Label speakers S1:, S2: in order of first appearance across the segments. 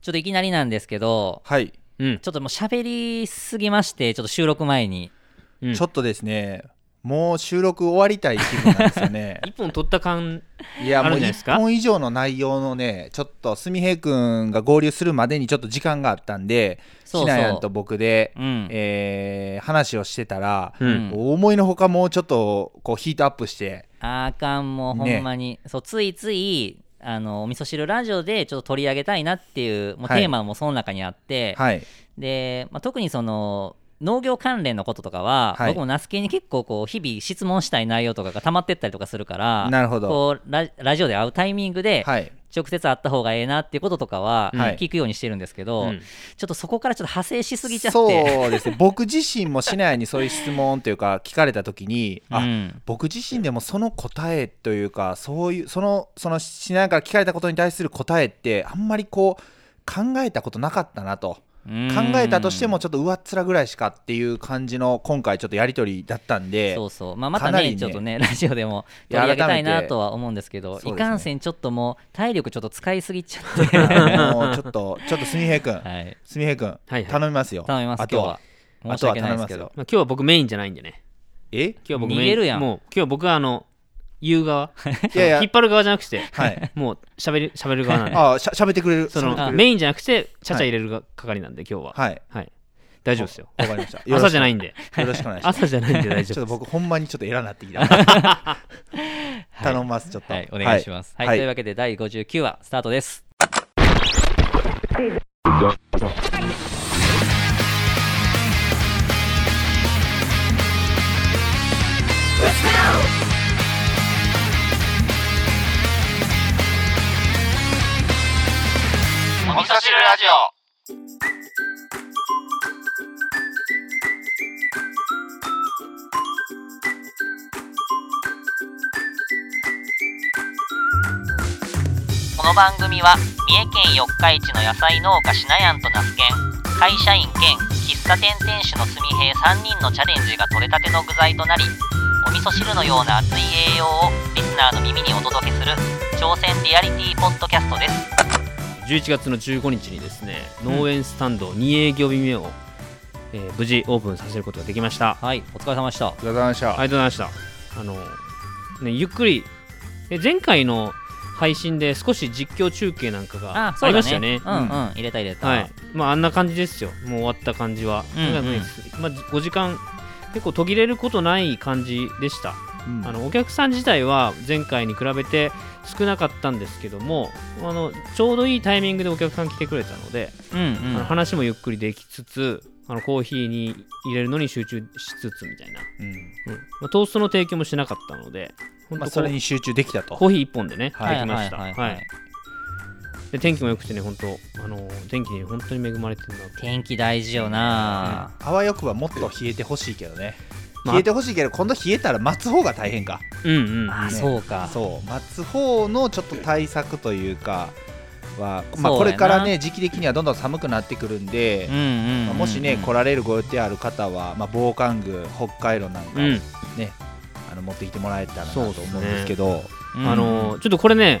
S1: ちょっといきなりなんですけど、
S2: はい、
S3: うん。
S1: ちょっともう喋りすぎまして、ちょっと収録前に。
S3: うん
S2: ちょっとですねもう収録終わりたい気分なんですよ ね
S3: 一本取った感、
S2: いや
S3: あ
S2: も
S3: る
S2: うん
S3: じゃないですか
S2: 1本以上の内容のねちょっと純平君が合流するまでにちょっと時間があったんで
S1: そうそう
S2: しなやんと僕で、
S1: うん。
S2: えー話をしてたら、
S1: うん
S2: 思いのほかもうちょっとこうヒートアップして
S1: あーかん、もうほんまに。そう、ついつい、あの、お味噌汁ラジオでちょっと取り上げたいなっていう、もうテ
S2: はい
S1: ーマもその中にあって、
S2: はい
S1: で、まあ、特にその、農業関連のこととかは、
S2: はい
S1: 僕もナス系に結構こう日々質問したい内容とかが溜まってったりとかするから
S2: なるほど
S1: こうララジオで会うタイミングで
S2: はい
S1: 直接会った方がええなっていうこととかは
S2: はい
S1: 聞くようにしてるんですけど、
S3: うん
S1: ちょっとそこからちょっと派生しすぎちゃって
S2: そうですね僕自身もしなやんにそういう質問というか聞かれた時に、
S1: う
S2: あ
S1: ん、
S2: 僕自身でもその答えというかそういうそのそのしなやんから聞かれたことに対する答えってあんまりこう考えたことなかったなと
S1: うん
S2: 考えたとしてもちょっと上っ面ぐらいしかっていう感じの今回ちょっとやり取りだったんで
S1: そうそう、まあ、また
S2: かな
S1: ね
S2: りね
S1: ちょっとねラジオでも
S2: い
S1: 取
S2: や
S1: り上げたい
S2: 改め
S1: な
S2: て
S1: とは思うんですけど
S2: そうですね
S1: いかんせんちょっともう体力ちょっと使いすぎちゃって
S2: あのちょ っとちょっとすみへい君
S1: はい
S2: すみへい君
S3: はい
S2: 頼みますよ
S1: 頼みます
S2: あ
S1: 今日
S2: と
S1: は
S2: は
S1: 申し訳ないですけど
S2: あとは頼み
S3: まあ、今日は僕メインじゃないんでね。
S2: え
S3: 今日は僕
S1: 逃
S3: メイン。
S1: げるやん
S3: もう、今日は僕はあの、言う側。
S2: いやいや
S3: 引っ張る側じゃなくて、
S2: はい
S3: もう喋り、喋る側なんで。
S2: あしゃ喋ってくれる喋
S3: そ
S2: って
S3: の、
S2: くれる
S3: メインじゃなくて、ちゃちゃ入れるが係なんで、今日は。
S2: はい
S3: はい。大丈夫ですよ。
S2: わかり ました
S3: 朝じゃないいんで。
S2: よろしくお願いします
S3: 朝じゃないんで大
S2: ち
S3: 丈
S2: ょ
S3: 夫
S2: っと
S3: で
S2: 僕
S3: す。
S2: ほんまにちょっと偉なってきた頼みますちょっと
S1: はいお願いします、はい
S2: はい
S1: というわけで第59話スタートですこの番組は三重県四日市の野菜農家しなやんと那須県会社員兼喫茶店店主のすみへい3人のチャレンジが取れたての具材となりお味噌汁のような熱い栄養をリスナーの耳にお届けする挑戦リアリティポッドキャストです
S3: 11月の15日にですね、農園スタンド2営業日目を、えー無事オープンさせることができました。
S1: はいお疲れ様でした
S2: ありがとうございました
S3: ありがとうございました。あの、ね、ゆっくり、え前回の配信で少し実況中継なんかがありましたよね。
S1: うんうん入れた入れた、
S3: はい、まああんな感じですよ、もう終わった感じは。
S1: うんうん
S3: なんかねまあ、5時間、結構途切れることない感じでした。
S2: うん
S3: あのお客さん自体は前回に比べて少なかったんですけどもあのちょうどいいタイミングでお客さん来てくれたので、
S1: うんうん
S3: あの話もゆっくりできつつあのコーヒーに入れるのに集中しつつみたいな、
S2: うん
S3: うんまあ、トーストの提供もしなかったので本
S2: まあ
S3: 当こう
S2: それに集中できたと
S3: コーヒー1本でね、
S2: はい
S3: できました、はいで天気も良くてね本当あの天気に本当に恵まれてるなと
S1: 天気大事よな、
S2: あわよくはもっと冷えてほしいけどね
S3: まあ
S2: 冷えてほしいけど今度冷えたら待つ方が大変か
S3: うんうん
S1: あ
S2: ね
S1: そうか
S2: そう待つ方のちょっと対策というかは、まあ、
S1: そうやな
S2: これからね時期的にはどんどん寒くなってくるんで
S1: うん、うんうんうん
S2: まあもしね来られるご予定ある方は、まあ、防寒具北海道なんかを
S3: うん
S2: ね、あの持ってきてもらえたらなと
S3: そう
S2: 思うん
S3: っすね
S2: ですけど
S1: うん
S3: あのちょっとこれね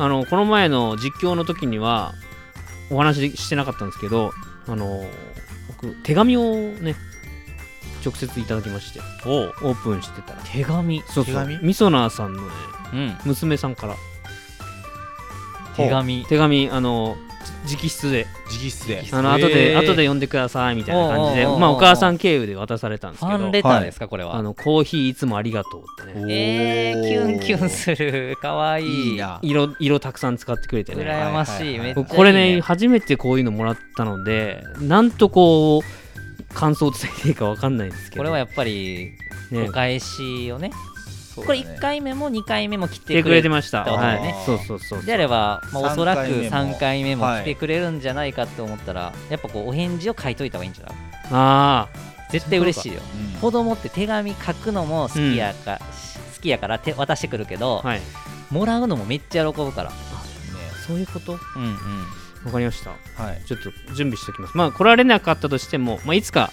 S3: あのこの前の実況の時にはお話ししてなかったんですけどあの僕手紙をね直接いただきましてオープンしてたら
S1: 手紙
S3: そう
S2: 手
S3: そう
S2: 紙
S3: みそなーさんのね
S1: うん
S3: 娘さんから
S1: 手紙
S3: 手紙あのじ直筆で
S2: 直筆で
S3: あの後
S1: へ
S3: で
S1: ー
S3: 後で読んでくださいみたいな感じで
S1: おうおうおうおう
S3: まあお母さん経由で渡されたんです
S1: フ
S3: け
S1: ァン
S3: ど
S1: レターですか、これ
S3: あ
S1: は
S3: のコーヒーいつもありがとうってね
S1: えー、キュンキュン
S2: る
S1: するかわいい
S2: いいな
S3: 色色たくさん使ってくれてね
S1: 羨ましい、
S2: はいはいはい
S1: めっちゃいい、ね、
S3: これね初めてこういうのもらったのでなんとこう感想を伝えていいかわかんないんですけど
S1: これはやっぱり
S3: ね
S1: お返しをねこ
S2: こ
S1: れ1回目も2回目も来
S3: 来
S1: て
S3: て
S1: く
S3: くれ
S1: れ
S3: てました
S1: た
S2: わけ
S3: は
S1: だね
S3: いそうそうそう
S1: であれば、まあ、おそらく
S2: 3回目
S1: 3回目
S2: も
S1: も
S2: はい
S1: 来てくれるんじゃないかって思ったら、やっぱこうお返事を書いといた方がいいんじゃない
S3: あ
S1: 絶対嬉しいよ
S2: うん
S1: 子供って手紙書くのも好きやか、好きやから手渡してくるけど、
S3: あはい
S1: もらうのもめっちゃ喜ぶから
S2: ね
S3: そういうことわ
S1: うんうん
S3: かりました
S2: はい
S3: ちょっと準備しておきますまあ来られなかったとしてもまあいつか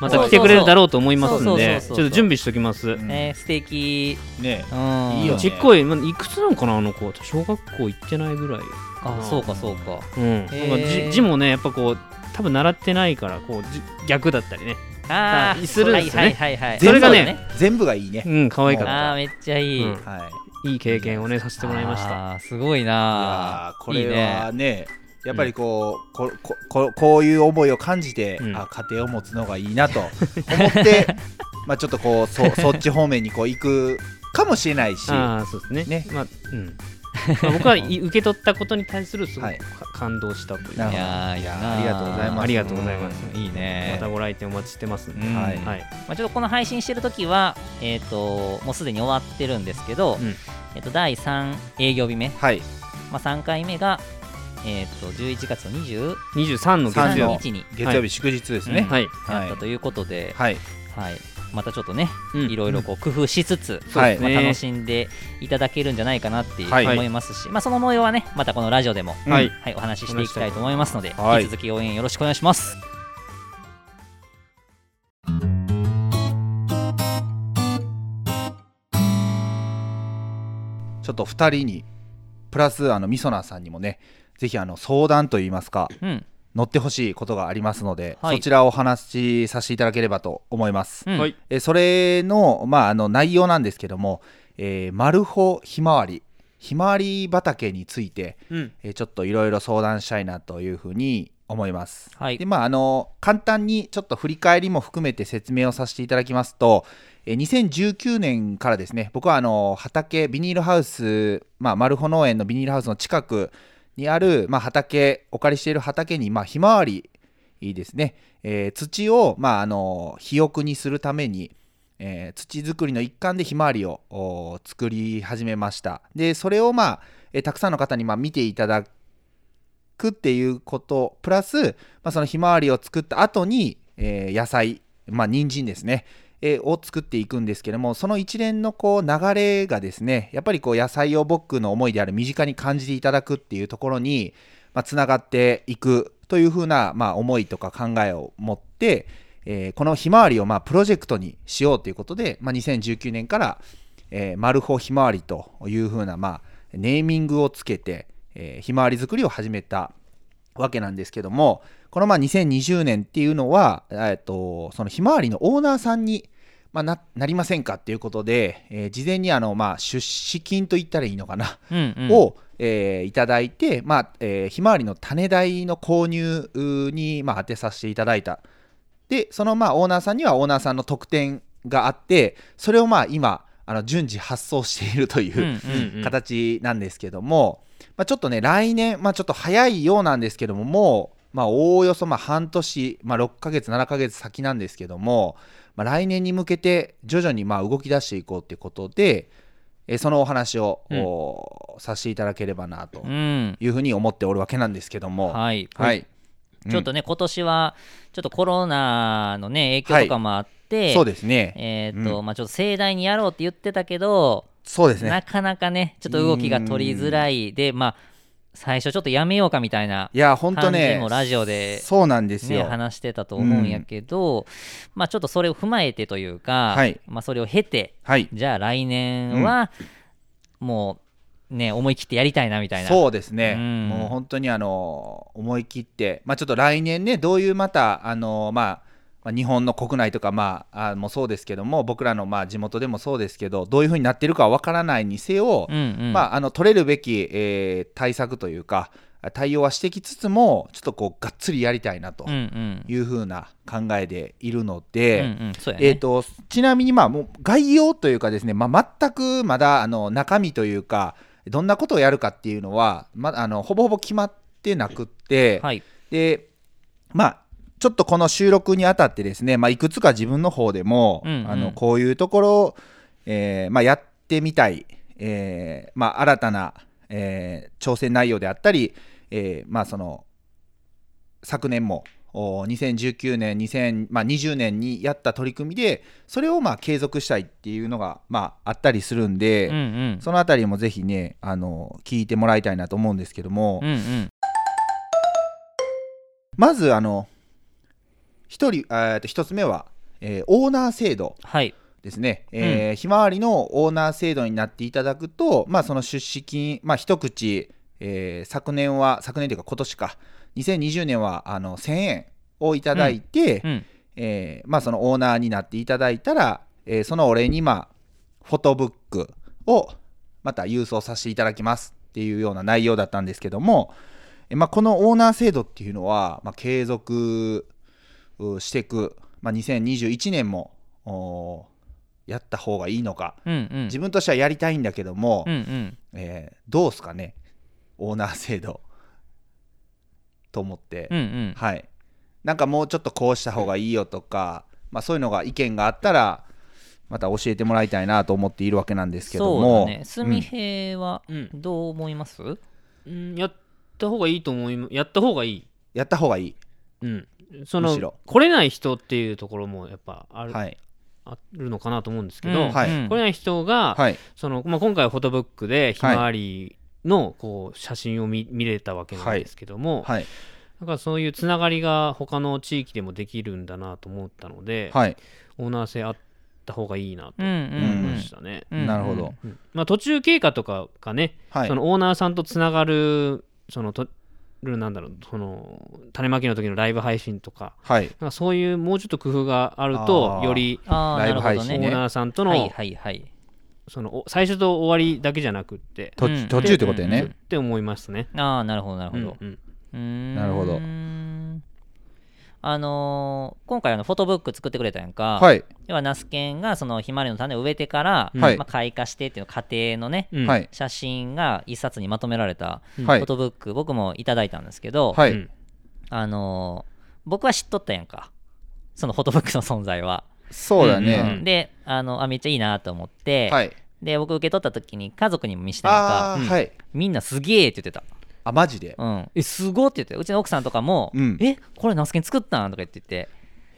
S3: また来てくれるだろうと思いますんでち
S1: そ
S3: ょ
S1: うそうそうそう
S3: っと準備しときます
S2: うん
S1: ね素敵
S2: ね
S1: うん
S2: いいよね
S3: ちっこい、まいくつなんかなあの子小学校行ってないぐらい
S1: あそうかそうか
S3: うん、
S1: へー
S3: なんか字字もねやっぱこう多分習ってないからこうじ逆だったりね、
S1: ああ
S3: するんですよね
S1: はいはいはいはい
S3: それがね
S1: そうだ
S2: 全部がいいね
S3: う、ん、可愛かっ
S1: ああ
S3: た
S1: めっちゃいい、
S3: うん
S1: し
S2: はい
S3: いい経験をねさせてもらいました
S1: すごい
S2: い
S1: な
S2: やーこれ
S1: いいね
S2: はねやっぱりこう、ここここういう思いを感じて、
S3: うん
S2: あ家庭を持つのがいいなと思って まあちょっとこうそそっち方面にこう行くかもしれないし、
S3: ああそうですね
S2: ね
S3: まあうんまあ僕はい受け取ったことに対するすご
S2: はい
S3: くか感動したという
S2: なるほ
S3: か
S1: い
S2: ど
S1: やーいいなー
S2: ありがとうございます
S3: ありがとうございます
S1: うんいいね
S3: またご来店お待ちしてますんで
S1: うん
S2: はい
S3: はい
S1: まあ、ちょっとこの配信してる時は、えっともうすでに終わってるんですけど、
S3: うん
S1: えっと第3営業日目、
S2: はい
S1: まあ、3回目が、えっと11月の23
S3: 23の月曜
S1: 日に
S2: 月曜日祝日ですね、
S1: はい
S3: はい
S1: やったということで、
S2: はい
S1: はいまたちょっとね、
S3: うん
S1: いろいろこう工夫しつつ、
S2: そうです
S1: まあ、
S3: ね
S1: 楽しんでいただけるんじゃないかなって
S2: はい
S1: 思いますし、まあ、その模様はねまたこのラジオでも、
S3: はい
S1: はい、お話ししていきたいと思いますので、
S2: はい
S1: 引き続き応援よろしくお願いします。
S2: ちょっと2人にプラスあのみそなさんにもねぜひあの相談といいますか
S1: うん
S2: 乗ってほしいことがありますので、
S1: はい
S2: そちらをお話しさせていただければと思います、
S1: うん
S3: はい
S2: えそれの,、まああの内容なんですけども、えーマルホひまわりひまわり畑について、
S3: うん
S2: えーちょっといろいろ相談したいなというふうに思います、
S1: はい
S2: でまああの簡単にちょっと振り返りも含めて説明をさせていただきますとえー2019年からですね僕はあの畑ビニールハウス、まあ、マルホ農園のビニールハウスの近くにある、まあ、畑お借りしている畑に、まあ、ひまわりいいですね、えー土を、まあ、あの肥沃にするために、えー土作りの一環でひまわりをおー作り始めましたでそれを、まあえーたくさんの方に、まあ、見ていただくっていうことプラス、まあ、そのひまわりを作った後に、えー野菜まあ人参ですね、えーを作っていくんですけどもその一連のこう流れがですねやっぱりこう野菜を僕の思いである身近に感じていただくっていうところにまあつながっていくというふうな、まあ、思いとか考えを持って、えーこのひまわりを、まあ、プロジェクトにしようということで、まあ、2019年から、えーマルホひまわりというふうな、まあ、ネーミングをつけて、えーひまわり作りを始めたわけなんですけどもこのまあ2020年っていうのは、えー、とそのひまわりのオーナーさんに、まあ、ななりませんかっていうことで、えー事前にあの、まあ、出資金と言ったらいいのかな
S1: うんうん
S2: を、えーいただいて、まあえーひまわりの種代の購入うに、まあ、当てさせていただいたでそのまあオーナーさんにはオーナーさんの特典があってそれをまあ今あの順次発送しているといううん
S1: うん
S3: うん
S2: 形なんですけども、まあ、ちょっとね来年、まあ、ちょっと早いようなんですけどももう、まあ、おおよそまあ半年、まあ、6ヶ月7ヶ月先なんですけども、まあ、来年に向けて徐々にまあ動き出していこうってことで、えーそのお話を、
S3: うん
S2: おーさせていただければなと
S1: うん
S2: いうふうに思っておるわけなんですけども、い
S1: はい、
S2: はい
S1: ちょっとね、今年はちょっとコロナのね影響とかもあって、
S2: そうですね
S1: えーっと、
S2: う
S1: まあちょっと盛大にやろうって言ってたけど、
S2: そうですね
S1: なかなかね、ちょっと動きが取りづらいで、まあ最初ちょっとやめようかみたいない
S2: や本当
S1: 感
S2: ね
S1: じもラジオで
S2: そうなんです
S1: ね
S2: よ、
S1: 話してたと思うんやけど、まあちょっとそれを踏まえてというか、
S2: はい
S1: まあそれを経て、
S2: はい
S1: じゃあ来年はもうね思い切ってやりたいなみたいな。
S2: そうですね、
S1: うん
S2: もう本当にあの思い切って、まあ、ちょっと来年ね、どういうまた、あのまあ、まあ日本の国内とか、まあ、あもそうですけども、僕らのまあ地元でもそうですけど、どういうふうになってるかわからないにせよ、
S1: うんうん。
S2: まあ、あの取れるべき、えー対策というか、対応はしてきつつも、ちょっとこうがっつりやりたいなと
S1: うんうん。
S2: いうふうな考えでいるの
S1: う
S2: で。
S1: んうんそうやね。
S2: えー、とちなみに、まあ、もう概要というかですね、まあ、全くまだあの中身というかどんなことをやるかっていうのは、ま、あのほぼほぼ決まってなくって、
S1: はい。
S2: でまあちょっとこの収録にあたってですね、まあ、いくつか自分の方でも、
S1: うんうん
S2: あのこういうところ、えーまあ、やってみたい、えーまあ、新たな、えー挑戦内容であったり、えーまあ、その昨年もお2019年2020、まあ、20年にやった取り組みでそれをまあ継続したいっていうのが、まあ、あったりするんで、
S1: うんうん。
S2: そのあたりもぜひねあの聞いてもらいたいなと思うんですけども。
S1: うんうん。
S2: まずあの一人えーと一つ目はえーオーナー制度
S1: はい
S2: ですね、えーひまわりのオーナー制度になっていただくと、まあ、その出資金、まあ、一口、えー昨年は昨年というか今年か2020年はあの1000円をいただいて、
S1: うん
S2: えーまあ、そのオーナーになっていただいたら、えーそのお礼に、まあ、フォトブックをまた郵送させていただきますっていうような内容だったんですけども、えーまあ、このオーナー制度っていうのは、まあ、継続うしていく、まあ、2021年もおーやった方がいいのか
S1: うんうん
S2: 自分としてはやりたいんだけども、
S1: うんうん
S2: えーどうすかねオーナー制度と思って。
S1: うんうん
S2: はい、なんかもうちょっとこうした方がいいよとか、まあ、そういうのが意見があったらまた教えてもらいたいなと思っているわけなんですけど
S1: そう
S2: も
S1: だねすみへいは
S3: うん
S1: どう思います、
S3: うんやった方がいいと思いまやった方がいい
S2: やった方がいい、
S3: うんそ
S2: むしろ
S3: の来れない人っていうところもやっぱある,、
S2: はい
S3: あるのかなと思うんですけ
S1: う
S3: ど、
S1: ん
S2: はい
S1: うん
S3: 来れない人が、
S2: はい
S3: そのまあ、今回はフォトブックでひまわりのこう写真を見見れたわけなんですけども、
S2: はい
S3: なんかそういうつながりが他の地域でもできるんだなと思ったので、
S2: はい、
S3: オーナー性あった方がいいなと
S1: うん
S3: 思いま
S2: うん
S3: したね。
S1: うんうん
S2: なるほど、
S3: うんまあ、途中経過とかがね、
S2: はい
S3: そのオーナーさんとつながるそのとるなんだろうその種まきの時のライブ配信とか
S2: はい
S3: なんかそういうもうちょっと工夫があると
S2: あー
S3: より
S1: ああなる
S2: ライブ
S1: ほ
S2: 配
S1: ど
S2: 信
S3: オ
S1: ね
S2: ね
S3: ーナーさんとの,、
S1: はいはいはい
S3: そのお最初と終わりだけじゃなくって
S2: 途
S1: うん
S2: 中途中ってことでね、
S3: って思いますね。
S1: ああなるほどなるほど、
S3: うんうん
S1: うーん
S2: なるほど
S1: あのー今回あのフォトブック作ってくれたやんか、
S2: はい
S1: 要はナスケンがそのひまわりの種を植えてから、
S2: はい
S1: まあ、開花してっていう過程のね、
S3: うん
S2: はい
S1: 写真が一冊にまとめられたフ
S2: はい
S1: ォトブック、僕もいただいたんですけど、
S2: は
S3: う
S2: い
S3: ん
S1: あのー僕は知っとったやんかそのフォトブックの存在は、
S2: そうだ
S3: うん
S2: ね、
S1: であのあめっちゃいいなと思って、
S2: はい
S1: で僕受け取った時に家族にも見せたやん
S2: あ
S1: か
S2: ー、
S3: うん
S2: はい
S1: みんなすげえって言ってた
S2: あマジで
S1: うん、えすごって言ってうちの奥さんとかも「
S2: うん
S1: えこれナスケン作ったん?」とか言ってて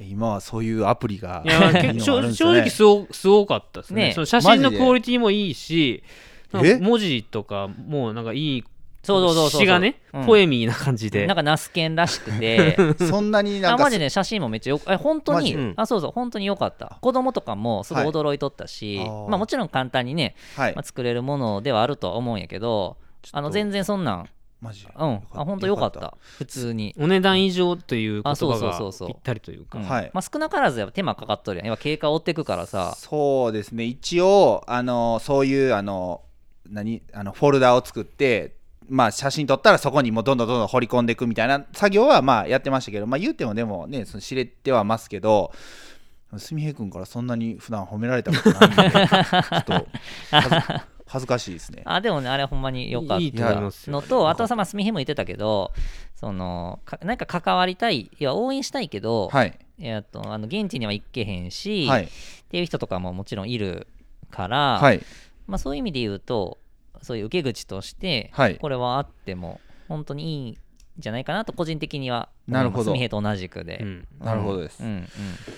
S2: 今はそういうアプリが
S3: いや
S2: いい
S3: 結
S2: のがある
S3: 構
S2: ん
S3: 正
S2: ですよね
S3: 直すごすごかったですね
S1: ね
S3: その写真
S2: マ
S3: の
S2: ジで
S3: クオリティもいいしなん
S2: え
S3: か文字とかもうなんかいい
S1: そうそうそうそう
S3: 詩がね、
S1: うん
S3: ポエミーな感じで
S1: なんかナスケンらしくて
S2: そんなに
S1: あ
S2: なんか
S1: マジで写真もめっちゃよくえ本当
S2: マジ
S1: に、
S3: うん
S1: あそうそう本当によかった子供とかもすごい
S2: はい
S1: 驚いとったし、
S2: あー
S1: まあ、もちろん簡単にね、
S2: はい
S1: まあ、作れるものではあるとは思うんやけどあの全然そんなん
S2: マジで
S1: うん
S2: かった
S1: あ本当よかった
S2: よか
S1: 普通に、
S3: お値段以上という言
S1: あ
S3: 葉
S1: そうそう
S3: が
S1: そうそう
S3: ぴったりというか
S1: うん
S2: はい
S1: まあ、少なからずやっぱ手間かかっとるやん今経過を追ってくからさ
S2: そうですね一応あのそういうあの何あのフォルダを作ってまあ写真撮ったらそこにもうどんどんどんどん掘り込んでいくみたいな作業はまあやってましたけどまあ言うてもでもねその知れてはますけどすみへい君からそんなに普段褒められたことないんでちょっと恥ず恥ずかしいですね
S1: あでもねあれほんまによかった
S3: いいと思いますよ
S1: のとあとさまあスミヘも言ってたけどそのかなんか関わりたいいや応援したいけど、
S2: はい
S1: えっとあの現地には行けへんし、
S2: は
S1: っ
S2: い
S1: ていう人とかももちろんいるから、
S2: はい
S1: まあ、そういう意味で言うとそういう受け口として、
S2: はい
S1: これはあっても本当にいいんじゃないかなと個人的には
S2: なるほ
S1: ス
S2: ど
S1: ミヘと同じくで。
S3: うん
S2: なるほどです、
S1: うんうん、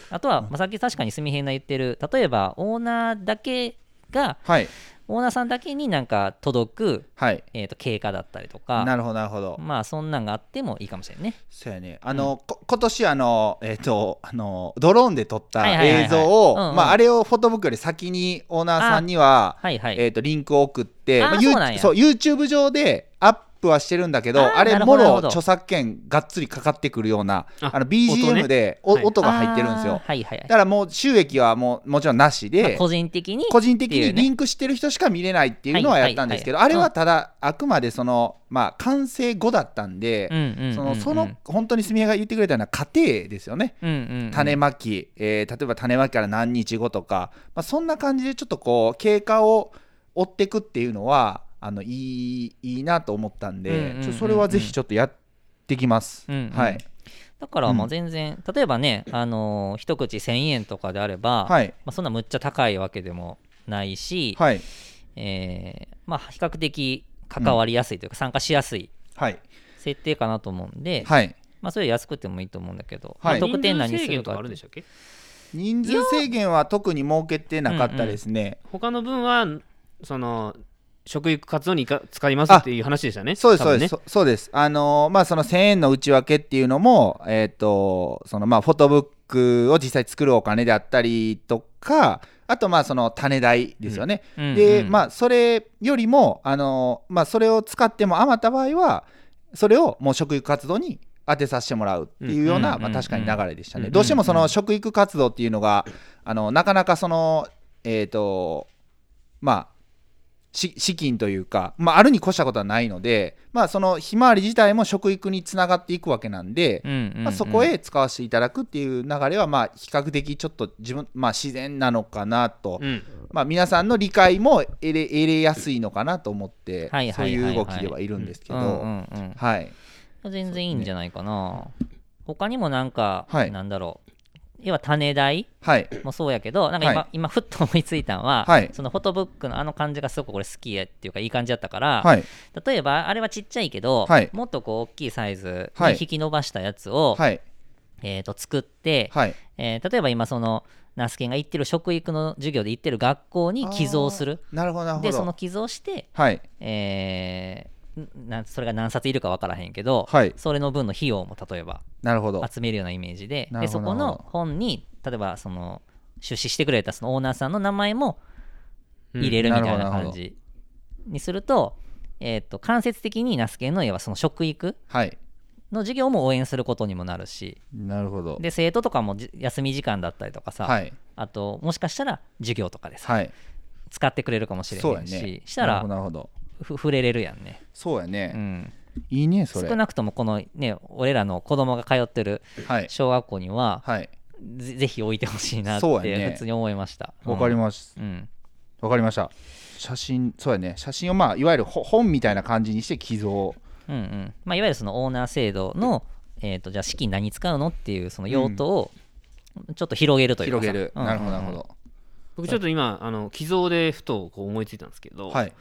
S1: あとは、まあ、さっき確かにスミヘが言ってる例えばオーナーだけが
S2: はい
S1: オーナーさんだけになんか届く
S2: はい
S1: えー、と経過だったりとか
S2: なるほどなるほど
S1: まあそんなんがあってもいいかもしれんね
S2: そうやねあの、こ今年あのえっ、とあのドローンで撮っ
S1: はい
S2: た
S1: はいはいはい
S2: 映像を
S1: うんうん
S2: まああれをフォトブックより先にオーナーさんには
S1: はいはい、
S2: えっ、とリンクを送って
S1: あー
S2: ま
S1: そうなんや
S2: you- そう YouTube 上でアップはしてるんだけど
S1: あー
S2: あれ
S1: なるほ
S2: も
S1: どなる
S2: ろ
S1: ほど
S2: 著作権がっつりかかってくるような
S3: あ
S2: あの BGM でお音,、
S3: は
S2: が
S3: い
S2: 入ってるんで
S1: あ
S2: す
S1: ー
S2: よ
S1: はいはいは
S2: だ
S1: い、
S2: からもう収益はもうもちろんなし
S1: まあ
S2: で、
S1: 個人的に
S2: 個人的
S1: ってい
S2: に
S1: うね
S2: リンクしてる人しか見れないっていうのはやったんですけど、
S1: はいはいはい
S2: あれはただあくまでそのまあ完成後だったんで、
S1: うんうんうんうん
S2: そのその本当にすみえが言ってくれたような過程ですよね。
S1: うんうんうん
S2: 種まき、えー例えば種まきから何日後とか、まあ、そんな感じでちょっとこう経過を追っていくっていうのはあのいいいいなと思ったんで、
S1: うんうんうんうん
S2: ちょそれはぜひちょっとやってきます。
S1: うんうん
S2: はい、
S1: だからまあ全然、例えばね、あのー一口1000円とかであれば、
S2: はい
S1: まあ、そんなむっちゃ高いわけでもないし、
S2: はい
S1: えーまあ、比較的関わりやすいというか参加しやすい
S2: はい
S1: 設定かなと思うんで、
S2: はい
S1: まあ、それは安くてもいいと思うんだけど、
S2: はい
S1: まあ、得点
S3: 人
S1: 何
S3: 数
S1: す
S3: 制
S1: る
S3: 限と
S1: か
S3: かあるんでしたっけ
S2: 人数制限は特に設けてなかったですね。
S1: いや
S2: うんうん
S3: 他の分はその食育活動にいか使いますっていう話でしたね。
S2: そうです、
S3: 多
S2: そう
S3: 分
S2: で
S3: ね
S2: す、そそうです。あのーまあその1000円の内訳っていうのも、えっ、とそのまあフォトブックを実際作るお金であったりとか、あとまあその種代ですよね。で、まあそれよりもあのーまあそれを使っても余った場合は、それをもう食育活動に当てさせてもらうっていうような、
S1: うん
S2: まあ確かに流れでした
S3: う
S2: ね。
S3: ん
S2: どうしてもそ
S1: うん
S2: の食育活動っていうのが、あのなかなかそのえっ、とまあし資金というか、まあ、あるに越したことはないので、まあ、そのひまわり自体も食育につながっていくわけなんで、まあ、そこへ使わせていただくっていう流れはまあ比較的ちょっと自分、まあ、自然なのかなと、
S3: うん
S2: まあ、皆さんの理解も得れ得れやすいのかなと思って、
S1: はいは
S2: そう
S1: いはいはい
S2: いう動きではいるんですけど、
S1: うんうんうん
S2: はい、
S1: 全然いいんじゃないかな、他にもなんか、
S2: はい
S1: なんだろう要は種代
S2: はい、
S1: もそうやけどなんか今,、
S2: は
S1: 今ふっと思いついたのは、
S2: はい
S1: そのフォトブックのあの感じがすごく俺好きやっていうかいい感じだったから、
S2: はい、
S1: 例えばあれはちっちゃいけど、
S2: はい
S1: もっとこう大きいサイズに
S2: はい
S1: 引き伸ばしたやつを、
S2: はい、
S1: えー、と作って、
S2: はい、
S1: えー例えば今そのナスケンが行ってる食育の授業で行ってる学校に寄贈する
S2: なるほど、なるほど。
S1: でその寄贈して、
S2: はい、
S1: えーなそれが何冊いるかわからへんけど、
S2: はい、
S1: それの分の費用も例えば
S2: なるほど。
S1: 集めるようなイメージで
S2: な
S1: で
S2: るほ
S1: そ
S2: ど
S1: この本に例えばその出資してくれたそのオーナーさんの名前も
S3: うん
S1: 入れるみたいな
S2: なるほど
S1: 感じにすると,、えー、と間接的にナスケンの家はその食育
S2: はい、
S1: の授業も応援することにもなるし
S2: なるほど。
S1: で生徒とかもじ休み時間だったりとかさ、
S2: はい、
S1: あともしかしたら授業とかでさ、
S2: はい、
S1: 使ってくれるかもしれ
S2: そう
S1: な
S2: や
S1: いし、
S2: ね。
S1: した
S2: なる
S1: ら
S2: ほどなるほど。
S1: ふ触れれるやんね、
S2: そうやね。
S1: うん、
S2: いいね、それ。
S1: 少なくともこのね俺らの子供が通ってる
S2: はい。
S1: 小学校には
S2: はい。
S1: ぜぜひ置いてほしいなっ
S2: そうや
S1: て
S2: ね
S1: 普通に思いました。
S2: わかりま
S1: す。
S2: す。
S1: うん、
S2: わかりました。写真、そうやね。写真を、まあ、いわゆるほ本みたいな感じにして寄贈。
S1: うん、うん。まあいわゆるそのオーナー制度のえっ、とじゃあ資金何使うのっていうその用途をちょっと広げるというか
S2: 広
S1: さ
S2: げる。
S1: うん
S2: なるほど、なるほど。
S3: 僕ちょっと今あの寄贈でふとこう思いついたんですけど、
S2: はい。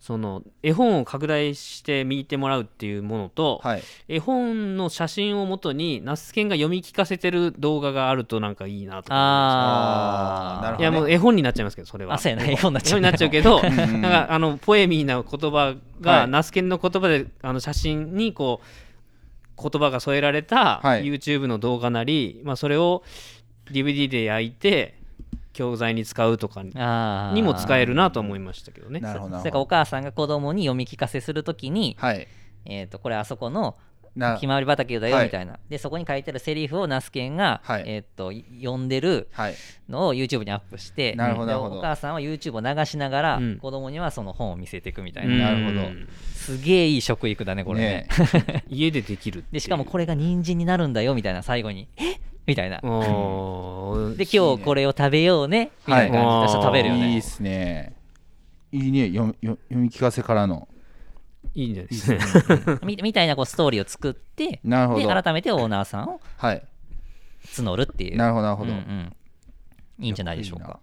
S3: その絵本を拡大して見てもらうっていうものと、
S2: はい。
S3: 絵本の写真をもとに那須研が読み聞かせてる動画があるとなんかいいなとか
S1: ああ、
S2: なるほ
S3: い
S2: どね
S3: やもう絵本になっちゃいますけどそれは
S1: あそうやな絵本になっ
S3: 絵
S1: ちゃ
S3: 本
S1: う
S3: になっちゃうけど
S2: んうん
S3: なんかあのポエミーな言葉
S2: は
S3: が
S2: い
S3: 那須研の言葉であの写真にこう言葉が添えられた
S2: はい
S3: YouTube の動画なり、まあ、それを DVD で焼いて教材に使うとかに
S1: あー
S3: にも使えるなと思いましたけどね
S2: なるほど、な
S1: そ
S2: る
S1: れから
S2: ほ
S1: お
S2: ど。
S1: 母さんが子供に読み聞かせするときに、
S2: はい。
S1: えー、とこれあそこの
S2: な
S1: ひ、まわり畑だよ
S2: はい
S1: みたいな、でそこに書いてあるセリフをナスケンが、
S2: はい
S1: えー、とい読んでる
S2: はい。
S1: のを YouTube にアップして
S2: なるほど
S1: で
S2: なるほど
S1: お母さんは YouTube を流しながら、
S3: うん
S1: 子供にはその本を見せていくみたいな、
S2: なるほど
S3: うん
S1: すげえいい食育だねこれね
S2: ね
S3: 家でできるっていう
S1: でしかもこれが人参になるんだよみたいな最後に「えみたいな。
S3: お ー
S1: で今日これを食べようねみたいな感じで 明日食べるよ
S2: いい
S1: ね
S2: っ。すね。いいね。読み読読み聞かせからの。
S3: いいんじゃないですね
S1: みみたいなこうストーリーを作って
S2: なるほ
S1: で
S2: ど。
S1: 改めてオーナーさんを
S2: はい。
S1: 募るっていう。
S2: なるほど、なるほど。
S1: うんうんいいんじゃないでしょうか。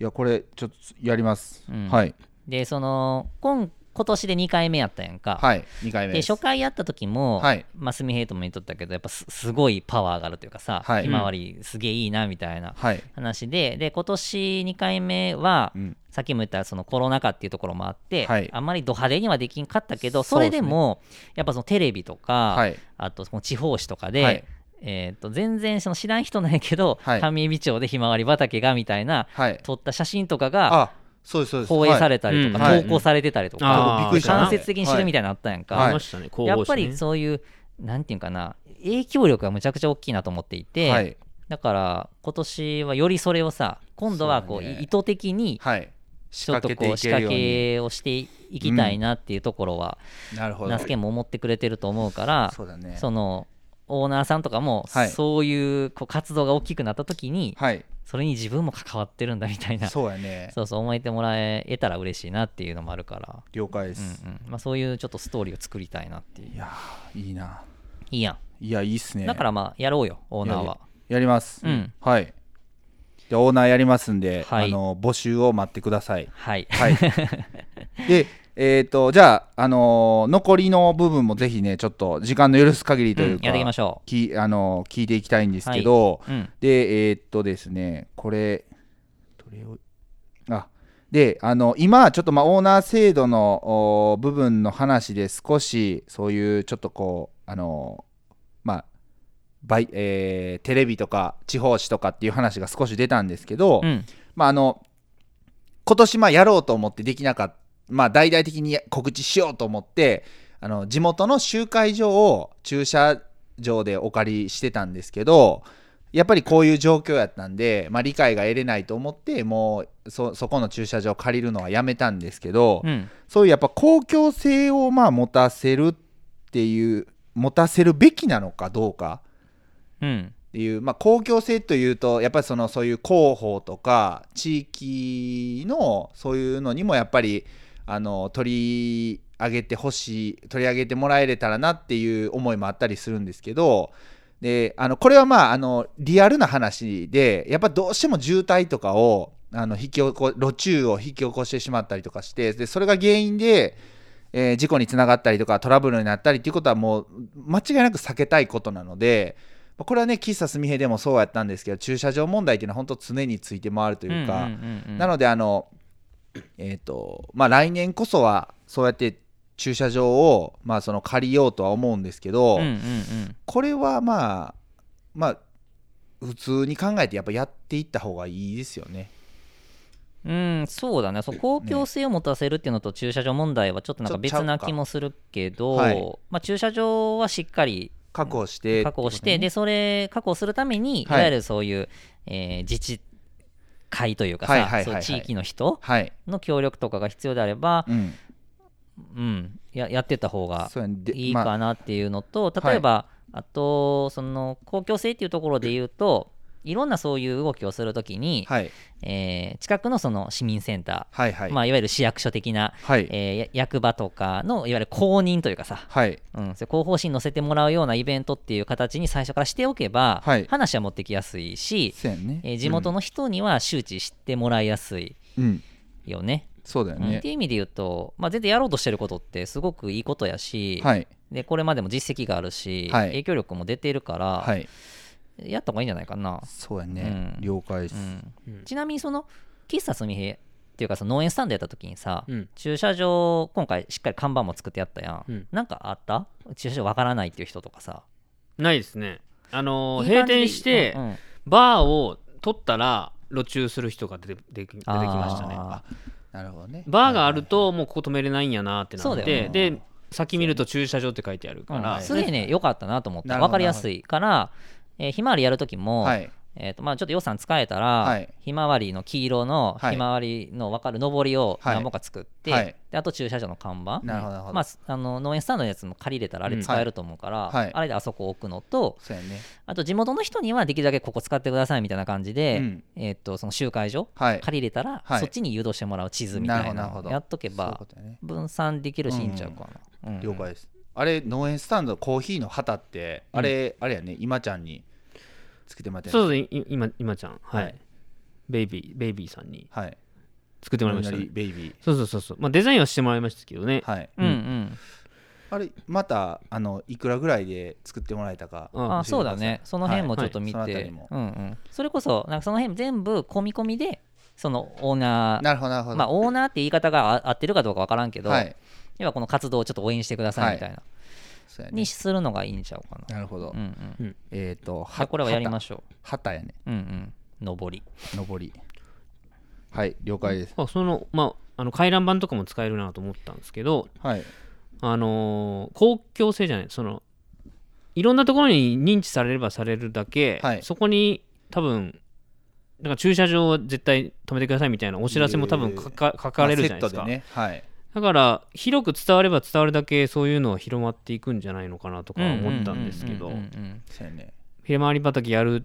S2: いや、これ、ちょっとやります。
S1: うん
S2: はい。
S1: でその今今年で2回目やったやんか。
S2: はい。2回目
S1: です初回やった時も、
S2: はい
S1: マスミヘイトも言っとったけどやっぱすすごいパワーがあるというかさ、
S2: はい
S1: ひまわりすげえいいなみたいな
S2: はい。
S1: 話でで今年2回目は、
S2: うん
S1: さっきも言ったそのコロナ禍っていうところもあって、
S2: はい
S1: あんまりド派手にはできんかったけど
S2: そ
S1: そうれ
S2: ですね
S1: でもやっぱそのテレビとか、
S2: はい。
S1: あとその地方紙とかで、
S2: はい
S1: えー、と全然その知らん人なんやけど、
S2: はい
S1: 上海町でひまわり畑がみたいな
S2: はい。
S1: 撮った写真とかが
S2: あ、そうです、そうです。
S1: 放映さ
S2: れ
S1: れたりとか、
S2: はいうん
S1: 投稿されてたりとか、
S3: はいあー
S2: びっくりしたな。
S1: 間接的に知るみたいなのあったやんか、
S2: はい
S3: ありましたね、
S1: やっぱりそういうなんていうんかな影響力がむちゃくちゃ大きいなと思っていて、
S2: はい。
S1: だから今年はよりそれをさ今度はこう
S2: そうだね
S1: 意図的に
S2: はい。仕
S1: ちょっと
S2: 掛けて
S1: こ
S2: いう
S1: 仕
S2: ける
S1: 掛
S2: ように。
S1: けをしていきたいなっていうところは、
S2: なるほど。
S1: ナスケンも思ってくれてると思うからそ,、
S2: そうだね。
S1: のオーナーさんとかも、
S2: はい
S1: そういうこう活動が大きくなった時に
S2: はい。
S1: それに自分も関わってるんだみたいなそう
S2: そうやね。
S1: そう思えてもらええたら嬉しいなっていうのもあるから、
S2: 了解で
S1: うん
S2: す。
S1: うんまあ、そういうちょっとストーリーを作りたいなっていう
S2: いやー、いいな。
S1: いいやん
S2: いや、いいっすね。
S1: だからまあやろうよオーナー
S2: いやい
S1: は。
S2: やります。
S1: うん
S2: はい。じゃあオーナーやりますんで、
S1: はい
S2: あの、募集を待ってく ださい。
S1: はい。
S2: はい。で、えっと、じゃあ、あのー、残りの部分もぜひね、ちょっと時間の許す限りという
S1: うんやっていきま
S2: か、
S1: しょ
S2: きあのー聞いていきたいんですけど、
S1: う。うん。
S2: で、えーっとですね、これ、どれを、あ、であの今ちょっとまあオーナー制度のお部分の話で少しそういうちょっとこうあのまあ媒えーテレビとか地方紙とかっていう話が少し出たんですけど、
S3: うん
S2: まああの今年まあやろうと思ってできなかった、まあ、大々的に告知しようと思ってあの地元の集会所を駐車場でお借りしてたんですけどやっぱりこういう状況やったんで、まあ、理解が得れないと思ってもうそそこの駐車場を借りるのはやめたんですけど、
S3: うん
S2: そういうやっぱ公共性をまあ持たせるっていう持たせるべきなのかどうか
S3: うん
S2: っていう、まあ、公共性というとやっぱりそのそういう広報とか地域のそういうのにもやっぱりあの取り上げてほしい取り上げてもらえれたらなっていう思いもあったりするんですけどであのこれはまああのリアルな話でやっぱどうしても渋滞とかをあの引き起こ路中を引き起こしてしまったりとかしてでそれが原因で、えー事故につながったりとかトラブルになったりっていうことはもう間違いなく避けたいことなので。まあこれはね喫茶すみへでもそうやったんですけど駐車場問題っていうのは本当常について回るというか、
S3: んんうんうん
S2: なのであのえっ、とまあ来年こそはそうやって駐車場をまあその借りようとは思うんですけど、
S3: うんうんうん
S2: これはまあまあ普通に考えてやっぱやっていった方がいいですよね。
S1: うん、そうだねそう公共性を持たせるっていうのと駐車場問題はちょっとなんか別な気もするけど、
S2: ちょっとちゃうかはい
S1: まあ、駐車場はしっかり
S2: 確保して
S1: 確保して、でそれ確保するためにい
S2: はい
S1: わゆるそういう、えー自治会というかさ、
S2: はいはいはいはい
S1: そう地域の人
S2: はい、
S1: の協力とかが必要であれば、
S2: うん、
S1: うん、ややってった方が
S2: そうやんで
S1: いい
S2: まあ
S1: かなっていうのと、例えば、あとその公共性っていうところで言うといろんなそういう動きをするときに、
S2: はい
S1: えー近くのその市民センター、
S2: はいはい、
S1: まあ、いわゆる市役所的な、
S2: はい、
S1: えーや役場とかのいわゆる公認というかさ、
S2: はい
S1: うん、そう広報誌に載せてもらうようなイベントっていう形に最初からしておけば、
S2: はい
S1: 話は持ってきやすいし、
S2: そうやんね、
S1: えー地元の人には周知してもらいやすい
S2: うん、うん、
S1: よね。
S2: そうだよ
S1: うんっ
S2: ね
S1: て、いう意味で言うと、まあ、全然やろうとしてることってすごくいいことやし、
S2: はい
S1: でこれまでも実績があるし、
S2: はい
S1: 影響力も出ているから、
S2: はい
S1: やった方がいいんじゃないかな。
S2: そうやね、
S1: うん
S2: 了解です、
S1: うん
S3: うん
S1: ちなみにその喫茶すみへっていうかその農園スタンドやった時にさ、
S3: うん
S1: 駐車場今回しっかり看板も作ってやったやん、
S3: うん
S1: なんかあった駐車場わからないっていう人とかさ
S3: ないですねあの
S1: いい
S3: 閉
S1: 感じで
S3: 店して
S1: うんうん
S3: バーを取ったら路駐する人が出て出て出てきましたね
S1: あー
S2: なるほどね
S3: バーがあるともうここ止めれないんやなってな
S1: そう
S3: っ
S1: だよ
S3: て
S1: ね
S3: で先見ると駐車場って書いてあるか
S1: うん
S3: ら
S1: すげえね良かったなと思った
S2: なるほど
S1: わかりやすいから、えーひまわりやる時も、
S2: はい
S1: えーとまあ、ちょっと予算使えたら、
S2: はい
S1: ひまわりの黄色の
S2: はい
S1: ひまわりの分かる上りを
S2: はい
S1: 何本か作って、
S2: はい
S1: であと駐車場の看板、
S2: なるほどなるほど
S1: まあ、すあの農園スタンドのやつも借りれたらあれ使えると思うから、
S2: うんはいはい
S1: あれであそこ置くのと、
S2: そうやね
S1: あと地元の人にはできるだけここ使ってくださいみたいな感じで、
S2: うん
S1: えー、とその集会所
S2: はい
S1: 借りれたら、
S2: はい
S1: そっちに誘導してもらう地図みたいな
S2: なるほどなるほど
S1: やっとけ
S2: そういう
S1: ば
S2: ことやね
S1: 分散できるしいいんちゃうかな、うん
S2: 了解です、あれ農園スタンドコーヒーの旗ってあれ、あれやね今ちゃんにつけてもらって
S3: そう
S2: う
S3: ですねい今今ちゃんはい、
S2: はい
S3: ベイビーベイビーさんに
S2: はい
S3: 作ってもらいました
S2: ノ
S3: ね
S2: リノリベイビー
S3: そうそうそうそうまあデザインはしてもらいましたけどね
S2: はい、
S1: うんうん
S2: あれまたあのいくらぐらいで作ってもらえたか、
S3: うん
S1: あそうだねその辺もちょっと見て、
S2: はいはいその
S1: うんうん、それこそなんかその辺全部込み込みでそのオーナー
S2: なるほどなるほど、
S1: まあオーナーって言い方があ合ってるかどうか分からんけど、
S2: はい
S1: 要はこの活動をちょっと応援してくださいみたいな、
S2: そうやね
S1: にするのがいいんちゃうかな、
S2: なるほど、
S1: うんうん、
S2: えっ、と
S1: じゃあこれはやりましょ
S2: 旗旗やね
S1: ううんうん上り
S2: 上りはい了解です、
S3: あそのまああの回覧板とかも使えるなと思ったんですけど
S2: はい
S3: あのー公共性じゃないそのいろんなところに認知されればされるだけ、
S2: はい
S3: そこに多分なんか駐車場は絶対止めてくださいみたいなお知らせも多分書か書かれるじゃないです
S2: ま
S3: か、
S2: あセットでねはい
S3: だから広く伝われば伝わるだけそういうのは広まっていくんじゃないのかなとか思ったんですけど
S1: うんうんうんうん
S2: そうやね
S3: 昼回り畑やるっ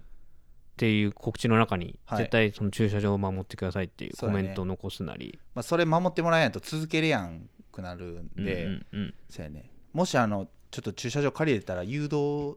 S3: ていう告知の中に
S2: はい
S3: 絶対その駐車場を守ってくださいっていう
S2: そ
S3: コ
S2: うだ
S3: メ
S2: ね
S3: ントを残すなり
S2: まあ、それ守ってもらえないと続けれやんくなるん
S3: うんうん
S2: で、
S3: うん
S2: そうやねもしあのちょっと駐車場借りれたら誘導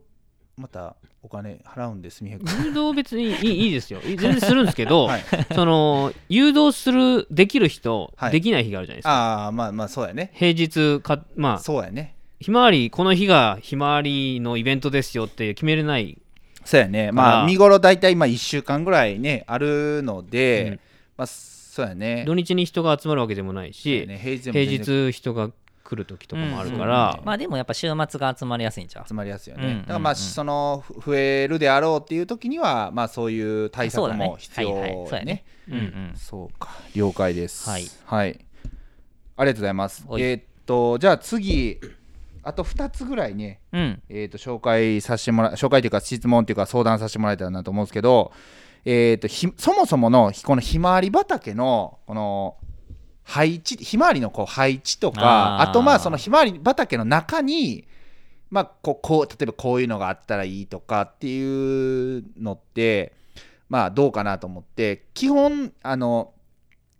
S2: またお金払うんですみへくん
S3: 誘導別にいいいいですよい全然するんですけど、
S2: はい
S3: その誘導するできる日と
S2: はい
S3: できない日があるじゃないですか、
S2: ああまあまあそうやね
S3: 平日かまあ
S2: そうやね
S3: ひまわりこの日がひまわりのイベントですよって決めれない
S2: そうやねま
S3: から
S2: あ見頃大体まあ1週間ぐらいねあるので、
S3: うん
S2: まあそそうやね
S3: 土日に人が集まるわけでもない
S2: そうや
S3: し、
S2: ね平日でも
S3: 平
S2: 全然
S3: 日人が来る時とかもあるか
S2: うんうん
S3: ら
S2: うん、
S1: まあでもやっぱ週末が集まりやすいんちゃう
S2: 集まりやすいよ
S1: うんうん
S2: ね
S1: うん
S2: だからまあそのふ増えるであろうっていう時にはまあそういう対
S1: そう
S2: 策
S1: だね
S2: も必要
S1: はいはいそうやね
S2: ね
S1: うんうん
S2: そうか了解です
S1: はい
S2: ありがとうございますえ
S1: おい
S2: ーっとじゃあ次あと2つぐらいね
S1: うん
S2: えー、と紹介させてもら紹介というか質問というか相談させてもらえたらなと思うんですけど、えー、とひそもそものひこのひまわり畑のこの配置ひまわりのこう配置とか
S1: あー
S2: あとまあそのひまわり畑の中に、まあ、こうこう例えばこういうのがあったらいいとかっていうのってまあどうかなと思って基本あの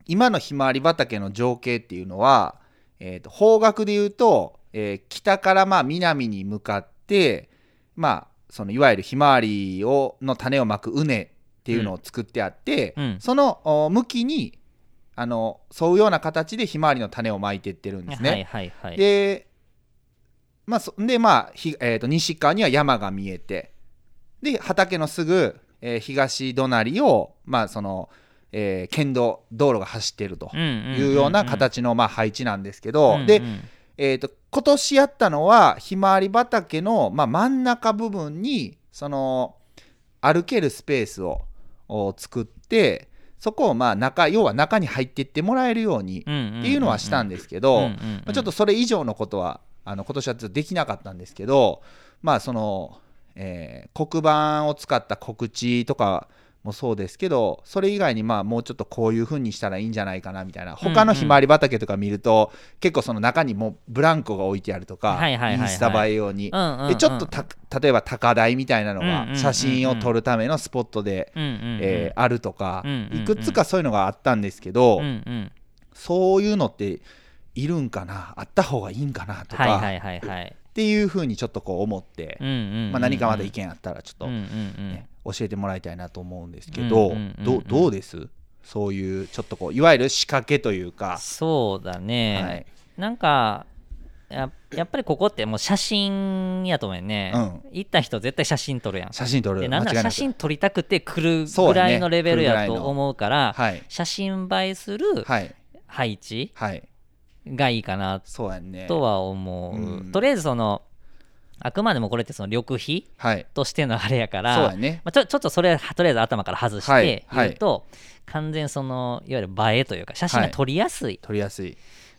S2: 今のひまわり畑の情景っていうのは、えーと方角で言うと、えー北からまあ南に向かって、まあ、そのいわゆるひまわりをの種をまく畝っていうのを作ってあって、
S1: うん
S2: そのお向きにあの沿うような形でひまわりの種をまいてってるんですね。
S1: はいはいはい
S2: で,、まあ、そでまあひ、えーと西側には山が見えてで畑のすぐ、えー東隣を、まあそのえー県道道路が走ってると
S1: うんんん
S2: いうような形の、まあ、配置なんですけ
S1: う
S2: ど、
S1: んうん
S2: で、えー、と今年やったのはひまわり畑の、まあ、真ん中部分にその歩けるスペースをお作ってそこをまあ中要は中に入っていってもらえるように
S1: うんうんうん
S2: っていうのはしたん
S1: で
S2: ですけど、
S1: うんうんうん
S2: まあ、ちょっとそれ以上のことはあの今年はちょっとできなかったんですけどまあその、えー黒板を使った告知とかもそうですけどそれ以外にまあもうちょっとこういう風にしたらいいんじゃないかなみたいな他のひまわり畑とか見ると、結構その中にもうブランコが置いてあると
S1: は
S2: か、
S1: いはいはいはい
S2: インスタ映え用に、
S1: うんうんうん
S2: でちょっとた例えば高台みたいなの
S1: うんうんうんう
S2: が
S1: ん
S2: 写真を撮るためのスポットで、
S1: うんうんうん
S2: えーあるとか、
S1: うんうんうん
S2: いくつかそういうのがあったんですけど、
S1: うんうん
S2: そういうのっているんかなあった方がいいんかなとか、
S1: はいはいはいはい
S2: っていうふうにちょっとこう思って、
S1: うんうんうん
S2: まあ、何かまだ意見あったらちょっと、
S1: うんう
S2: ね
S1: んうん
S2: 教えてもらいたいなと思うんですけ
S1: う
S2: ど、
S1: んうんうんうん
S2: どうどうですそういうちょっとこういわゆる仕掛けというか、
S1: そうだ
S2: は
S1: ね
S2: い
S1: なんかややっぱりここってもう写真やと思うよね、
S2: うん
S1: 行った人絶対写真撮るやん
S2: 写真撮る
S1: でなんな
S2: 間違
S1: ら
S2: いな
S1: 写
S2: く
S1: 真撮りたくて来る
S2: そう
S1: ぐ
S2: だね
S1: らいのレベルや
S2: 来るぐ
S1: と
S2: らいの
S1: 思うから
S2: はい
S1: 写真映えする
S2: はい
S1: 配置
S2: はい
S1: がいいかな
S2: そうやんね
S1: とは思う、
S2: うん
S1: とりあえずそのあくまでもこれってその緑肥
S2: はい
S1: としてのあれやから
S2: そうやね
S1: まあ、ちょちょっとそれはとりあえず頭から外し
S2: はい
S1: て言うと、完全そのいわゆる映えというか写真が撮りやすい、
S2: 撮りやすい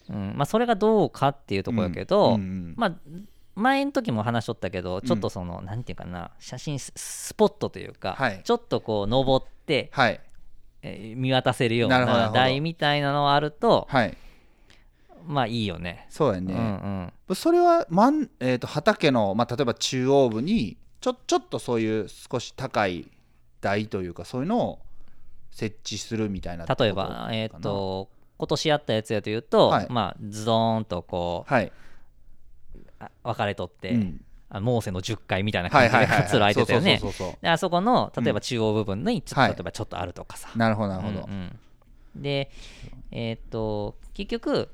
S1: うんまあ、それがどうかっていうところやけど、
S2: うんうん
S1: まあ前の時も話しとったけどちょっとその、なんていうかな写真ススポットというか、
S2: はい
S1: ちょっとこう登って、
S2: はい
S1: えー見渡せるよう
S2: なるほどなる
S1: な
S2: ほど
S1: 台みたいなのはあると
S2: はい
S1: まあいいよね。
S2: そうやね、
S1: うん
S2: それは、まんえー、と畑の、まあ、例えば中央部にちょちょっとそういう少し高い台というかそういうのを設置するみたいな
S1: うん、例え
S2: ことか
S1: ば
S2: な
S1: えっ、と今年やったやつやというと、
S2: はい
S1: まあズドーンとこう、
S2: はい、
S1: あ分かれとって、
S2: うん
S1: あモーセの10回みたいな
S2: は
S1: 感
S2: い
S1: じで
S2: はいは
S1: カ
S2: い
S1: ツラ開いてたよね
S2: そうそうそうそ
S1: であそこの例え
S2: うん
S1: ば中央部分にちょ,、
S2: はい
S1: 例えばちょっとあるとかさ
S2: うなるほどなるほど、
S1: うんうんでえーっと結局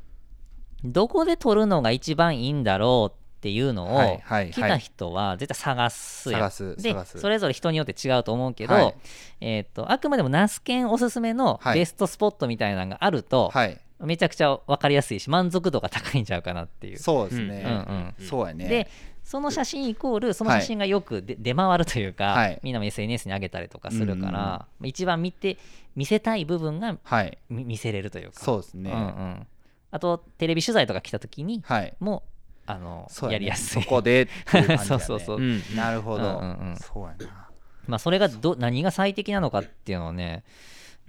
S1: どこで撮るのが一番いいんだろうっていうのを、
S2: はいはい
S1: 来た人は絶対探すやん
S2: 探す
S1: で
S2: 探す
S1: それぞれ人によって違うと思うけど、
S2: はい
S1: えーっとあくまでもナスケンおすすめの
S2: はい
S1: ベストスポットみたいなのがあると、
S2: はい
S1: めちゃくちゃ分かりやすいし満足度が高いんちゃうかなっていう
S2: そうですね、
S1: うんうん
S3: うん
S2: そうやね
S1: でその写真イコールその
S2: はい
S1: 写真がよくで、出回るというか、
S2: はい
S1: みんなも SNS に上げたりとかする
S2: うんう
S1: か
S2: んうん
S1: ら、一番見て見せたい部分が
S2: はい
S1: 見見せれるというか
S2: そうですね、
S1: うんうん、あとテレビ取材とか来た時に
S2: はい
S1: もあの
S2: そう
S1: や
S2: やね
S1: りやすい
S2: そこでっていう感じ、ね、
S1: そうそうそう、
S3: うん
S2: なるほど、
S1: うんうんうん
S2: そうやな
S1: まあ、それがど何が最適なのかっていうのはね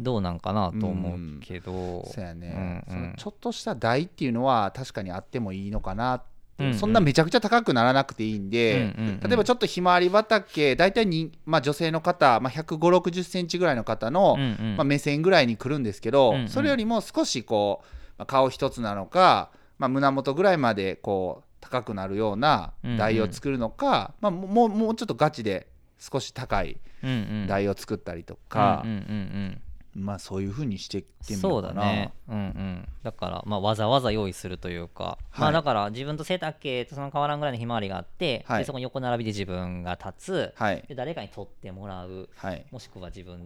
S1: どうなんかなと思うけど、
S2: そうやね、
S1: うんうん
S2: そのちょっとした台っていうのは確かにあってもいいのかなって、
S1: うんうん
S2: そんなめちゃくちゃ高くならなくていいん
S1: う
S2: で、
S1: んうんうん
S2: 例えばちょっとひまわり畑大体に、まあ、女性の方、まあ、1 5 0 6 0センチぐらいの方の、
S1: うんうん
S2: まあ、目線ぐらいに来るんですけど、
S1: うんうん
S2: それよりも少しこう、まあ顔一つなのか、まあ、胸元ぐらいまでこう高くなるような台を作るのか、まあ、もうもうちょっとガチで少し高い
S1: うんうん
S2: 台を作ったりとか
S1: うん、うんうん
S2: まあ、そういうふうにしていって
S1: うん
S2: み
S1: そ
S2: よう
S1: う
S2: か
S1: だ
S2: な。
S1: ね、うんうん、だから、まあ、わざわざ用意するというか、ま
S2: は
S1: あ、
S2: い
S1: だから自分と背丈とその変わらんぐらいのひまわりがあって、
S2: はい
S1: でそこに横並びで自分が立つ、
S2: はい
S1: で誰かに取ってもらう
S2: はい
S1: もしくは自分う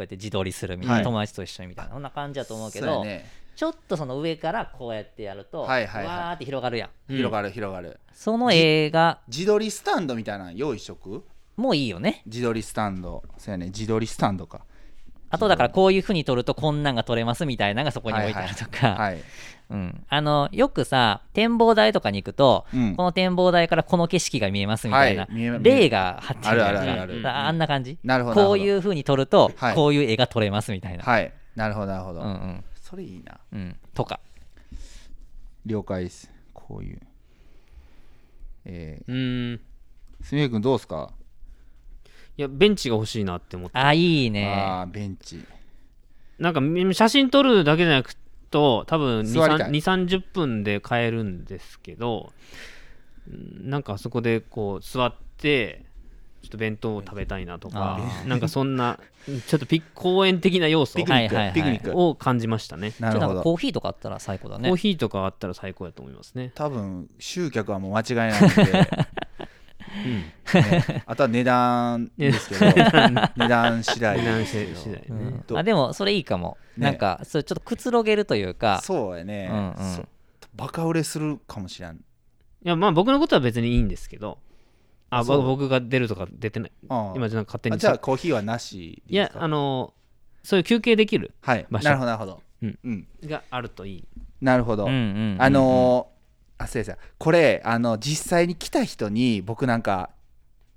S1: やって自撮りするみたいな、
S2: はい
S1: 友達と一緒にみたいなそんな感じだと思うけ
S2: そう
S1: ど
S2: やね
S1: ちょっとその上からこうやってやると、
S2: はいはいはい
S1: わーって広がるやん
S3: うん
S2: 広がる広がる、
S1: その映画
S2: 自撮りスタンドみたいなの用意しとく
S1: もういいよね
S2: 自撮りスタンドそうやね自撮りスタンドか
S1: あとだからこういうふうに撮るとこんなんが撮れますみたいなのがそこに置いてあるとか、
S2: はい
S1: うん、あのよくさ展望台とかに行くと、
S2: うん
S1: この展望台からこの景色が見えますみたいな、
S2: はい見えます
S1: 例が貼ってる
S2: あるあ
S1: じ
S2: る
S1: ゃん
S2: ある
S1: あ
S2: ある
S1: んな感じ
S2: なるほどなるほ
S1: こ
S2: ど
S1: ういうふうに撮ると、
S2: はい
S1: こういう絵が撮れますみたいな、
S2: はいなるほどなるほど、
S1: うんうん
S2: それいいな
S1: うん、とか
S2: 了解ですこういうえ
S3: うーん
S2: ー、すみれ君どうですか、
S3: いやベンチが欲しいなって思って
S1: あいいね
S2: あーベンチ
S3: なんかみ写真撮るだけじゃなくと多分
S2: 座りたい
S3: 2三3 0分で買えるんですけどうんなんかあそこでこう座ってちょっと弁当を食べたいなとか
S1: あ
S3: なんかそんなちょっとピ公園的な要素
S2: ピクニック、
S1: はいはいはい
S2: ピクニック
S3: を感じましたね
S2: な
S1: ちょ
S2: る
S1: っとな
S2: ほ
S1: んか
S2: ど
S1: コーヒーとかあったら最高だ
S3: コ
S1: ね
S3: ーヒーとかあったら最高だと思いますね
S2: 多分集客はもう間違いないので、ねあとは値段で すけど値段次第
S3: 値段次
S2: ですよ
S3: 第ね、
S1: うん
S2: と
S1: あでもそれいいかも、
S2: ね
S1: なんかそれちょっとくつろげるというか
S2: そうやね、
S1: うんうん
S2: そバカ売れするかもしれん
S3: いやまあ僕のことは別にいいんですけどあ
S2: そう
S3: ぼ僕が出るとか出てない
S2: ああ
S3: 今じゃなんか勝手
S2: あ
S3: に
S2: じゃあコーヒーはなし
S3: い
S2: でいいで
S3: や
S2: すか
S3: あのそういう休憩できる
S2: はい
S3: 場所
S2: なるほどなるほど、
S3: うん
S2: うん、
S3: があるといい
S2: なるほど、
S1: うんうんうんうん
S2: あのーあすいませんこれあの実際に来た人に僕なんか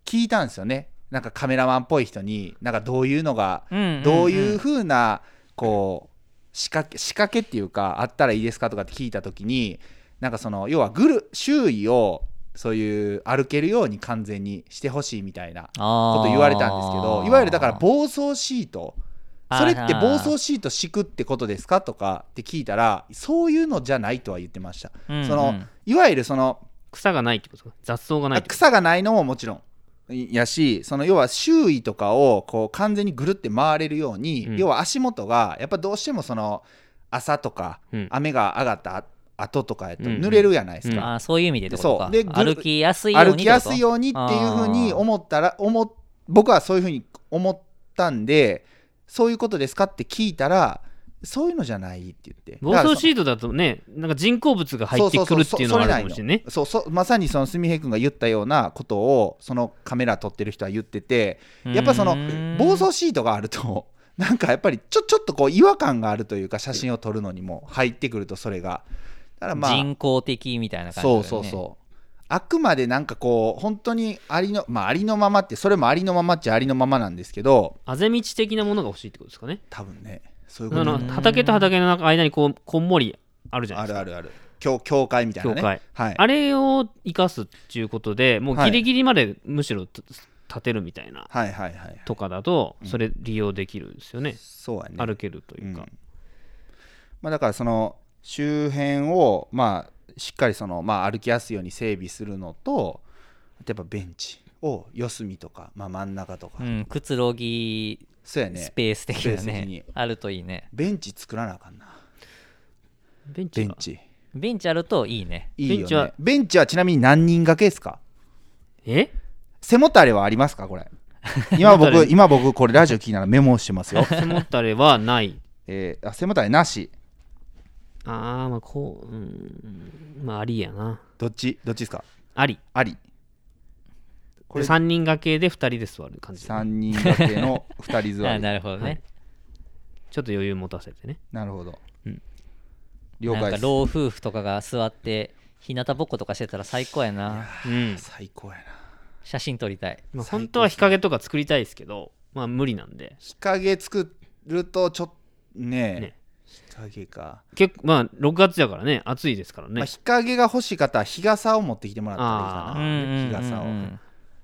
S2: 聞いたんですよねなんかカメラマンっぽい人になんかどういうのが、
S1: うんうんうん
S2: どういう風なこう仕掛け仕掛けっていうかあったらいいですかとかって聞いた時になんかその要はグル周囲をそういう歩けるように完全にしてほしいみたいなこ
S1: こと
S2: 言われたんですけどいわゆるだから暴走シート
S1: あー
S2: それって暴走シート敷くってことですかとかって聞いたらそういうのじゃないとは言ってました、
S1: うんうん
S2: そのいわゆるその
S3: 草がないってことか雑草がないってこと
S2: 草がないのももちろんいやしその要は周囲とかをこう完全にぐるって回れるように、
S3: うん
S2: 要は足元がやっぱどうしてもその朝とか
S3: うん
S2: 雨が上がった後とかやと
S3: うんうん
S2: 濡れるじゃないですか、
S1: あーそういう意味でってことか
S2: そうでぐる
S1: 歩きやすいように
S2: 歩きやすい
S1: よ
S2: ようにっていうふうに思ったら思っ僕はそういうふうに思ったんでそういうことですかって聞いたらそういうのじゃないって言って
S3: 暴走シ
S2: ー
S3: ートだとねなんか人工物が入ってくるっていうのがあるかもしれないね
S2: そうそうまさにその純平君が言ったようなことをそのカメラ撮ってる人は言っててやっぱその暴走シートがあると なんかやっぱりちょちょっとこう違和感があるというか写真を撮るのにも入ってくるとそれがだからまあ
S1: 人工的みたいな感じだよね
S2: そうそうそうあくまでなんかこう本当にありのまあありのままってそれもありのままっちゃありのままなんですけど
S3: あぜ道的なものが欲しいってことですかね
S2: 多分ねそういうこと
S3: あの
S2: なんだ
S3: 畑と畑の中間にこうこんもりあるじゃない
S2: あ
S3: です
S2: る
S3: か
S2: あるある教教会みたいなね
S3: 教会
S2: はい
S3: あれを生かすっていうことでもう
S2: はい
S3: ギリギリまでむしろと立てるみたいな
S2: はいはいはい
S3: とかだとそれ利用できるんですよね、
S2: そうやね
S3: 歩けるというか、
S2: うんまあ、だからその周辺をまあしっかりその、まあ、歩きやすいように整備するのとあとやっぱベンチを四隅とか、まあ、真ん中と
S1: う
S2: か、
S1: んくつろぎ
S2: そうやね
S1: スペース的な
S2: スペース的
S1: ね
S2: に
S1: あるといいね
S2: ベンチ作らなあかんな
S3: ベンチ
S2: ベ
S3: が
S2: ンチ
S1: ベンチあるといいね
S2: いいよね
S3: ベンチは
S2: ベンチはちなみに何人掛けですか
S3: え
S2: 背もたれはありますかこ れ今
S3: 背もた
S2: 僕
S3: れ
S2: 今僕これラジオ聞きながらメモしてますよ、
S3: 背もたれはない
S2: えーあ背もたれなし
S3: ああまあこううんまあありやな
S2: どっちどっちですか
S3: あり
S2: ありこ
S3: こ
S2: れ
S3: 3人掛けで2人で座る感じ
S2: 3人掛けの2人 座
S1: あ
S2: り
S1: なるほどね
S3: ちょっと余裕持たせてね
S2: なるほど、
S3: うん
S2: 了
S1: なん
S2: 解
S1: か
S2: です
S1: 老夫婦とかが座って日向ぼっことかしてたら最高やな
S3: うん
S2: 最高やな
S1: 写真撮りたい
S3: まあ、本当は日陰とか作りたいですけどまあ無理なんで
S2: 日陰作るとちょっとねえ
S3: ね
S2: 日陰か、
S3: 結構まあ6月だからね暑いですからね、
S2: まあ、日陰が欲しい方は日傘を持ってきてもらっ
S1: うんう
S2: たらいい
S1: んうんう
S2: かな日傘を、
S1: ん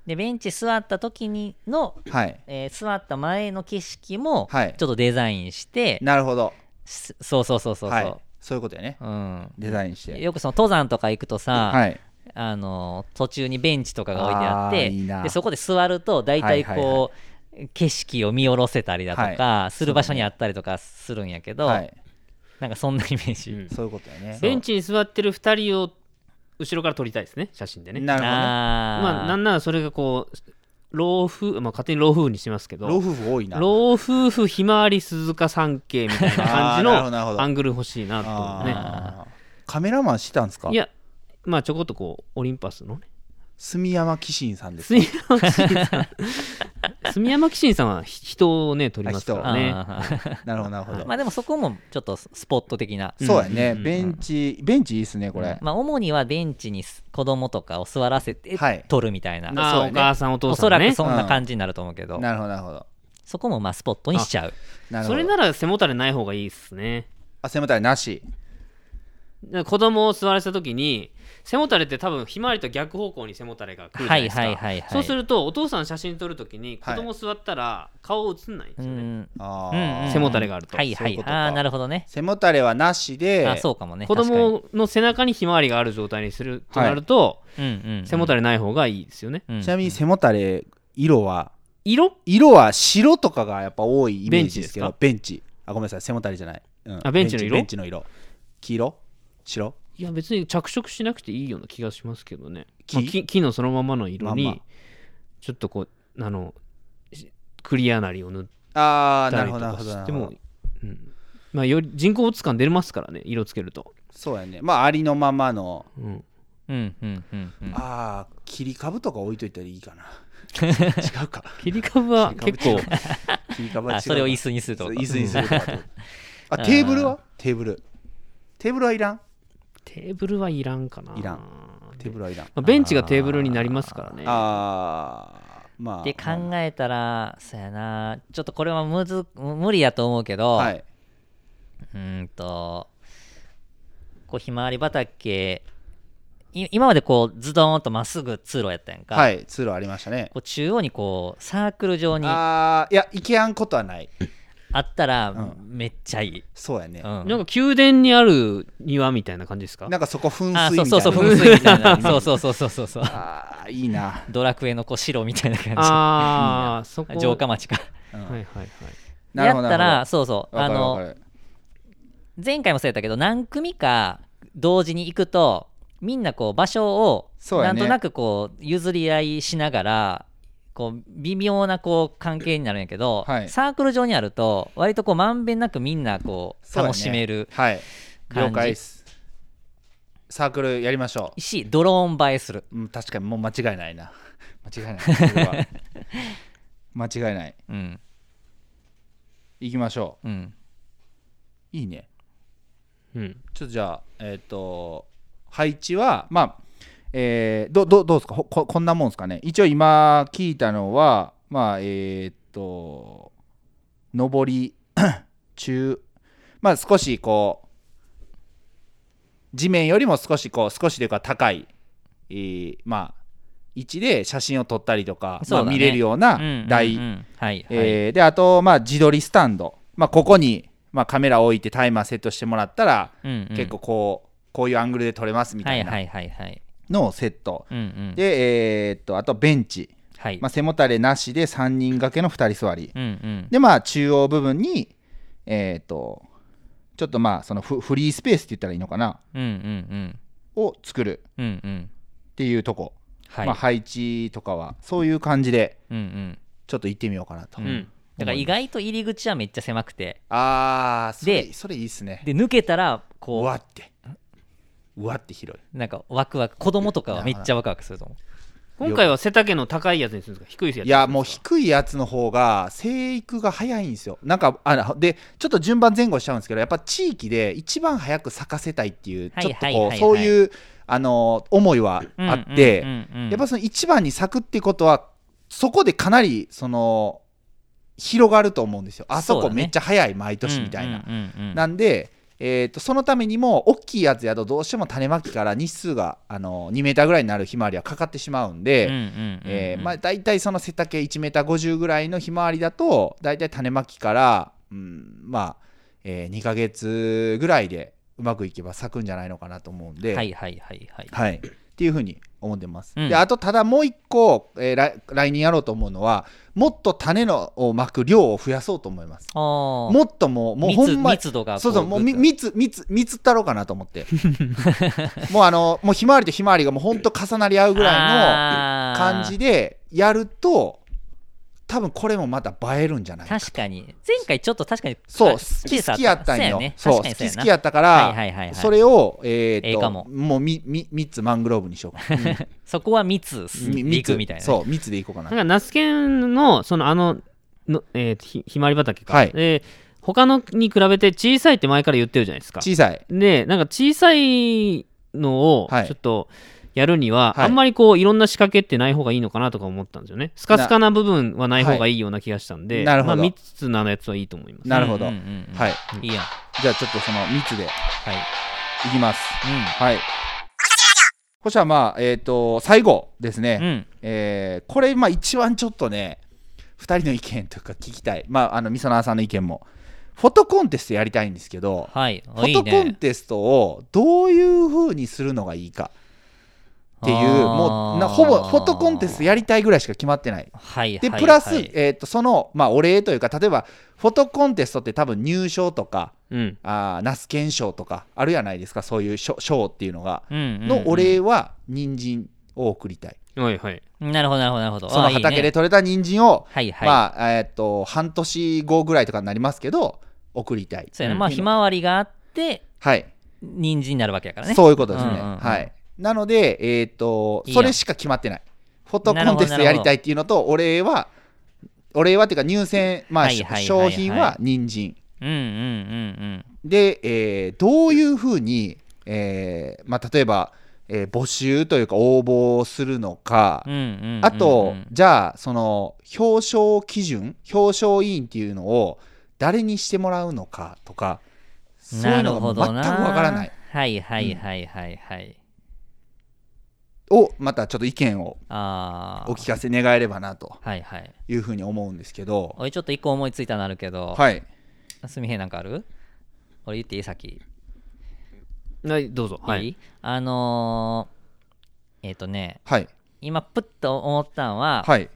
S1: でベンチ座った時にの
S2: はい
S1: えー座った前の景色もち
S2: は
S1: ょ
S2: い
S1: っとデザインして、
S2: なるほど
S1: すそうそうそうそうそう、
S2: はいそういうことやね
S1: うん、
S2: デザインして
S1: よくその登山とか行くとさ、
S2: はい
S1: あの途中にベンチとかが置いてあっ
S2: あ
S1: て
S2: ーいいな
S1: でそこで座ると大体
S2: はいはいは
S1: こう、景色を見下ろせたりだとか、する場所にあったりとかするんやけど、
S2: はい
S1: なんかそんなイメージ、
S3: うん
S2: そういうことやね
S3: ベンチに座ってる2人を後ろから撮りたいですね写真でね
S2: なるほどね
S1: あー
S3: まあなんならそれがこう老夫まあ勝手に老夫婦にしてますけ
S2: 老
S3: ど
S2: 夫婦多いな
S3: 老夫婦ひまわり鈴鹿三景みたいな感じ
S2: あー
S3: の
S2: なるほど
S3: アングル欲しいなと思うね
S2: あーカメラマンしてたんですか
S3: いやまあちょこっとこうオリンパスのね
S2: 住山紀信さんですか
S3: 住山紀信さん住山紀信さんはひ人をね取りますからね
S1: あー
S2: なるほどなるほ ど、
S1: まあでもそこもちょっとスポット的な
S2: そうやね、
S3: うんうんうん
S2: ベンチベンチいいっすねこれ、
S1: まあ、主にはベンチにす子供とかを座らせて
S2: はい
S1: 撮るみたいな、
S3: あ
S2: そうや
S3: ー
S2: ね
S3: お母さんお
S1: お
S3: 父さ
S1: そ
S3: ん
S1: ら
S3: が
S1: く
S3: ね
S1: そんな感じになると思うけど、
S2: なるほどなるほど
S1: そこもまあスポットにしちゃう
S2: なるほど
S3: それなら背もたれない方がいいですね
S2: あ背もたれなし
S3: だから子供を座らせた時に背もたれって多分ひまわりと逆方向に背もたれが来るじゃないですか、
S1: はいはいはいはい
S3: そうするとお父さん写真撮る時に子供座ったら顔映んないんで
S1: う
S3: すよね、
S1: ん
S2: あ
S1: うん
S2: ー
S1: うん
S3: 背もたれがあると
S1: はい
S2: そう
S1: はいいう
S2: ことか
S1: ああなるほどね
S2: 背もたれはなしで
S1: あそうかもね
S3: 子供の背中にひまわりがある状態にするとなると、
S1: 確かにうんうん
S3: 背もたれない方がいいですよね、
S1: れ、うん
S2: ちなみに背もたれ色は
S3: 色
S2: 色は白とかがやっぱ多いイメージですけどベンチあごめんなさい背もたれじゃない、うん
S3: あベンチの色
S2: ベンチの色黄色白
S3: いや別に着色しなくていいような気がしますけどね
S2: 木
S3: まあ木木のそのままの色に、
S2: まんま
S3: ちょっとこうあのしクリアなりを塗っ
S2: ああな
S3: た
S2: る
S3: り
S2: ほ
S3: と
S2: どなる
S3: か
S2: ほどな
S3: し
S2: る
S3: て
S2: ほ
S3: も
S2: ど、
S3: うんまあ、より人工物感出ますからね色つけると、
S2: そうやねまあありのままの
S3: うん、
S1: うんうんうんうん
S2: ああ切り株とか置いといたらいいか な違うか
S3: 切り株は
S2: 切り
S3: 結
S2: 株
S3: 構
S2: 違う切り株は違う
S1: あ
S2: か
S1: それを椅子にするってこと
S2: 椅子にする とかってことあテーブルはテーブルテーブルはいらん
S3: テーブルはいらんかないい
S2: らんテーブルはいらん
S3: まあ、ベンチがテーブルになりますからね
S2: ああまあ
S1: で考えたらそうやなちょっとこれはむず無理やと思うけど、
S2: はい、
S1: うーんとこうひまわり畑い今までこうズドーンとまっすぐ通路やったやんか、
S2: はい、通路ありましたね
S1: こう中央にこうサークル状にあ
S2: ああいやいけやんことはない
S1: ったら
S2: う
S1: めっちゃいい、
S2: そうやね
S1: う、ん
S3: なんか宮殿にある庭みたいな感じですか
S2: なんかそこ噴水みた
S1: あ
S2: い
S1: そ
S2: な
S1: うそうそう噴水みたい なそうそうそうそうそうそう
S2: ああいいな、
S1: ドラクエのこう城みたいな感
S3: あ あそこ
S1: じ城下町か
S2: うん
S3: はいはいはい
S2: なるほど
S1: やった
S2: な
S1: ら
S2: る
S1: そうそう
S2: ほど
S1: あ
S2: わかるわか
S1: の
S2: る
S1: 前回もそうやったけど何組か同時に行くとみんなこう場所を
S2: そう
S1: な
S2: や
S1: ん
S2: ね
S1: となくこう譲り合いしながらこう微妙なこう関係になるんやけど、
S2: はい
S1: サークル上にあると割とこうまんべんなくみんなこう
S2: そうやね
S1: 楽しめる
S2: はい
S1: 感じ
S2: 了解ですサークルやりましょ
S1: し、ドローン映えする
S2: う、うん、確かにもう間違いないな 間違いないそれは間違いない
S1: うん
S2: 行きましょ
S1: うん
S2: ういいね
S3: うん
S2: ちょっとじゃあえっ、と配置はまあえー、どどどうですかほここんなもんですかね一応今聞いたのはまあえっ、と上り 中まあ少しこう地面よりも少しこう少しというか高い、えーまあ位置で写真を撮ったりとか、
S1: そう
S2: まあ、
S1: だね
S2: 見れるような
S1: うん
S2: 台、
S1: うんうんはい、はい
S2: えーであと、まあ、自撮りスタンド、まあ、ここに、まあ、カメラを置いてタイマーセットしてもらったら、
S1: うんうん
S2: 結構こうこういうアングルで撮れますみたい
S1: は
S2: ない
S1: はいはいはい
S2: のをセット、
S1: うんうん
S2: で、えーっとあとベンチ、
S1: はい
S2: まあ、背もたれなしで3人掛けの2人座り
S1: うんうん
S2: でまあ中央部分にえーっとちょっとまあそのフフリースペースって言ったらいいのかな
S1: うんうん
S2: を作る
S1: うんうんうん
S2: っていうとこ、
S1: はい、
S2: まあ、配置とかはそういう感じで
S1: うんうん
S2: ちょっと行ってみようかなと、
S1: う
S3: うんん
S1: だから意外と入り口はめっちゃ狭くて
S2: ああそれ
S1: で
S2: それいいっすね
S1: で抜けたら
S2: う
S1: こ
S2: わってうわって広い
S1: なんかワクワク子供とかはめっちゃワクワクすると思
S3: 今回は背丈の高いやつにするんですか低いやつにするんですか
S2: いやもう低いやつの方が生育が早いんですよなんかあのでちょっと順番前後しちゃうんですけどやっぱ地域で一番早く咲かせたいっていう
S1: はい
S2: ちょっと
S1: はい
S2: こ
S1: は
S2: う
S1: い
S2: そういうあの思いは
S1: う
S2: あって、
S1: うんうんうんうん
S2: やっぱその一番に咲くってことはそこでかなりその広がると思うんですよあそ
S1: そう
S2: こ
S1: だね
S2: めっちゃ早い毎年みたいな。
S1: うんうんうんうん
S2: なんで、えー、とそのためにも大きいやつやとどうしても種まきから日数があの2メーターぐらいになるひまわりはかかってしまうんで。
S1: うんうんうんうん
S2: えーまあ、大体その背丈 1m50 ぐらいのひまわりだと大体種まきから、うん、まあ、え2ヶ月ぐらいでうまくいけば咲くんじゃないのかなと思うんで、
S1: はいはいはいはい
S2: はいっていうふうに思ってます、
S1: うん
S2: であとただもう一個、えー来来年やろうと思うのはもっと種のをまく量を増やそうと思います
S1: も
S2: もっともうもうほんま
S1: 密度がこ
S2: そうそうもうみ
S1: ぐっ
S2: 密密密ったろうかなと思って もうあのもうひまわりとひまわりがもうほんと重なり合う
S1: と
S2: ぐらいの
S1: あー
S2: 感じでやると多分これもまた映えるんじゃないか
S1: 確かに前回ちょっと確かに
S2: そう
S1: あ
S2: 好
S1: スペー
S2: き
S1: スあ
S2: 好きやったんよ
S1: そうね
S2: そう
S1: 確
S2: 好
S1: かにそう
S2: き
S1: やな
S2: 好きやった
S1: は
S2: か
S1: い
S2: ら
S1: はいはいはい
S2: それをえ
S1: ええ
S2: ー
S1: か
S2: と
S1: も
S2: もうみみ3つマングローブにしよ うか
S1: そこは密す
S2: み
S1: リクみたいなね
S2: そう3つでいこうか
S3: なん
S2: な
S3: か、ナスケンの、その、あの、のえーひひまわり畑か。
S2: はい
S3: で、他のに比べて小さいって前から言ってるじゃないですか。
S2: 小さい
S3: で、なんか小さいのを、
S2: はい
S3: ちょっと、やるには、
S2: はい
S3: あんまりこういろんな仕掛けってない方がいいのかなとか思ったんですよね。スカスカな部分はない方がいいような気がしたんで、
S2: なるほど
S3: まあ、3つのやつはいいと思います。
S2: なるほど
S1: うんうんうんうん
S2: はい
S1: いいやん
S2: じゃあちょっとその3つで
S1: はい
S2: いきますはいこちらまあえっと最後ですね
S1: うんうん
S2: えーこれ、まあ、一番ちょっとね、2人の意見というか聞きたい、まあ、あのみそなわさんの意見も、フォトコンテストやりたいんですけど、
S1: はい
S2: フ
S1: いい
S2: ォトコン
S1: ね
S2: テストをどういう風にするのがいいかっていう、
S1: あー
S2: もうなほぼフォトコンテストやりたいぐらいしか決まってない。
S1: はい
S2: で、
S1: はい
S2: プラス、
S1: はい
S2: えー、とその、まあ、お礼というか、例えば、フォトコンテストって多分入賞とか、
S3: うん。
S2: あーナスケン賞とか、あるじゃないですか、そういう賞賞っていうのが。
S1: うんうんうん
S2: のお礼は、人参を送りたい。
S3: はいはい。
S1: なるほどなるほどなるほど
S2: その
S1: あいいね
S2: 畑で採れた人参を
S1: はいはい
S2: まあえーっと半年後ぐらいとかになりますけど送りたい
S1: そうやなまあ
S2: うん
S1: ひまわりがあって
S2: はい、
S1: 人参になるわけやからね
S2: そういうことですね、
S1: うんうんうん
S2: はいなのでえーっと
S1: いいや
S2: それしか決まってないフォトコンテストやりたいっていうのとお礼はお礼はっていうか入選まあ、
S1: はいはいはいはい
S2: 商品は人参
S1: うんうんうん
S2: で、えーどういうふうに、えーまあ、例えば、えー募集というか応募をするのか、
S1: うんうんうんうん
S2: あと、じゃあ、その表彰基準、表彰委員っていうのを誰にしてもらうのかとか、そういう
S1: なる
S2: の
S1: ほ
S2: が
S1: ど
S2: 全く
S1: な
S2: わからない。
S1: はいはいはいはいはい
S2: を、またちょっと意見を
S1: ああ
S2: お聞かせ願えればなと
S1: はいはい
S2: いうふうに思うんですけど、
S1: 俺ちょっと一個思いついたのあるけど
S2: はい、
S1: すみへいなんかある俺言っていい先
S3: はい、どうぞ。はいい。
S1: いあのーえっ、とね
S2: はい、
S1: 今プッと思ったんは、
S2: はい、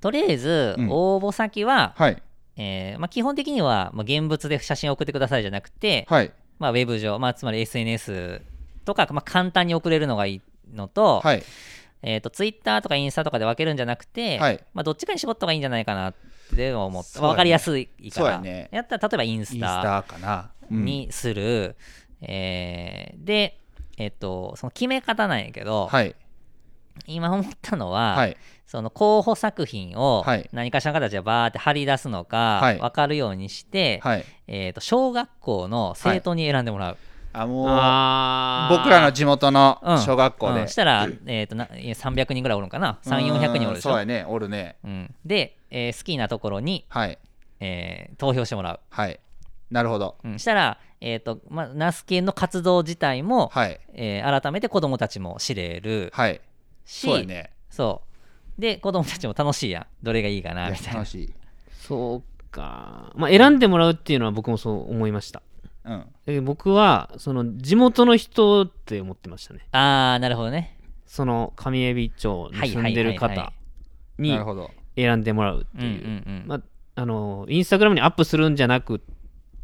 S1: とりあえず
S2: うん
S1: 応募先は、
S2: はい、
S1: えーまあ、基本的には、まあ、現物で写真を送ってくださいじゃなくて、
S2: はい、
S1: まあ、ウェブ上、まあ、つまり SNS とか、まあ、簡単に送れるのがいいのと,、
S2: はい、
S1: えー、とツイッターとかインスタとかで分けるんじゃなくて、
S2: はい
S1: まあ、どっちかに絞った方がいいんじゃないかなって思った、
S2: そうやね
S1: 分かりやすいか
S2: そう
S1: ら
S2: やね
S1: やったら例えばイン
S2: イ
S1: ス
S2: ンス
S1: タ
S2: タかな。うん
S1: にする、えーでえっとその決め方なんやけど、
S2: はい、
S1: 今思ったのは、
S2: はい、
S1: その候補作品を
S2: はい
S1: 何かしらの形でバーって貼り出すの
S2: は
S1: か
S2: い
S1: 分かるようにして、
S2: はい。
S1: えー、と小学校の生徒に選んでもらう、
S2: あ、もう、
S3: あー
S2: 僕らの地元の
S1: うん
S2: 小学校
S1: う
S2: で
S1: んし。たら、えー、とな300人ぐらいおるんかな3400人おるでし
S2: うんそう
S1: ょ
S2: や、ね、おるね。
S1: うん、で、えー好きなところに、
S2: はい、
S1: えー投票してもらう、
S2: はい。なるほど。
S1: うん、したら、えーとま、ナスケの活動自体も、
S2: はい、
S1: えー改めて子どもたちも知れる
S2: はい。
S1: し
S2: そうやね。
S1: そうで子供たちも楽しいやんどれがいいか
S2: い
S1: な
S2: や
S1: みたいな
S2: 楽しい。
S3: そうか。まあ、選んでもらうっていうのは僕もそう思いました。
S2: うん。
S3: えー僕は、その、地元の人って思ってましたね。
S1: ああなるほどね
S3: その、上海老町に住んでる
S1: はいはいはいは
S3: 方
S2: な
S3: に
S2: るほど。
S3: 選んでもらうっ
S1: うん
S3: て
S1: うん
S3: いう。
S1: うん
S3: まあ、あの、インスタグラムにアップするんじゃなくっ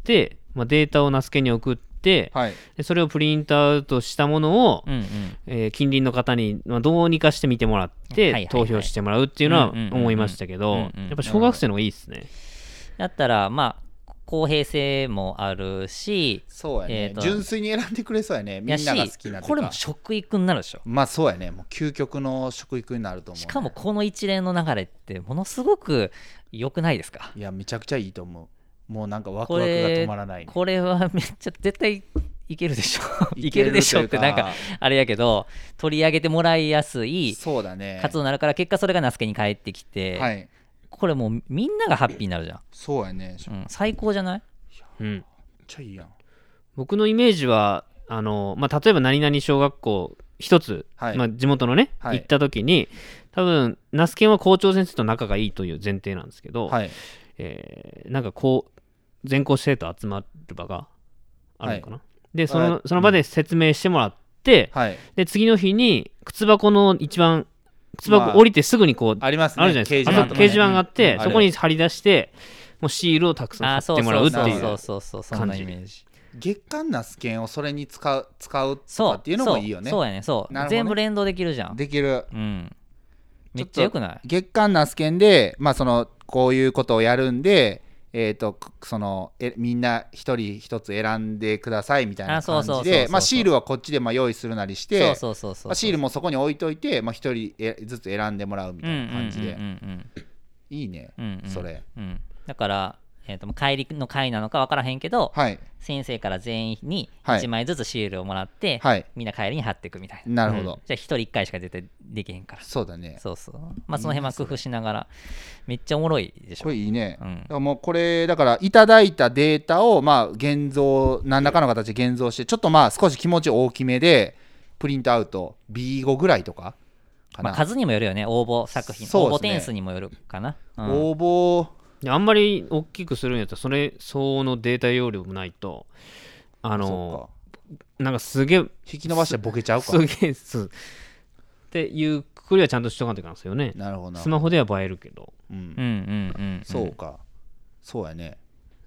S3: て、まあ、データをナスケに送って、
S2: はい。
S3: でそれをプリントアウトしたものを、
S1: うんうん
S3: えー近隣の方に、まあ、どうにかして見てもらっ
S1: はい
S3: て、
S1: はいはい
S3: 投票してもらうっていうのは
S1: うんうんうんうん
S3: 思いましたけど、
S1: うんうん
S3: やっぱ小学生の方がいいですね。
S1: だったらまあ公平性もあるし
S2: そうや
S1: え
S2: ね
S1: ー。と
S2: 純粋に選んでくれそうやね。み
S1: や
S2: ん
S1: し
S2: なが好きなとか
S1: これも食育になるでしょ
S2: まあそうやね。もう究極の食育になると思うね。
S1: しかもこの一連の流れってものすごく良くないですか
S2: いや、めちゃくちゃいいと思う。もうなんかワク
S1: こ
S2: ワクが
S1: れ
S2: 止まらないね。
S1: これはめっちゃ絶対いけるで しょいけるでしょってなんか
S2: いけると
S1: あれやけど取り上げてもらいやす
S2: いう
S1: い
S2: かそうだね。
S1: 活動になるから結果それがナスケに返ってきて、
S2: はい。
S1: これもうみんながハッピーになるじゃ
S2: そうやね。めちゃ
S1: ん、うん、最高じゃない
S3: うん、
S2: くちゃいいやん。
S3: 僕のイメージはあの、まあ、例えば何々小学校一つ、
S2: はい
S3: まあ、地元のね、
S2: はい
S3: 行った時に多分ナスケンは校長先生と仲がいいという前提なんですけど、
S2: はい。
S3: えーなんかこう全校生徒集まる場があるのかな、でそ
S2: あ
S3: のその場で説明してもらって、
S2: はい。
S3: で次の日に靴箱の一番靴
S2: まあ
S3: 箱降りてすぐにこう、
S2: ありますね。
S3: あるじゃないですか。あ
S1: ね
S3: そ
S2: と
S3: こ
S2: か
S3: 掲
S2: ね
S3: 示板があって、
S2: うん
S3: そこに貼り出して、もうシールをたくさん
S1: あー
S3: 貼
S1: そ
S3: っ
S1: う
S3: てもらうって
S1: そう
S3: い
S1: そう
S3: う。
S1: そうそうそうそんなイメージ
S2: 月間ナスケンをそれに使う、使うと
S1: そ
S2: か
S1: う
S2: っていうのもいいよね
S1: そう。そうやねそう
S2: なるほどね
S1: 全部連動できるじゃん
S2: できる。
S1: うん
S2: ち
S1: め
S2: ょ
S1: っ
S2: っ
S1: ち
S2: と
S1: ゃよくない
S2: 月刊ナスケンで、まあ、そのこういうことをやるんで、えー、とくそのえみんな一人一つ選んでくださいみたいな
S1: あそ
S2: 感
S1: うそう
S2: じ
S1: そうそう
S2: で
S1: そう
S2: まあシールはこっちでまあ用意するなりして
S1: そうそうそうそう
S2: まあ、シールもそこに置いといて、まあ、一人えずつ選んでもらうみ
S1: う
S2: たい
S1: ん
S2: な感じで、
S1: うんうん
S2: いいね、
S1: うんうんうんうん
S2: それ
S1: うんだから、えー、と帰りの会なのか分からへんけど、
S2: はい
S1: 先生から全員に
S2: はい
S1: 1枚ずつシールをもらって、
S2: はい
S1: みんな帰りに貼っていくみたいな
S2: なるほど、
S3: う
S1: じゃあ1人1回しか絶対できへんから
S2: そうだね
S1: そうそうまあその辺は工夫しながらめっちゃおもろいでしょ
S2: これいいね、
S1: うん
S2: だからもうこれだからいただいたデータをまあ現像何らかの形で現像してちょっとまあ少し気持ち大きめでプリントアウト B5 ぐらいとかかな、
S1: まあ、数にもよるよね応募作品、
S2: そ
S1: 応
S2: うで
S1: 募
S2: すね
S1: 点数にもよるかな、うん
S2: 応募
S3: であんまり大きくするんやったらそれ相応のデータ容量もないとあ
S2: そ
S3: の
S2: う
S3: なんかすげえ
S2: か引き伸ばしてボケちゃうか
S3: すげえすっていうくくりはちゃんとしとかんといかんですよね
S2: なるほどな
S3: スマホでは映えるけど、
S2: うん
S1: うんうんうんん
S2: そうか、そうやね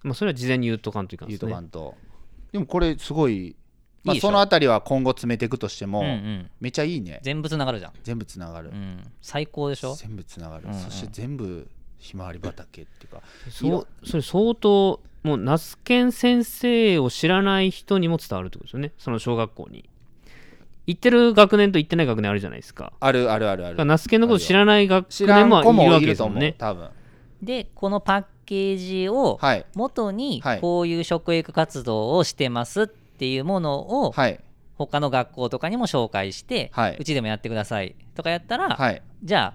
S3: まあ、それは事前に言うとかんといかんで
S2: 言う
S3: す
S2: と
S3: ね
S2: かんとでもこれすごい、まあ、
S1: いいでしょ
S2: そのあたりは今後詰めていくとして
S1: う
S2: も、
S1: んうん
S2: めちゃいいね
S1: 全部つながるじゃん、
S2: 全部つながる、
S1: うん、最高でしょ
S2: 全部つながる、
S1: うんうん
S2: そして全部ひまわり畑っていうか
S3: そうそれ相当もうナスケン先生を知らない人にも伝わるってことですよねその小学校に行ってる学年と行ってない学年あるじゃないですか
S2: あるあるあるあ
S3: だ
S2: る
S3: からナスケンのこと知らない学
S2: 知ら
S3: 年
S2: ん
S3: も
S2: 子
S3: いる
S2: も
S3: わ
S2: い
S3: けで
S2: る
S3: す
S2: と
S3: も
S2: 思
S3: ん
S2: う
S3: ね
S2: 多分
S1: でこのパッケージを
S2: はい
S1: 元に
S2: はい
S1: こういう食育活動をしてますっていうものを
S2: はい
S1: 他の学校とかにも紹介して、
S2: はいう
S1: ちでもやってくださいとかやったら、
S2: はい
S1: じゃあ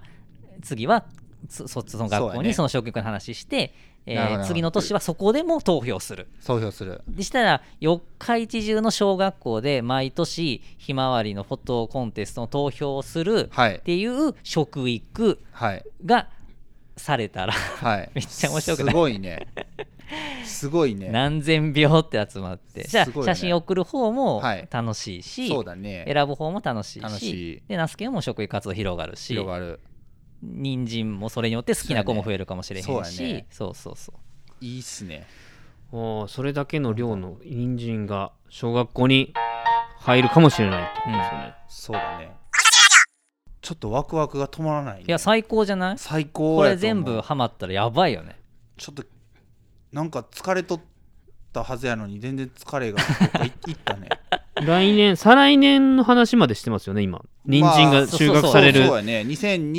S1: 次はそそその
S2: そう
S1: 学
S2: や
S1: 校
S2: ね
S1: にその食育の話して、え
S2: なるほどなる
S1: ー
S2: ほど
S1: 次の年はそこでも投票する
S2: 投票する
S1: でしたら四日市中の小学校で毎年ひまわりのフォトコンテストの投票をするっ
S2: はい
S1: ていう食育
S2: はい
S1: がされたら
S2: はい
S1: めっちゃ面白くない
S2: すごいねすごいね
S1: 何千票って集まってじゃ
S2: すご
S1: あ
S2: いね
S1: 写真送る方も
S2: はい
S1: 楽しいし、
S2: そうだね
S1: 選ぶ方も楽しいし
S2: 楽しい
S1: でナスケも食育活動広がるし
S2: 広がる
S1: 人参もそれによって好きな子も増えるかもしれへんし
S2: そう
S1: そう,、
S2: やね
S1: そうそうそう
S2: いいっすね
S3: おーそれだけの量の人参が小学校に入るかもしれないってことですよね、
S2: そうだねちょっとワクワクが止まらないね
S1: いや最高じゃない
S2: 最高
S1: こ
S2: や
S1: れ
S2: と思
S1: 全
S2: う
S1: 部ハマったらやばいよね
S2: ちょっとなんか疲れとったはずやのに全然疲れがどっかいいっ たね
S3: 来年再来年の話までしてますよね今人参が収穫され
S2: そうそう
S3: る
S2: やね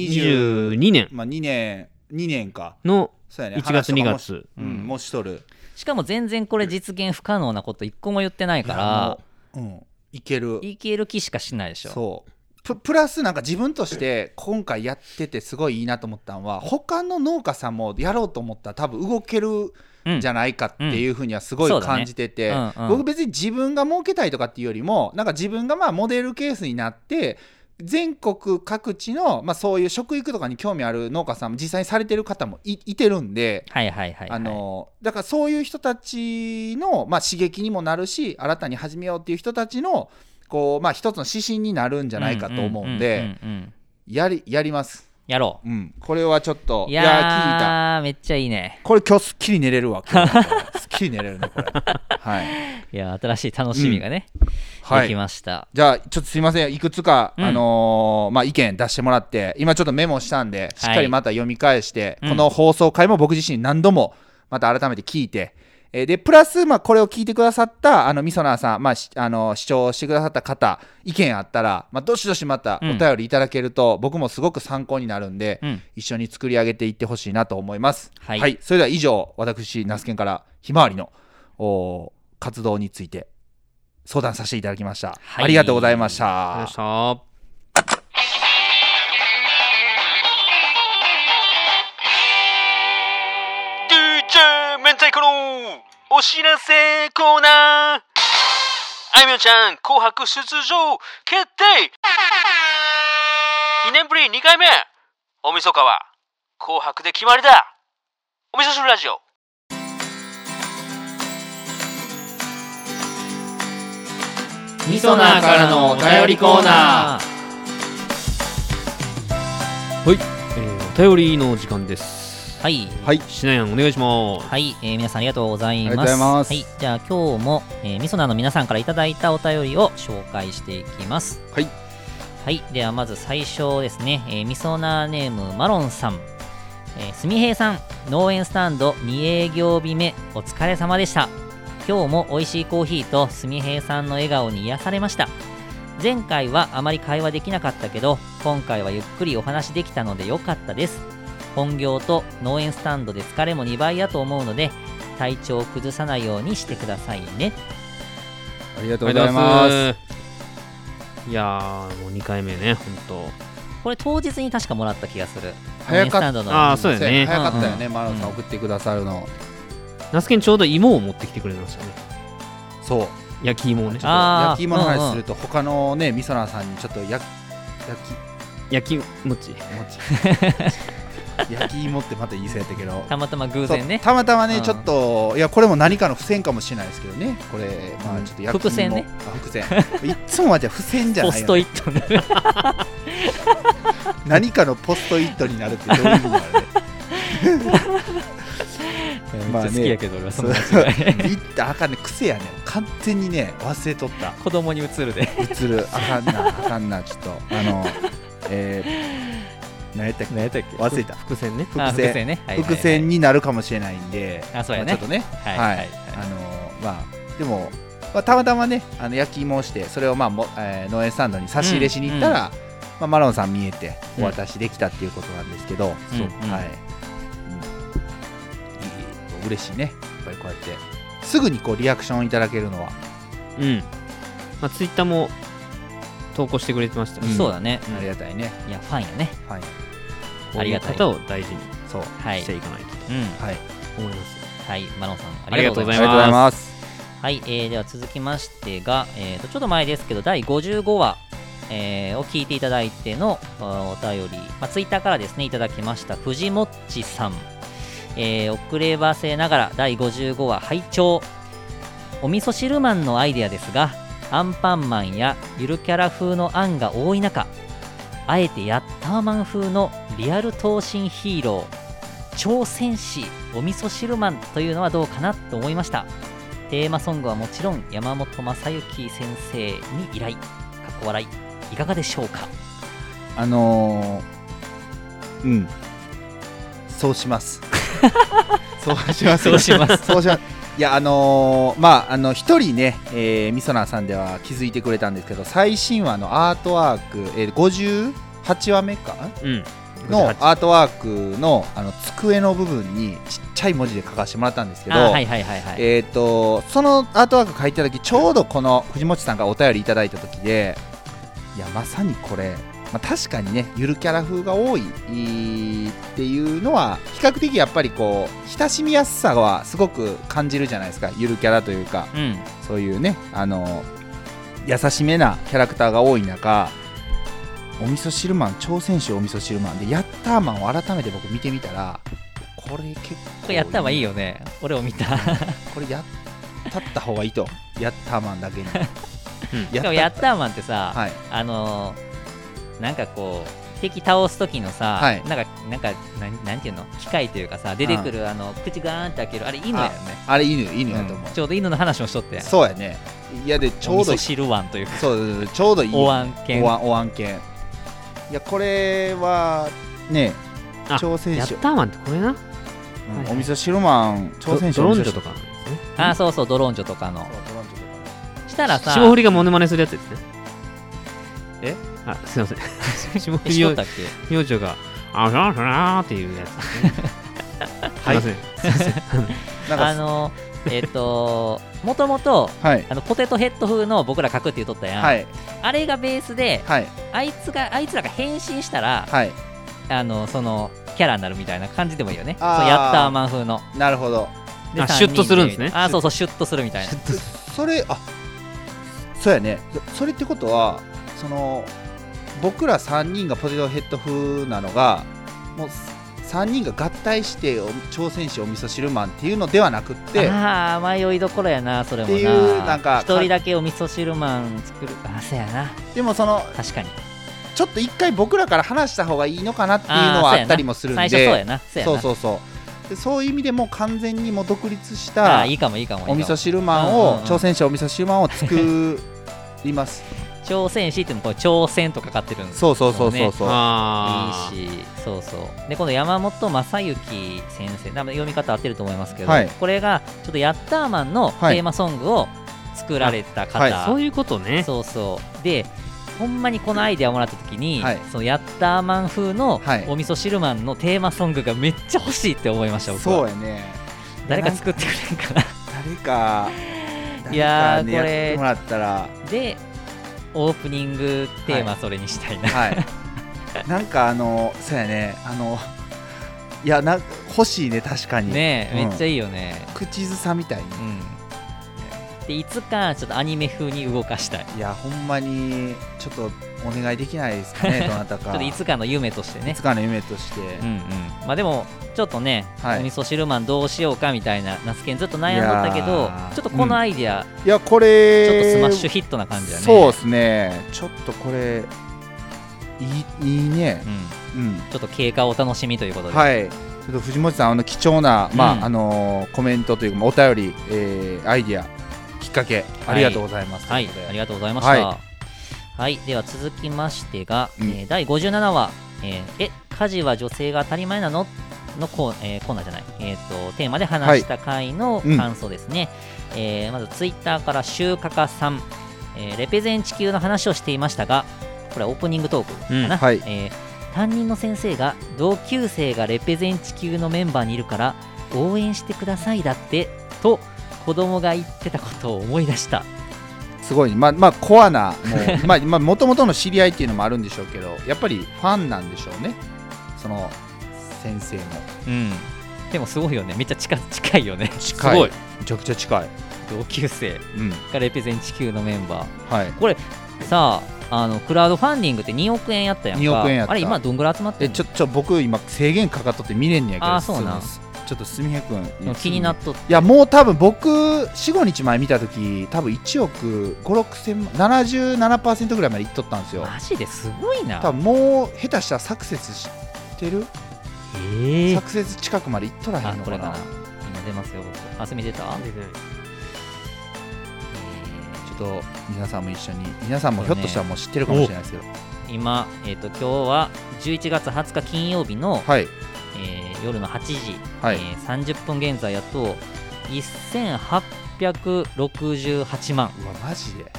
S2: 2020
S3: 22年
S2: まあ2年2年か
S3: の
S2: そうやね
S3: 1
S2: 話と
S3: 月2
S2: かも
S3: 月
S2: うんもうしとる
S1: しかも全然これ実現不可能なこと一個も言ってないから
S2: いやもううんいける
S1: いける気しかしないでしょ
S2: そうププラスなんか自分として今回やっててすごいいいなと思ったのは他の農家さんもやろうと思ったら多分動ける
S1: うん
S2: じゃないかっていうふうにはすご
S1: うん
S2: い感じてて、
S1: そうだねうんうん
S2: 僕別に自分が儲けたいとかっていうよりもなんか自分がまあモデルケースになって全国各地の、まあ、そういう食育とかに興味ある農家さんも実際にされてる方もいいてるんで、
S1: はいはいはい、はい、
S2: あのだからそういう人たちの、まあ、刺激にもなるし新たに始めようっていう人たちのこう、まあ、一つの指針になるんじゃないかと思うんで
S1: うんうんうんうん
S2: やりやります、
S1: やろ
S2: うん、これはちょっと
S1: う
S2: い
S1: いや
S2: ー聞いた
S1: ーめっちゃいいね
S2: これ今日すっきり寝れるわ今日すっきり寝れるねこれはい、
S1: いやー新しい楽しみがね、
S2: は
S1: でき
S2: い、
S1: ました
S2: じゃあちょっとすいませんいくつか、
S1: うん
S2: あのーまあ、意見出してもらって今ちょっとメモしたんでしっかりまた読み返して、
S1: うん
S2: この放送回も僕自身何度もまた改めて聞いて、えーでプラス、まあ、これを聞いてくださったあのみそなーさん、まあしあの視聴してくださった方意見あったら、まあ、どしどしまたお便りいただけると、僕もすごく参考になるんで、
S1: うん
S2: 一緒に作り上げていってほしいなと思います、
S1: はい
S2: それでは以上私ナスケンからひまわりのおー活動について相談させていただきました、
S1: はい
S2: ありがとうございまし
S3: ありがとうござい
S2: た
S3: ました
S4: お知らせコーナーあいみょんちゃん紅白出場決定2年ぶり2回目おみそかは紅白で決まりだおみそ汁ラジオ
S2: みそなーからのお便りコーナ
S1: ー
S3: えーお便りの時間です。
S1: はい
S2: はい
S3: しなやんお願いします。
S1: はい、えー皆さんありがとうございます。
S2: ありがとうございます
S1: はい、じゃあ今日も、えー、みそなの皆さんからいただいたお便りを紹介していきます。
S2: はい。
S1: はいではまず最初ですね、えーミソナーネームマロンさんえーすみへいさん農園スタンド2営業日目お疲れ様でした今日も美味しいコーヒーとすみへいさんの笑顔に癒されました前回はあまり会話できなかったけど今回はゆっくりお話できたので良かったです本業と農園スタンドで疲れも2倍だと思うので体調を崩さないようにしてくださいね
S2: ありがとうございます。
S3: いやーもう2回目ね本
S1: これ当日に確かもらった気がする
S2: 早かっ
S1: 農園スタンドの
S3: あーそうだよね
S2: 早かったよね、
S1: うん
S2: マロンさん
S1: うん
S2: 送ってくださるの。
S3: 当ナスケンちょうど芋を持ってきてくれましたね
S2: そう。
S3: 焼き芋をね
S1: あー
S2: 焼き芋の話すると、他のね、みそなさんにちょっと焼き焼
S3: 焼き餅
S2: き焼き芋ってまた言いそうやったけど。
S1: たまたま偶
S2: そう
S1: 然ね
S2: たまたまね、
S1: うん
S2: ちょっといやこれも何かの付箋かもしれないですけどねこれまあちょっと焼き芋
S1: 伏線ね
S2: あ伏線いっつもはじゃ付箋じゃ
S1: ポ
S2: ない
S1: ス
S2: よ
S1: トイ
S2: ね、
S1: ットになる
S2: 何かのポストイットになるってどういう意味だろうね
S1: めっちゃ好きやけど俺はその
S2: そう
S1: 間違い
S2: いったあかんね癖やね完全にね忘れとった
S1: 子供に移るで
S2: 映るあかんなあかんなちょっとあのえー、何やったっけ
S1: 何やったっけ
S2: 忘れた
S3: 伏線ね
S1: あ
S2: 伏線
S1: 伏線ね、はいはいはい
S2: 伏線になるかもしれないんで、
S1: あそうや
S2: ま
S1: ね
S2: あちょっとね
S1: はい
S2: は
S1: はいい、
S2: あのーまあでも、まあ、たまたまねあの焼き芋をしてそれを、まあもえー農園スタンドに差し入れしに行ったら、まあ、マロンさん見えてお渡しできたっていうことなんですけど、
S1: うん
S2: そう
S1: うん
S2: はい、うんいい嬉しいねやっぱりこうやってすぐにこうリアクションいただけるのは
S3: うんまあツイッターも投稿してくれてましたね
S1: そうだね、
S2: ありがたいね、
S1: いやファンやね
S2: はい
S3: こ
S1: あ
S3: う
S1: り
S3: いう
S1: がたい
S3: 方を大事に
S2: そう
S1: はい
S3: していかないと
S1: うん
S2: はい
S3: 思います
S1: はいマロンさん
S3: あ
S1: あり
S3: りが
S1: がと
S3: とう
S1: う
S3: ご
S1: ご
S3: ざ
S1: ざ
S3: い
S1: います
S2: ま
S3: ます
S2: す
S1: はい、えーでは続きましてが、えーとちょっと前ですけど第55話、えーを聞いていただいてのあーお便り、まあ、ツイッターからですねいただきました藤もっちさん、えー遅ればせながら第55話拝聴お味噌汁マンのアイデアですがアンパンマンやゆるキャラ風の案が多い中あえてヤッターマン風のリアル闘神ヒーロー超戦士お味噌汁マンというのはどうかなと思いましたテーマソングはもちろん山本正幸先生に依頼かっこ笑いいかがでしょうか
S2: あのーうんそうします そうします
S1: そうします
S2: そうしますいやあのーまああの一人ね、えー、みそなさんでは気づいてくれたんですけど最新話のアートワーク、えー、58話目か
S3: うん
S2: の
S3: 58
S2: アートワークのあの机の部分にちっちゃい文字で書かせてもらったんですけど、
S1: あはいはいはいはい
S2: えー、とそのアートワーク書いてた時ちょうどこの藤本さんがお便りいただいた時でいやまさにこれ、まあ、確かにねゆるキャラ風が多いいいっていうのは比較的やっぱりこう親しみやすさはすごく感じるじゃないですかゆるキャラというか
S1: うん
S2: そういうねあの優しめなキャラクターが多い中お味噌汁マン挑戦士お味噌汁マンでヤッターマンを改めて僕見てみたらこれ結
S1: こ
S2: 構
S1: れやった方がいいよね俺を見た
S2: こ れや立った方がいいとやったマンだけに
S3: うん
S1: でもヤッターマンってさ、
S2: はい
S1: あのーなんかこう敵倒す時のさ、
S2: はい
S1: なんかなんかなんなんていうの機械というかさ出てくるあの口ガーンって開けるあれ犬やよね
S2: あれ犬犬
S1: う
S2: や
S1: ん
S2: と思う、
S1: ちょうど犬の話もしとって
S2: そうやねいやでちょう
S1: お
S2: ど
S1: 味噌汁ワンというか
S2: そうちょうどいい
S1: お椀犬
S2: お椀お椀犬いやこれはね
S3: あ
S2: 挑戦
S3: やっ
S2: 者、
S3: たーマンってこれな
S2: うん
S3: はい
S2: お味噌汁マン挑戦者
S3: ドドロ
S2: お
S3: ン
S2: 味
S3: ジ
S2: 噌汁
S3: ョとかなんですね
S1: あそうそうドロンジョとかの
S2: そうドロンジョとか
S1: したらさ
S3: 霜降りがモノマネするやつですね
S2: え
S3: あすいません 霜
S1: し
S3: 降り
S1: と
S3: よ
S1: ったっけ
S3: 明星があらららーっていうやつですね すいません
S2: なんか
S1: あのえっ、と もともと
S2: はい
S1: あのポテトヘッド風の僕ら書くって言うとったやん、
S2: はい
S1: あれがベースで
S2: はい
S1: あいつがあいつらが変身したら
S2: はい
S1: あのそのキャラになるみたいな感じでもいいよねそう
S2: あー
S1: ヤッターマン風の
S2: なるほど
S1: で
S3: あ
S1: 三人
S3: シュッとするんですね
S1: あーそうそうシュッとするみたいな
S2: それあそうやねそそれってことはその僕ら3人がポテトヘッド風なのがもう3人が合体してお挑戦しお味噌汁マンっていうのではなくって
S1: ああ迷いどころやなそれもな
S2: っていうなんか
S1: 一人だけお味噌汁マン作るあそうやな
S2: でもその
S1: 確かに
S2: ちょっと一回僕らから話した方がいいのかなっていうのは
S1: ーそうや
S2: あ
S1: な
S2: ったりもするんで
S1: 最初そうやなそうやな
S2: そうそうそうでそういう意味でもう完全にもう独立し
S1: あ
S2: た
S1: ーいいかもいいかもいいか
S2: お
S1: も
S2: 味噌汁マンを
S1: うんうんうん
S2: 挑戦者お味噌汁マンを作ります
S1: 朝鮮市っていうのもこれ朝鮮とかかってるんです
S2: そうそうそうそうそう、
S3: ああ
S1: いいしそうそうでこの山本正幸先生多分読み方合ってると思いますけど、
S2: はい
S1: これがちょっとヤッターマンのテ
S2: はい
S1: ーマソングを作られた方、
S2: はい
S3: そういうことね
S1: そうそうでほんまにこのアイデアをもらった時に、
S2: はい
S1: そのヤッターマン風の
S2: はい
S1: お味噌汁マンのテーマソングがめっちゃ欲しいって思いました僕は
S2: そうやね
S1: 誰か作ってくれんかな
S2: 誰か
S1: いやー
S2: 誰かね
S1: これ
S2: やってもらったら
S1: でオープニングテーマそれにしたいな、
S2: はいなんかあのそうやねあのいやな欲しいね確かに
S1: ねえ、
S2: うん
S1: めっちゃいいよね
S2: 口ずさみたいに
S1: うんでいつかちょっとアニメ風に動かしたいち
S2: いやほんまにちょっとお願いできないですか ねどなたか
S1: ょっといつかの夢として
S2: い
S1: ね
S2: つかの夢として、
S1: うんうんまあでもちょっとね、
S2: はい
S1: お味噌汁マンどうしようかみたいなナスケンずっと悩んどったけ
S2: い
S1: ど
S2: やー
S1: ちょっとこのアイディア、
S2: いやこ
S1: ち
S2: れ
S1: ょっとスマッシュヒットな感じだね
S2: そうですねちょっとこれいいいいね
S1: うん
S2: うん
S1: ちょっと経過をお楽しみということで、
S2: はいちょっと藤本さんあの貴重な、まあ
S1: うん
S2: あのーコメントというかお便り、えーアイディアきっかけありがとうございます、
S1: はい
S2: とうことで
S1: ありがとうございました。
S2: は
S1: はい、では続きましてが、
S2: うん
S1: えー第57話、えーえ、家事は女性が当たり前なののコー,、えーコーナーじゃない、えーと、テーマで話した回の
S2: いうん
S1: 感想ですね。えーまずツイッターから、シューカカさん、えーレペゼン地球の話をしていましたが、これはオープニングトークかな。
S2: うんはい
S1: えー担任の先生が同級生がレペゼン地球のメンバーにいるから応援してくださいだってと子供が言ってたことを思い出した
S2: すごい、まあ、まあコアな もうまあまあ元々の知り合いっていうのもあるんでしょうけどやっぱりファンなんでしょうねその先生も
S1: うん、でもすごいよねめっちゃ近近いよね
S2: 近
S3: すごい
S2: めちゃくちゃ近い
S1: 同級生
S2: うん
S1: がレペゼン地球のメンバー
S2: はい
S1: さああのクラウドファンディングって2億円やったやんか
S2: 2億円やった
S1: あれ今どんぐらい集まって
S2: え
S1: んの
S2: ちょちょ僕今制限かかっとって見れんねやけど
S1: あーそうなん
S2: すちょっとすみへく
S1: でも
S2: ん
S1: 気になっとっ
S2: いやもう多分僕45日前見た時多分1億56千万77%ぐらいまでいっとったんですよ
S1: マジですごいな
S2: 多分もう下手したらサクセスしてる
S1: え
S2: サクセス近くまでいっとらへ
S1: あ
S2: んの
S1: こ
S2: か
S1: れか
S2: な
S1: な今出ますよ僕あすみ出た、
S3: 出てない
S1: ちょっと
S2: 皆さんも一緒に皆さんもひょっとしたらもう知ってるかもしれないですけど、
S1: 今、えっと今日は11月20日金曜日の、
S2: はい
S1: えー夜の8時、
S2: はい
S1: えー30分現在やと1868万
S2: うわマジで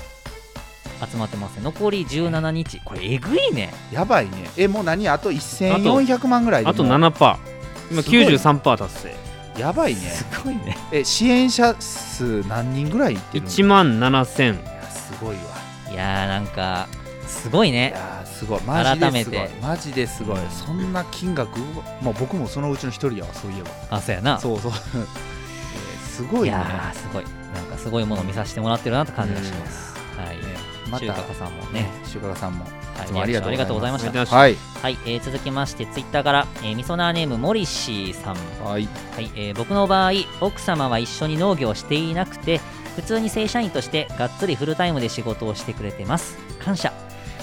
S1: 集まってますね残り17日これえぐいね
S2: やばいねえもう何あと1400万ぐらいで
S3: あと
S2: もう
S3: 7パー今
S2: すごい
S3: 93パー達成
S2: やばいね
S1: すごいね
S2: え支援者数何人ぐらいいってるの
S3: 1万7000
S2: いやすごいわ
S1: いやーなんかすごい
S2: い
S1: ね
S2: やーすごいマジですごい
S1: 改めて
S2: マジですごいそんな金額もう僕もそのうちの一人やわそういえば
S1: あそうやな
S2: そうそうえーすごいね
S1: やーすごいなんかすごいものを見させてもらってるなって感じがしますはい
S2: ねま
S1: 中華
S2: た
S1: さんもね、
S2: 修華さんも
S1: はいい、
S2: つもあり
S1: リアクションあり
S2: が
S1: が
S2: と
S1: と
S2: う
S1: うご
S2: ござ
S1: ざい
S2: いま
S1: ますした
S2: はい
S1: はい、えー続きましてツイッターから、えー、みそなーネームモリシーさん
S2: はい
S1: はい、えー僕の場合奥様は一緒に農業をしていなくて普通に正社員としてがっつりフルタイムで仕事をしてくれてます感謝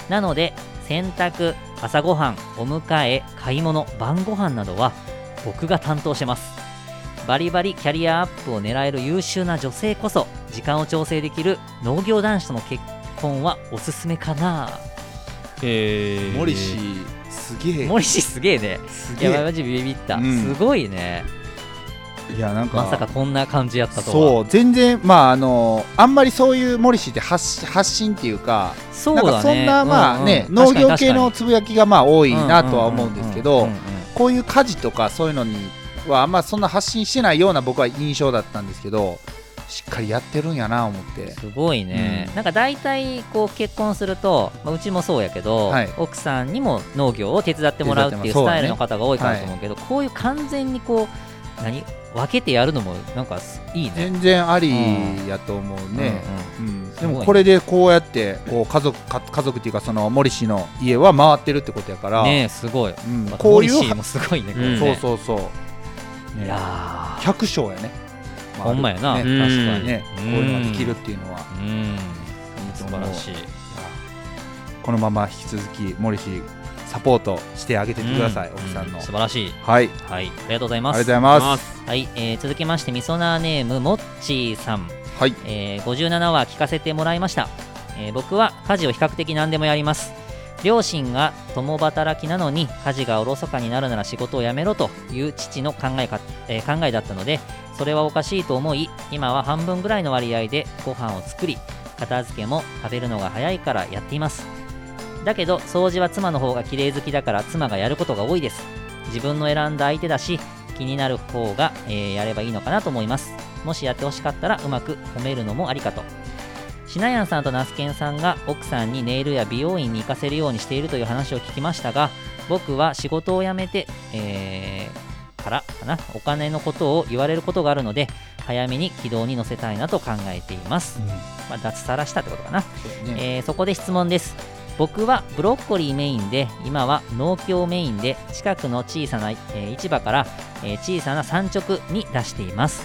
S1: なので洗濯朝ごはんお迎え買い物晩ご飯などは僕が担当してますバリバリキャリアアップを狙える優秀な女性こそ時間を調整できる農業男子との結婚はおすすめかな
S3: えー、
S2: 森氏すげえ
S1: 森氏すげえね
S2: す
S1: い
S2: げ
S1: や
S2: え
S1: マジビビった、
S2: うん
S1: すごいね
S2: いやなんか
S1: まさかこんな感じやったとは
S2: そう全然まああのあんまりそういう森氏って発発信っていうか
S1: そう
S2: なん
S1: だ
S2: かそ
S1: ね
S2: んなまあね農業系のつぶやきがまあ多いなとは思うんですけどこういう家事とかそういうのにはあんまそんな発信してないような僕は印象だったんですけどしっかりやってるんやな思って
S1: すごいね、
S2: うん
S1: なんか大体こう結婚すると、まあ、うちもそうやけど、
S2: はい
S1: 奥さんにも農業を手伝ってもらうっていう
S2: 手伝って
S1: ス
S2: もらうそうだね
S1: タイルの方が多いかなと思うけど、こういう完全にこう何分けてやるのもなんかすいいね。
S2: 全然ありやと思うね、
S1: うんうん
S2: うん
S1: す
S2: で
S1: ごいね
S2: もこれでこうやってこう家族か家族っていうかその森氏の家は回ってるってことやから、
S1: ねえすごい。
S2: うん
S1: まあ
S2: こうい
S1: ポリシ
S2: う
S1: ーもすごいね。これ
S3: うん
S1: ね
S2: そうそうそう、ね
S1: いやー
S2: 百姓やね、まあ
S1: ほんまやな、
S2: ね
S3: うん
S1: 確かに。
S2: ね、こう
S1: うん
S2: いうのができるっていうのは
S1: うん
S2: いいと
S1: 素晴
S2: 思う
S1: らしい。
S2: このまま引き続き森氏サポートしてあげてってください、
S1: う
S2: 奥さんの、
S1: う素
S2: は
S1: 晴ら
S2: い
S1: しい。
S2: あり
S1: はい、ありがとうござい
S2: が
S1: ま
S2: とう
S1: す。
S2: ございます
S1: はい、えー続きましてみそなーネームもっちーさん。
S2: はい
S1: えー57話聞かせてもらいましたえー僕は家事を比較的何でもやります両親が共働きなのに家事がおろそかになるなら仕事を辞めろという父の考えか、えー考えだったのでそれはおかしいと思い今は半分ぐらいの割合でご飯を作り片付けも食べるのが早いからやっていますだけど掃除は妻の方が綺麗好きだから妻がやることが多いです自分の選んだ相手だし気になる方が、えーやればいいのかなと思いますもしやってほしかったらうまく褒めるのもありかとしなやんさんとナスケンさんが奥さんにネイルや美容院に行かせるようにしているという話を聞きましたが僕は仕事を辞めて、えーからかなお金のことを言われることがあるので早めに軌道に乗せたいなと考えています、まあ、脱サラしたってことかな
S2: ね
S1: えーそこで質問です僕はブロッコリーメインで今は農協メインで近くの小さな、えー市場から、えー小さな産直に出しています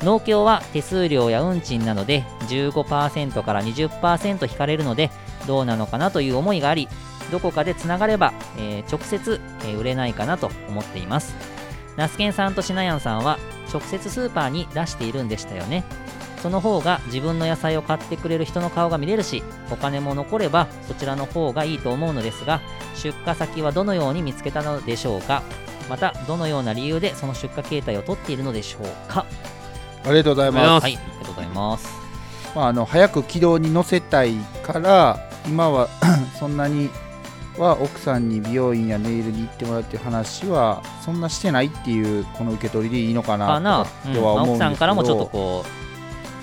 S1: 農協は手数料や運賃などで15%から20%引かれるのでどうなのかなという思いがありどこかでつながれば、えー直接、えー売れないかなと思っていますナスケンさんとシナヤンさんは直接スーパーに出しているんでしたよねその方が自分の野菜を買ってくれる人の顔が見れるしお金も残ればそちらの方がいいと思うのですが出荷先はどのように見つけたのでしょうかまたどのような理由でその出荷形態を取っているのでしょうか
S2: ありがとうございます
S3: あ
S1: はいありがとうございます
S2: まあ、あの早く軌道に乗せたいから 今はそんなには奥さんに美容院やネイルに行ってもらうっていう話はそんなしてないっていうこの受け取りでいいの
S1: か
S2: かな
S1: な
S2: と
S1: う
S2: か
S1: ん
S2: っては
S1: まあ
S2: 思
S1: 奥
S2: うんですけど、
S1: さんからもちょっとこ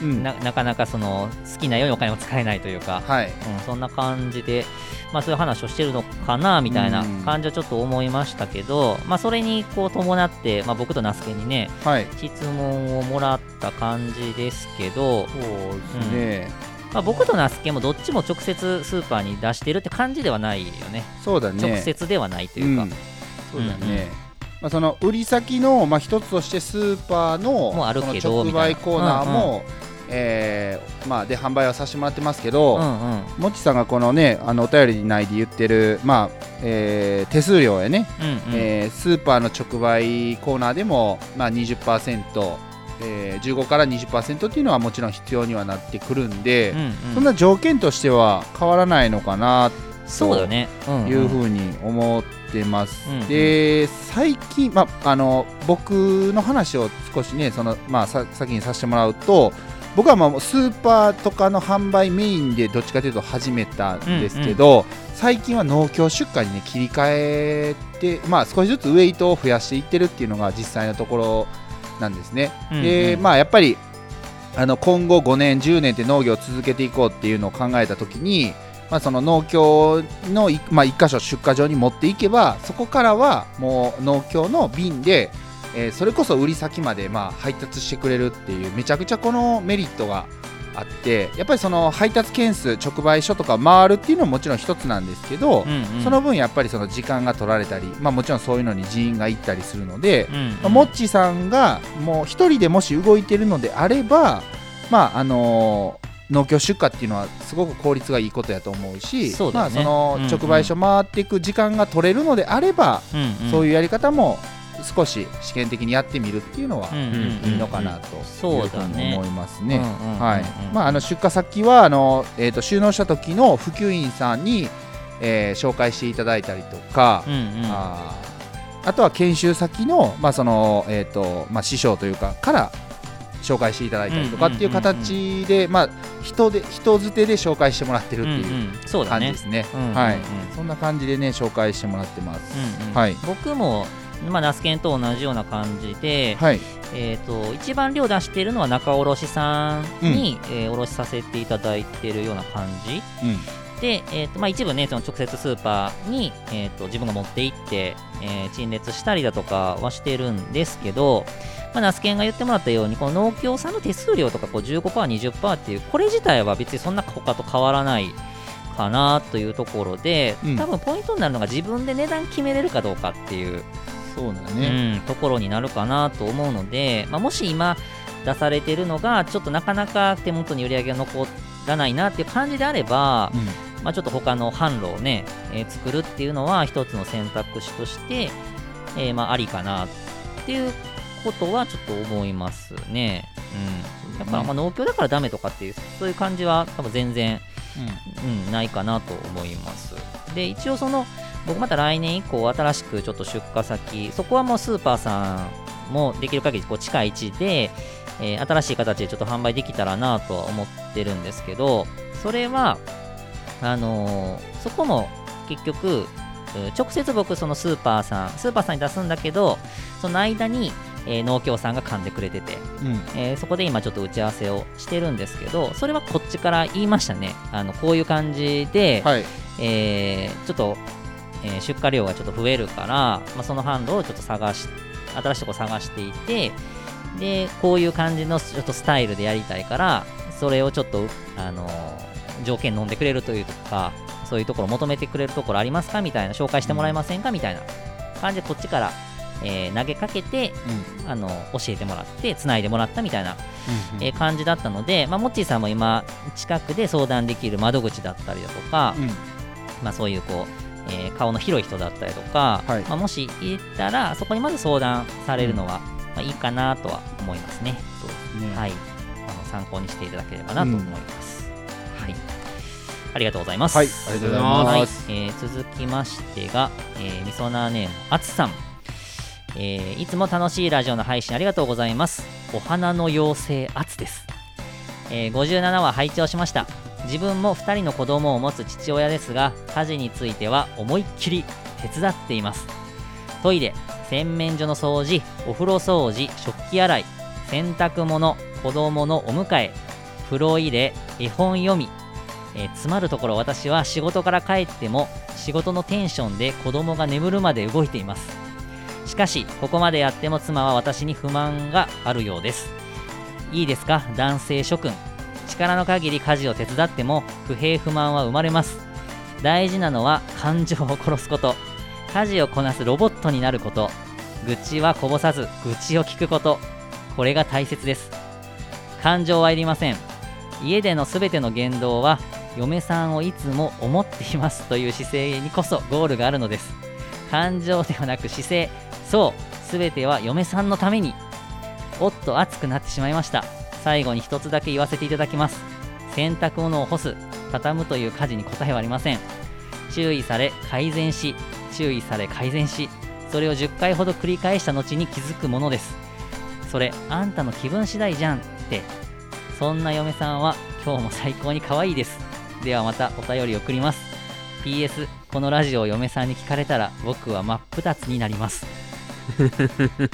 S2: う、
S1: うんななかなかその好きなようにお金を使えないというか、
S2: はい
S1: うん、そんな感じで、まあ、そういう話をしてるのかなみたいな
S2: うん
S1: 感じはちょっと思いましたけど、まあ、それにこう伴って、まあ、僕と那須ケにね
S2: はい
S1: 質問をもらった感じですけど、
S2: そうですね、
S1: まあ、僕と那須ケもどっちも直接スーパーに出してるって感じではないよね
S2: そうだね
S1: 直接ではないというか、
S2: うんそうだね、
S1: うんうん
S2: まあ、その売り先の、まあ、一つとしてスーパーの
S1: もうあるけど
S2: その直
S1: みたい
S2: 売
S1: な
S2: コーナーも、えーまあ、で販売はさせてもらってますけど、
S1: うんうん
S2: もちさんがこのねあのお便り内で言ってる、まあえー手数料やね、
S1: うんうん
S2: えースーパーの直売コーナーでも、まあ、20%、えー、15から20%っていうのはもちろん必要にはなってくるんで、
S1: うんうん
S2: そんな条件としては変わらないのかな
S1: そうだよね、うん
S2: と
S1: ん
S2: いうふうに思ってます。
S1: うんうん
S2: で最近、まあ、あの僕の話を少しねその、まあ、さ先にさせてもらうと僕はまあスーパーとかの販売メインでどっちかというと始めたんですけど、最近は農協出荷に、ね、切り替えて、まあ、少しずつウェイトを増やしていってるっていうのが実際のところなんですね。
S1: うんうん
S2: でまあ、やっぱりあの今後5年、10年って農業を続けていこうっていうのを考えたときに、まあ、その農協のい、まあ、1箇所出荷場に持っていけばそこからはもう農協の瓶で、えーそれこそ売り先まで、まあ、配達してくれるっていうめちゃくちゃこのメリットがあってやっぱりその配達件数直売所とか回るっていうのももちろん一つなんですけど、
S1: うんうん
S2: その分やっぱりその時間が取られたり、まあ、もちろんそういうのに人員が行ったりするので、
S1: うんうん
S2: まあモッチーさんがもう一人でもし動いてるのであれば、まああのー農協出荷っていうのはすごく効率がいいことやと思うし
S1: そうだよ
S2: まあ、
S1: ね
S2: その
S1: うんうん
S2: 直売所回っていく時間が取れるのであれば、
S1: うんうん
S2: そういうやり方も少し試験的にやってみるっていうのは
S1: うんうんうん
S2: いいのかなと
S1: そ
S2: いう
S1: う
S2: ふう
S1: だ
S2: に
S1: ね
S2: 思いますね。
S1: うんうんうん
S2: はい
S1: うん
S2: まあ、あの出荷先はあの、えー、と収納した時の普及員さんに、えー紹介していただいたりとか、
S1: うんうん
S2: あーあとは研修先の,、まあそのえーとまあ、師匠というかから紹介していただいたりとか
S1: うん
S2: っ
S1: うん
S2: て
S1: うん
S2: い
S1: うん
S2: う形でまあ人で人づてで紹介してもらってるって
S1: う
S2: いうん
S1: うんそうだ
S2: 感じ
S1: ね
S2: ですね。
S1: うんうんうん
S2: はいそんな感じでね紹介してもらってます。
S1: うんうん
S2: はい
S1: 僕も、まあ、ナスケンと同じような感じで、
S2: はい、
S1: えー、と一番量出しているのは仲卸さんに、えー卸させていただいているような感じ
S2: うん
S1: で、えーとまあ、一部ねその直接スーパーに、えー、と自分が持って行って、えー陳列したりだとかはしてるんですけど、まあ、ナスケンが言ってもらったようにこの農協さんの手数料とかこう 15%20% っていうこれ自体は別にそんな他と変わらないかなというところで、
S2: うん
S1: 多分ポイントになるのが自分で値段決めれるかどうかっていう
S2: そうだね、
S1: うん、ところになるかなと思うので、まあ、もし今出されてるのがちょっとなかなか手元に売り上げが残らないなっていう感じであれば、
S2: うん
S1: まあ、ちょっと他の販路をね、えー作るっていうのは一つの選択肢として、えーまあ、ありかなっていうことはちょっと思いますね。やっぱまあ農協だからダメとかっていうそういう感じは多分全然、うんないかなと思いますで一応その僕また来年以降新しくちょっと出荷先そこはもうスーパーさんもできる限りこう近い位置で、えー新しい形でちょっと販売できたらなとは思ってるんですけどそれはあのーそこも結局えー直接僕そのスーパーさんスーパーさんに出すんだけどその間に、えー農協さんが噛んでくれてて、
S2: うん
S1: えーそこで今ちょっと打ち合わせをしてるんですけどそれはこっちから言いましたねあのこういう感じで、
S2: はい
S1: えーちょっと、えー出荷量がちょっと増えるから、まあ、その販路をちょっと探し新しいとこ探していてでこういう感じのちょっとスタイルでやりたいからそれをちょっと、あのー条件飲んでくれるというかそういうところ求めてくれるところありますかみたいな紹介してもらえませんかみたいな感じでこっちから、えー投げかけて、あの教えてもらってつないでもらったみたいなえー感じだったので、まあ、モッチーさんも今近くで相談できる窓口だったりだとか、
S2: うん
S1: まあ、そういうこう、えー顔の広い人だったりとか、
S2: はい
S1: まあ、もしいたらそこにまず相談されるのは、まあ、いいかなとは思いますね。はい、あの参考にしていただければなと思います。はい、ありがとうございます。
S2: はいありがとうございます、
S1: はいえー続きましてが、えー、みそなーネームあつさん、えーいつも楽しいラジオの配信ありがとうございますお花の妖精あつです、えー57話拝聴しました自分も2人の子供を持つ父親ですが家事については思いっきり手伝っていますトイレ洗面所の掃除お風呂掃除食器洗い洗濯物子供のお迎え風呂入れ絵本読みえー詰まるところ私は仕事から帰っても仕事のテンションで子供が眠るまで動いていますしかしここまでやっても妻は私に不満があるようですいいですか男性諸君力の限り家事を手伝っても不平不満は生まれます大事なのは感情を殺すこと家事をこなすロボットになること愚痴はこぼさず愚痴を聞くことこれが大切です感情はいりません家でのすべての言動は嫁さんをいつも思っていますという姿勢にこそゴールがあるのです感情ではなく姿勢そうすべては嫁さんのためにおっと熱くなってしまいました最後に一つだけ言わせていただきます洗濯物を干す畳むという家事に答えはありません注意され改善し注意され改善しそれを10回ほど繰り返した後に気づくものですそれあんたの気分次第じゃんってそんな嫁さんは今日も最高に可愛いです。ではまたお便り送ります。PS、このラジオを嫁さんに聞かれたら僕は真っ二つになります。
S3: ありがとう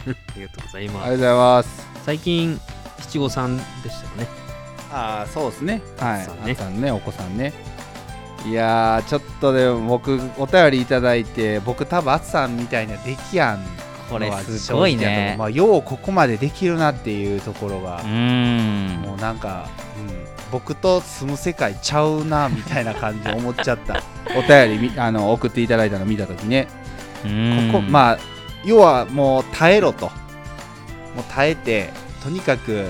S3: ござい
S2: あ
S3: ま
S2: りがとうございます
S3: す。最近、七五三でしたかね。
S2: ああそうですねはい
S3: そうね
S2: あんさんねお子さんねいやーちょっとでも僕お便りいただいて僕多分あつさんみたいにはできやん
S1: これ
S2: のは
S1: すごい
S2: 正直やと思
S1: ね
S2: う。まあ、ようここまでできるなっていうところが
S1: う、ーん。
S2: もうなんか、うん、僕と住む世界ちゃうなみたいな感じ思っちゃった お便りみあの送っていただいたの見た時ねここ
S1: あ、
S2: まあ要はもう耐えろともう耐えてとにかく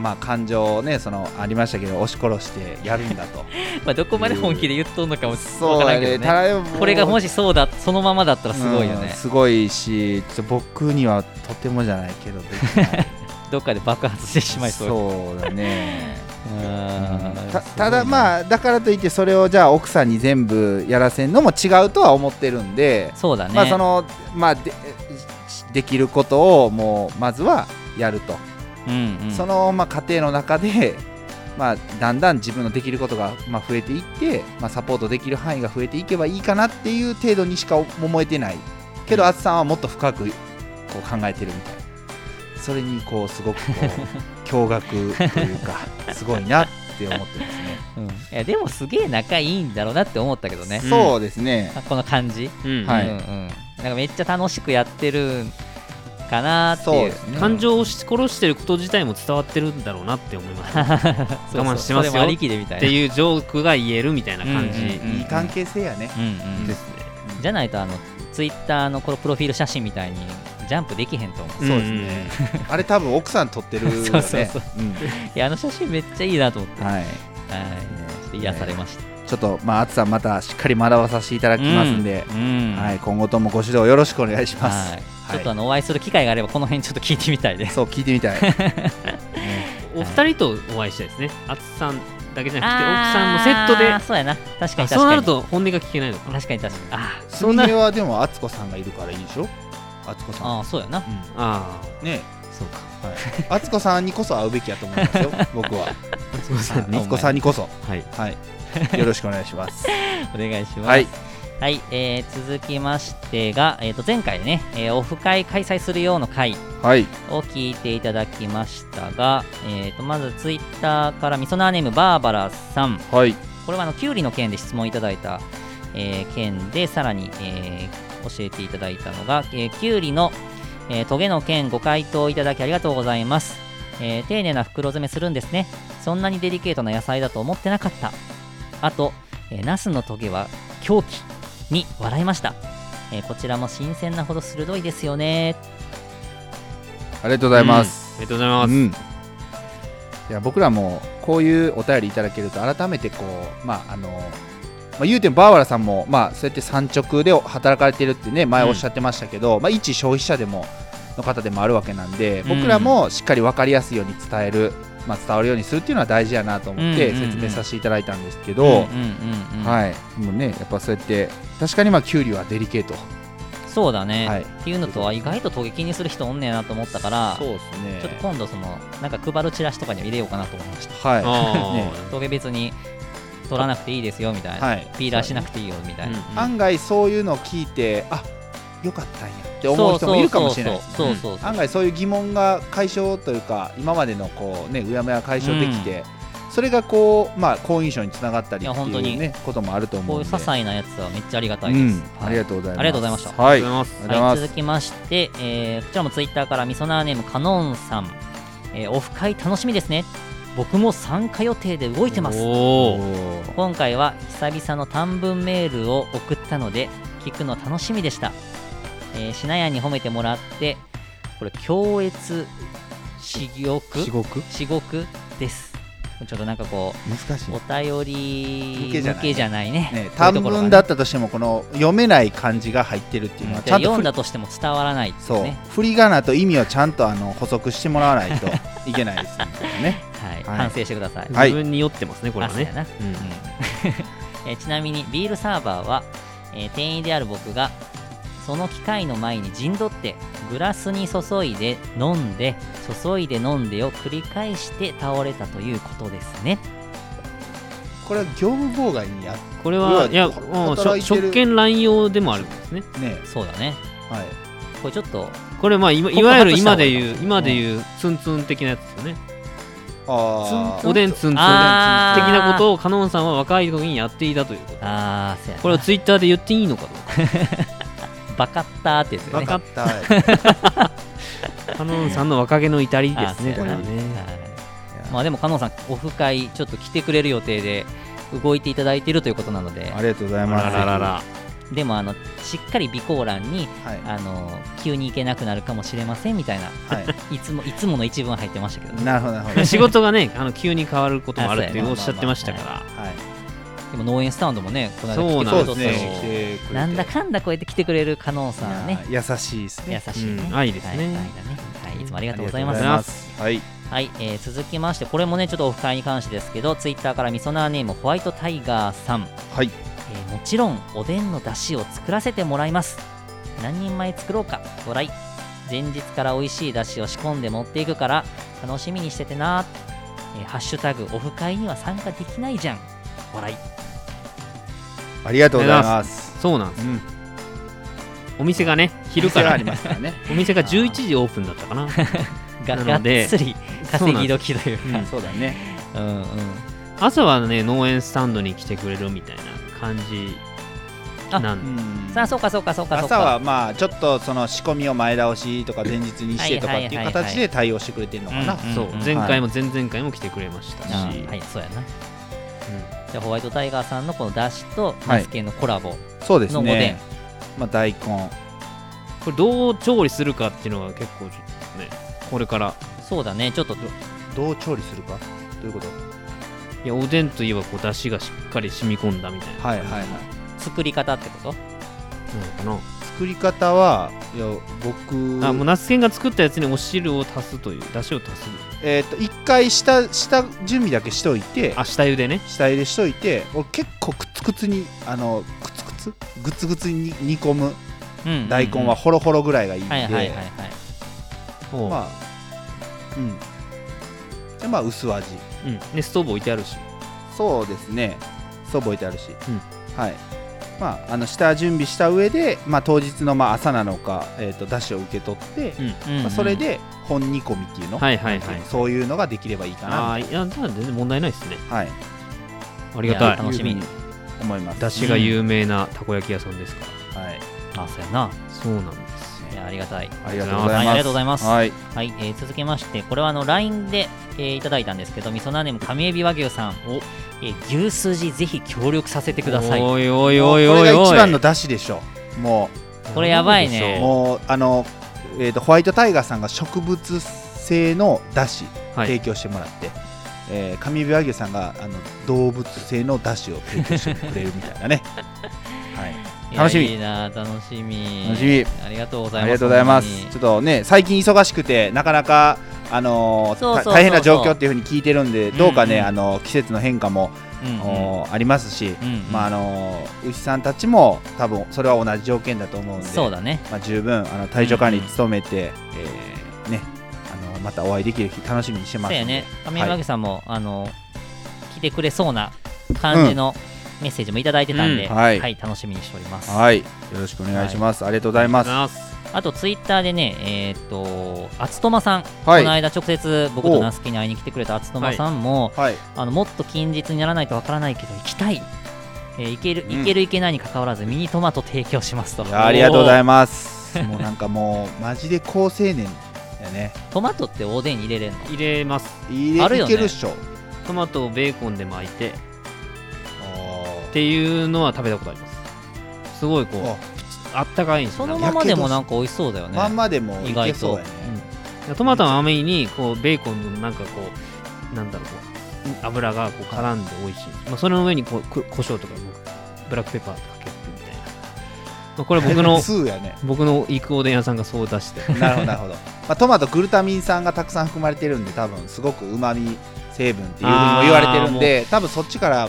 S2: まあ感情をねそのありましたけど押し殺してやるん だと
S1: まあ、どこまで本気で言っとんのかも
S2: そ
S1: わ
S2: う
S1: から
S2: だ
S1: んけ
S2: ね
S1: どね。
S2: 耐えもう
S1: これがもしそうだ、そのままだったらすごいよ
S2: うん
S1: ね。
S2: すごいしちょ僕にはとてもじゃない けどできない
S1: どっかで爆発してしまいそう。
S2: そうだね
S1: うーん
S2: たただまあだからといってそれをじゃあ奥さんに全部やらせんのも違うとは思ってるんで、
S1: そうだね。
S2: まあそのまあでできることをもうまずはやると、
S1: うんうん
S2: そのまあ過程の中で、 まあ、だんだん自分のできることがまあ増えていって、まあ、サポートできる範囲が増えていけばいいかなっていう程度にしか思えてないけどあつさんはもっと深くこう考えてるみたいなそれにこうすごくこ う驚愕というかすごいなって思ってますね。
S1: うんいやでもすげえ仲いいんだろうなって思ったけどね。
S2: そうですね。
S1: この感じ。
S3: うん
S2: はい
S1: うんうん、なんかめっちゃ楽しくやってるんかなーって
S2: そう
S1: いう
S2: ですね。
S3: 感情をし殺してること自体も伝わってるんだろうなって思います、ね、
S1: そうそう
S3: 我慢してま
S1: そ
S3: すよ
S1: れもありきでみたい
S3: っ
S1: な
S3: ていうジョークが言えるみたいな感じ、
S1: うんうんうん
S2: いい関係性やね。
S1: うん
S2: で
S1: う
S2: す
S1: ん、じゃないとあのツイッターのこのプロフィール写真みたいにジャンプできへんと思う、
S3: ん
S1: い
S2: そうですね。あれ多分奥さん撮ってるよ ね。
S1: そうそうそう
S2: うん
S1: やあの写真めっちゃいいなと思って、はい
S2: はい。
S1: ちょっと癒されました、
S2: ちょっとまああつさんまたしっかり学ばさせていただきますんで、
S1: うん
S2: はい今後ともご指導よろしくお願いします
S1: はい。
S2: は
S1: ちょっとあ
S2: い
S1: のお会いする機会があればこの辺ちょっと聞いてみたいです
S2: そう聞いてみたい。ね
S1: はい
S3: お二人とお会いしたいですね。あつさんだけじゃなくて、奥さんも
S1: あ
S3: セッ
S1: ー
S3: トで、
S1: そうやな確か
S3: あ
S1: に確かに
S3: そうなると本音が聞けないのかな。
S1: 確かに確かにあー
S2: す
S3: そう
S2: み
S3: な
S2: れはでも敦子さんがいるからいいでしょ敦子さん
S1: あーそうやな
S2: う
S3: あ
S2: んね
S1: うんそうか
S2: えはい 敦子さんにこそ会うべきやと思いますよ僕は
S3: あ、すみませんね。
S2: 敦子さんにこそ
S3: はい。
S2: はいよろしくお願いします
S1: お願いします
S2: はい
S1: はい、えー続きましてが、えー、と前回ね、えーオフ会開催するような回
S2: はい
S1: を聞いていただきましたが、えー、とまずツイッターからみそなーネームバーバラさん
S2: はい
S1: これはあのキュウリの件で質問いただいた、えー件でさらに、えー教えていただいたのが、えーキュウリの、えートゲの件ご回答いただきありがとうございます、えー丁寧な袋詰めするんですねそんなにデリケートな野菜だと思ってなかったあと、えー、ナスのトゲは狂気に笑いました、えーこちらも新鮮なほど鋭いですよね
S2: ありがとうございます、
S3: ありがとうございます。
S2: うん、いや僕らもこういうお便りいただけると改めてこうまああのまあ、言うてもバーバラさんも、まあ、そうやって産直で働かれてるってね前おっしゃってましたけど、まあ、一消費者でもの方でもあるわけなんで僕らもしっかり分かりやすいように伝える、まあ、伝わるようにするっていうのは大事やなと思って
S1: うんうんうん
S2: 説明させていただいたんですけ
S1: うんうん
S2: ど、
S1: うんうん
S2: はい、もうねやっぱそうやって確かにまあキュウリはデリケート、
S1: そうだね、
S2: はい
S1: っていうのとは意外とトゲ気にする人おんねやなと思ったから
S2: うですね
S1: ちょっと今度そのなんか配るチラシとかには入れようかなと思いました
S2: はい、
S3: ああ、
S2: ね
S1: トゲ別に取らなくていいですよみたいな、
S2: はい、
S1: ピーラーしなくていいよみたいな、
S2: 案外そういうのを聞いてあよかったんやって思う人もいるかもしれないですね
S1: そうそうそうそうそうそう
S2: 案外そういう疑問が解消というか今までのこうねうやむや解消できて、それがこうまあ好印象につながったりっていう
S1: いや本当
S2: ねこともあると
S1: こ
S2: 思
S1: う
S2: う
S1: い
S2: ん
S1: う
S2: で
S1: 些細なやつはめっちゃありがた
S2: う
S1: いです
S2: ん、、ありが
S1: と
S2: とうございます
S1: ありがとうございました
S2: は
S3: あ
S2: い
S3: りがとうございます。
S2: ありがとうございます
S1: 続きまして、えーこちらもツイッターからみそなーネームカノンさん、えーオフ会楽しみですね僕も参加予定で動いてます
S3: おお。
S1: 今回は久々の短文メールを送ったので聞くの楽しみでした、えー、しなやに褒めてもらってこれ強越至極
S2: 至極
S1: 至極ですちょっとなんかこ
S2: 難し
S1: うお便り
S2: 向けじゃない
S1: 向けじゃないね
S2: ね、
S1: こういう
S2: 短
S1: ところがね
S2: 文だったとしてもこの読めない漢字が入ってるっていうのは
S1: で
S2: ちゃんと
S1: 読
S2: 振
S1: ん
S2: り
S1: だとしても伝わらないってい
S2: そうう
S1: ね
S2: 振り仮名と意味をちゃんとあの補足してもらわないといけないですねこれね
S1: はい、
S2: はい
S1: 反省してください、
S2: はい
S3: 自分に酔ってますね、これは
S1: あそうや
S3: ね。
S1: な、うんえーちなみにビールサーバーは、えー店員である僕がその機械の前に陣取ってグラスに注いで飲んで注いで飲んでを繰り返して倒れたということですね
S2: これは業務妨害にあっ
S3: これは、
S2: うわ
S3: いや、
S2: こ
S3: もう
S2: 働
S3: 職
S2: いてる
S3: 職権乱用でもあるんですね。
S2: てね
S1: そうだね
S2: はい
S1: これちょっと
S3: これ、まあ、いわい
S1: 告
S3: わゆ
S1: 白
S3: る
S1: した
S3: 今
S1: 方が
S3: で
S1: いい
S3: いう、今でいう、ツンツン的なやつですよね。
S2: あ
S3: おでんツンツン的
S1: あー
S3: なことをカノンさんは若い時にやっていたということ
S1: ああそうやな
S3: これをツイッターで言っていいのかどう
S1: バカったーってやつよ
S2: 分
S1: ね
S2: かったはい
S3: かカノンさんの若気の至り
S1: あ
S3: で
S1: ー
S3: す
S1: そう
S3: ね
S1: や
S3: これ
S1: な
S3: はね
S1: はいまあでもカノンさんオフ会ちょっと来てくれる予定で動いていただいているということなので
S2: ありがとうござ
S3: あ
S2: います
S1: でもあのしっかり備考欄に
S2: はい
S1: あの急に行けなくなるかもしれませんみたいな
S2: はい
S1: つもいつもの一文は入ってましたけど、
S2: い
S1: ね、
S2: なるほどなるほど
S3: 仕事がねあの急に変わることもあるって
S1: あそうやな
S3: おっしゃってましたか
S2: はい
S1: でも農園スタンドもねこの間来てく
S3: そうな
S1: れ
S3: ん
S1: と
S3: で
S1: った
S3: すね
S1: し
S3: そう
S2: す
S1: なんだかんだこうやって来てくれる加納さんはね
S2: いや優しいです
S1: 優
S2: ね
S1: しいね、
S3: うん愛ですね
S1: はい愛だねはい、いつもありがとうござい
S2: あ
S1: ま
S2: り
S1: す
S2: がとうございますはい
S1: はい、えー続きましてこれもねちょっとオフ会に関してですけどツイッターからみそなーネームホワイトタイガーさん、
S2: は
S1: えー
S2: い
S1: もちろんおでんの出汁を作らせてもらいます何人前作ろうか笑い前日から美味しい出汁を仕込んで持っていくから楽しみにしててなえーハッシュタグオフ会には参加できないじゃん笑い
S2: ありがとうございます
S3: らそうなんです
S2: うん
S3: お店がね昼か
S2: 店があ
S3: ら
S2: りますからね
S3: お店が11時オープンだった かな
S1: が
S3: な
S1: がっ
S3: ので
S1: つり
S3: そ
S1: 稼
S3: うなん
S1: ぎ
S3: で
S1: 時というか
S2: そうだね
S1: うんうん
S3: 朝はね農園スタンドに来てくれるみたいな感じなんで
S2: うん
S1: さあそうかそうかそうかそうか
S2: 朝はまあちょっとその仕込みを前倒しとか前日にしてとかっていう
S1: はいはいはいはい
S2: 形で対応してくれてるのかな
S1: うん
S3: そう前回も前々回も来てくれましたし
S1: あーはいそうやなじゃあホワイトタイガーさんのこの出汁とマスケのコラボ、
S2: そうです
S1: のおでん
S2: ねまあ大根
S3: うんこれどう調理するかっていうのが結構ちょっとねこれから
S1: そうだねちょっと
S2: どう調理するかどういうこと
S3: いやおでんといえばこう出汁がしっかり染み込んだみたいな
S2: はいはいはい
S1: 作り方ってこと
S3: なのかな
S2: 作り方はいや僕
S3: あもうナスケンが作ったやつにお汁を足すという出汁を足す
S2: えっ、と一回下下準備だけしといて
S3: あ下茹でね
S2: 下茹でしといて俺結構くつくつにあのくつくつぐつぐつに煮込む
S1: うん
S2: 大根はほろほろぐらいがいいんで、
S1: はいはいはいはい
S3: おう
S2: まあうんでまあ薄味
S3: うん、でストーブ置いてあるし
S2: そうですねそう覚えてあるし、
S3: うん
S2: はいまああの下準備した上で、まあ、当日のまあ朝なのか、えー、と出汁を受け取って、
S1: うんうん
S2: まあ、それで本煮込みっていうの、
S3: はいはいはい
S2: そういうのができればいいかな
S3: ああいやじゃあ全然問題ないですね
S2: はい
S3: ありがた
S1: や
S3: い
S1: 楽しみ
S2: いうふうに思います
S3: 出汁が有名なたこ焼き屋さんですか
S2: はい、
S1: あそうやな
S3: らそうなんです
S1: いやありがたい
S2: ありがとうございます、
S1: はいありがとうございます
S2: はい
S1: はい、えー続きましてこれはあの LINE で、えーいただいたんですけどみそなーネーム神エビ和牛さん
S3: お
S1: えー牛すじぜひ協力させてください
S3: おいおいおいおいお
S2: こ
S3: い
S2: れが一番の出汁でしょも
S1: これやばいね
S2: う
S1: お
S2: もうあの、えー、とホワイトタイガーさんが植物性の出汁
S3: はい
S2: 提供してもらって、えー上岩牛さんがあの動物性の出汁を提供してくれるみたいなね、はい、
S1: いや
S2: 楽しみ
S1: いいな楽しみ
S2: 楽しみ
S1: ありがとうございます
S2: ありがとうございま
S1: 本
S2: す
S1: 当
S2: ちょっとね最近忙しくてなかなかあのー
S1: そうそうそうそう
S2: た大変な状況っていうふうに聞いてるんでどうかね、
S1: うんうん
S2: あの季節の変化も、
S1: にうん
S2: おーありますし、
S1: うんうんうん
S2: まああのー牛さんたちも多分それは同じ条件だと思うんで
S1: そうだね
S2: まあ、十分あの体調管理
S1: うん
S2: に
S1: うん
S2: 努めて、えーねあのまたお会いできる日楽しみにしてま
S1: そ
S2: す
S1: うん
S2: で
S1: やね神エビ和牛さんも、あの来てくれそうな感じのメッセージもいただいてたんで、
S3: うん
S2: はい
S1: はい、楽しみにしております
S2: はいよろしくお願いします、ありがとうございます
S1: あとツイッターでね、えーっと、あつとまさん、
S2: はい
S1: この間直接僕
S2: お
S1: と
S2: う
S1: ナスケに会いに来てくれたあつとまさんも、
S2: はい
S1: あのもっと近日にならないとわからないけど、行きたい、えー行ける、
S2: うん
S1: 行ける、行けないに関わらず、ミニトマト提供しますと
S2: い、やありがとうござ います。もうなんかもうマジで好青年やね。
S1: トマトっておでんに入れれるの
S3: 入れます
S2: いい
S1: あるよ
S2: い
S1: ね
S2: けるっしょ。
S3: トマトをベーコンで巻いてっ
S2: あ
S3: ていうのは食べたことありますすごいこう
S2: ー
S3: あったかいんですよ
S1: その
S3: 中
S1: ままでもなんか美味しそうだよ
S2: あ
S1: ね。
S2: まんまでもいけそうやね。
S3: トマトの甘みにこうベーコンのなんかこうなんだろうこう油がこう絡んで美味しい、まあ、その上にこうこ胡椒とかブラックペッパーかけてみたいな、まあ、これ僕の
S2: 通 やね。
S3: 僕の行くおでん屋さんがそう出して
S2: なるほどなるほど。まあトマトグルタミン酸がたくさん含まれてるんで多分すごく旨味成分っていうふうにも言われてるんで多分そっちから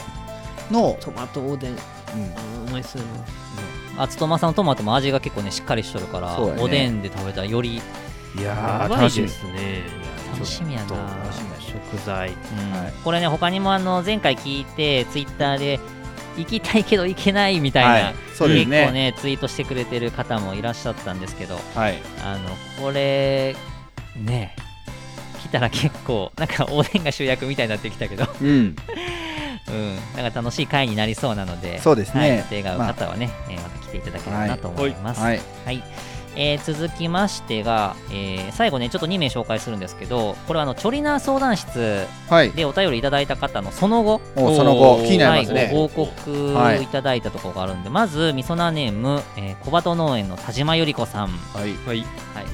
S2: の、
S3: トマトおでん
S2: うんうん
S3: うまいっすよね
S1: あつとまさんのトマトも味が結構ね、しっかりしとるから、
S2: そうやね
S1: おでんで食べたらより、
S2: い
S3: や
S2: やー
S3: ばい
S2: 楽しみ
S3: で
S2: です。
S3: すね
S1: 楽しみやな
S3: ちょっと
S1: 楽し
S3: 食材
S1: うん
S2: はい
S1: これね、他にもあの前回聞いて、ツイッターで、行きたいけど行けないみたいな、
S2: はいそうです
S1: 結構
S2: ね。
S1: ねツイートしてくれてる方もいらっしゃったんですけど
S2: はい。
S1: あのこれね来たら結構なんかおでんが主役みたいになってきたけど、
S2: うん。
S1: うん、なんか楽しい回になりそうなので
S2: そうですね
S1: はい、予定が合う方はね、まえーまた来ていただければなと思います、
S2: はい。
S1: はいえー続きましてが、えー最後ねちょっと2名紹介するんですけどこれはあのチョリナー相談室
S2: はい。
S1: でお便りいただいた方のその後
S2: おその後
S3: おー
S2: 気になります
S1: はい
S2: ね。
S1: ご報告をいただいたところがあるんで、まずみそなネーム、えー小鳩農園の田島由里子さん、は
S2: はい。
S3: はい
S1: い、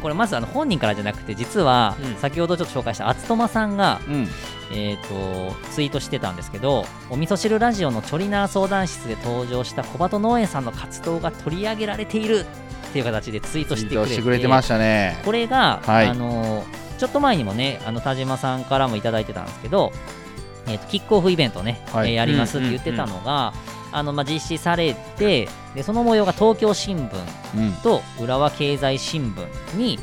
S1: これまずあの本人からじゃなくて実は
S3: うん
S1: 先ほどちょっと紹介した厚友さんが、
S2: うん。
S1: えー、とツイートしてたんですけどお味噌汁ラジオのチョリナー相談室で登場した小鳩農園さんの活動が取り上げられているっていう形でツイートして
S2: 緊
S1: くれ
S2: 張
S1: て
S2: してくれてましたね。
S1: これが、
S2: はい
S1: あのちょっと前にもねあの田島さんからもいただいてたんですけど、えー、とキックオフイベントね、
S2: はい
S1: えーやりますって言ってたのが、あのまあ、実施されてでその模様が東京新聞
S2: うん。
S1: と浦和経済新聞に、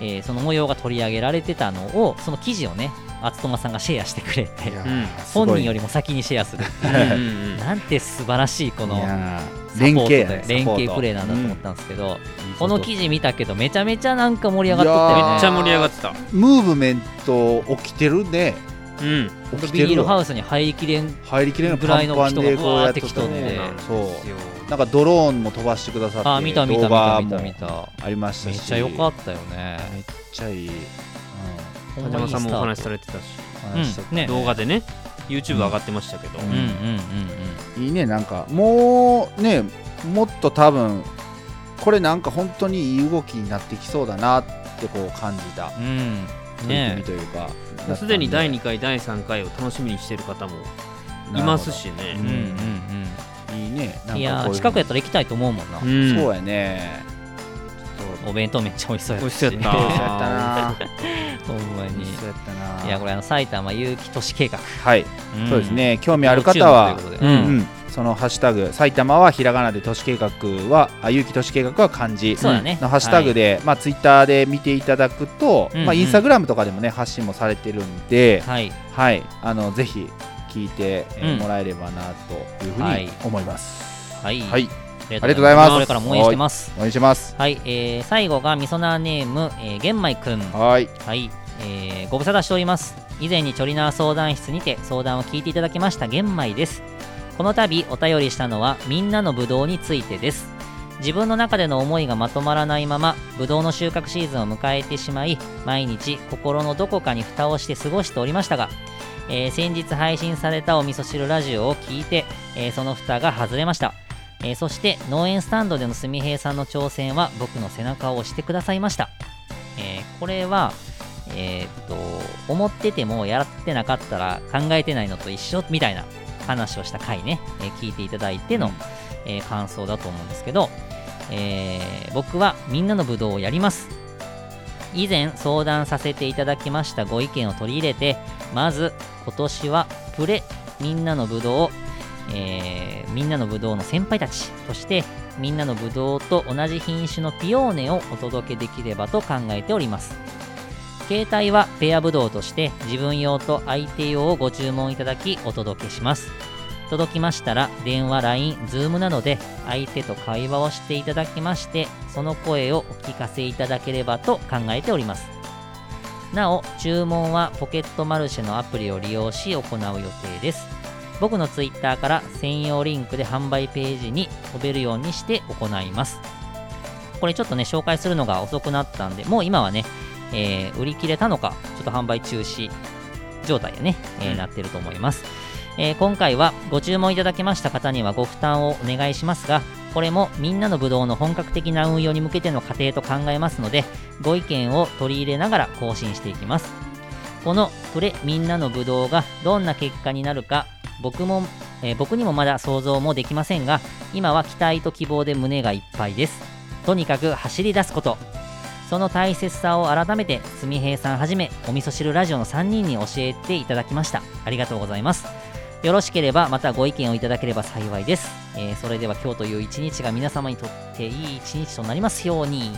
S1: えーその模様が取り上げられてたのをその記事をね厚友さんがシェアしてくれて
S2: いや
S3: うん
S2: ーすごい
S1: 本人よりも先にシェアする なんて素晴らしいこの
S2: いやー
S1: サポー
S2: 連
S1: ト
S2: 携
S1: で
S2: やね
S1: 連携プレーなんだと思ったんですけど、この記事見たけどめちゃめちゃなんか盛り上がっとったよ
S2: い
S1: ね
S2: やー
S3: めっちゃ盛り上がってた
S2: ムーブメント起きてるね
S3: うん
S2: 起きて
S1: ビニー
S2: る
S1: ルハ
S2: わ
S1: ウスに入りきれん
S2: 入りきれない
S1: ぐらいの
S2: パンパンで
S1: 人が
S2: こうやって
S1: わーって来とんで
S2: ね
S3: そ
S2: そううなんかドローンも飛ばしてくださって
S1: あ見た見た
S2: 動
S1: 見
S2: 画
S1: た見た見
S2: も
S1: た
S2: ありました
S1: めっ
S2: し
S1: ちゃ良かったよね
S2: めっちゃいい、うん、
S3: 田島さんもお話しさ
S1: れ
S3: れてたし
S2: 話しちゃった
S1: うんね
S3: 動画でね YouTube 上がってましたけど
S1: うんうんうん
S2: いいねなんかもうねもっと多分これなんか本当にいい動きになってきそうだなってこう感じた
S1: うんうん
S2: 取り組み
S1: ね
S2: というか
S3: もうすでに第
S2: に
S3: 2回第3回を楽しみにしてる方もいますし
S1: う
S3: ね
S1: んうん
S2: いいねなんかこう
S1: うん
S2: う
S1: い
S2: い
S1: やー近くやったら行きたいと思うもんな
S3: うん
S2: そうやね。
S1: お弁当めっちゃ美味しそうやったし
S3: 美味しそうやっ
S2: そうやったな
S1: ほんまに
S2: そうやったない
S1: やこれあの埼玉有機都市計画、
S2: はい、
S1: ん
S2: そうですね興味ある方は
S1: 要注目ということ
S2: う
S1: で
S2: んうん、そのハッシュタグ埼玉はひらがなで都市計画はあ有機都市計画は漢字
S1: そうだね
S2: のハッシュタグで、まあツイッターで見ていただくと、
S1: うんうん
S2: まあインスタグラムとかでもね発信もされてるんで、
S1: はい
S2: はい、あのぜひ聞いて、えー
S1: うん
S2: もらえればなというふう
S1: はい
S2: に思います。
S1: はい、
S2: はい、
S1: あり
S2: がとうございます
S1: これからも応援してます
S2: お願いします。
S1: はい、えー最後がみそなーネーム、えー、玄米くん
S2: はい、
S1: はい、えーご無沙汰しております以前にチョリナー相談室にて相談を聞いていただきました玄米ですこの度お便りしたのはみんなのぶどうについてです自分の中での思いがまとまらないままぶどうの収穫シーズンを迎えてしまい毎日心のどこかに蓋をして過ごしておりましたが、えー先日配信されたお味噌汁ラジオを聞いて、えーその蓋が外れましたえーそして農園スタンドでのすみへいさんの挑戦は僕の背中を押してくださいました、えーこれはえーっと思っててもやってなかったら考えてないのと一緒みたいな話をした回ね、えー聞いていただいての、えー感想だと思うんですけど、えー僕はみんなのぶどうをやります以前相談させていただきましたご意見を取り入れてまず今年はプレみんなのぶどうをえーみんなのぶどうの先輩たちとしてみんなのぶどうと同じ品種のピオーネをお届けできればと考えております携帯はペアぶどうとして自分用と相手用をご注文いただきお届けします届きましたら電話 LINE、Zoom などで相手と会話をしていただきましてその声をお聞かせいただければと考えておりますなお注文はポケットマルシェのアプリを利用し行う予定です僕の Twitter から専用リンクで販売ページに飛べるようにして行いますこれちょっとね紹介するのが遅くなったんでもう今はね、えー売り切れたのかちょっと販売中止状態でね、えーなってると思います、えー今回はご注文いただきました方にはご負担をお願いしますがこれもみんなのぶどうの本格的な運用に向けての過程と考えますのでご意見を取り入れながら更新していきますこのプレみんなのぶどうがどんな結果になるか僕も、えー僕にもまだ想像もできませんが今は期待と希望で胸がいっぱいですとにかく走り出すことその大切さを改めてすみへいさんはじめお味噌汁ラジオの3人に教えていただきましたありがとうございますよろしければまたご意見をいただければ幸いです、えーそれでは今日という一日が皆様にとっていい一日となりますように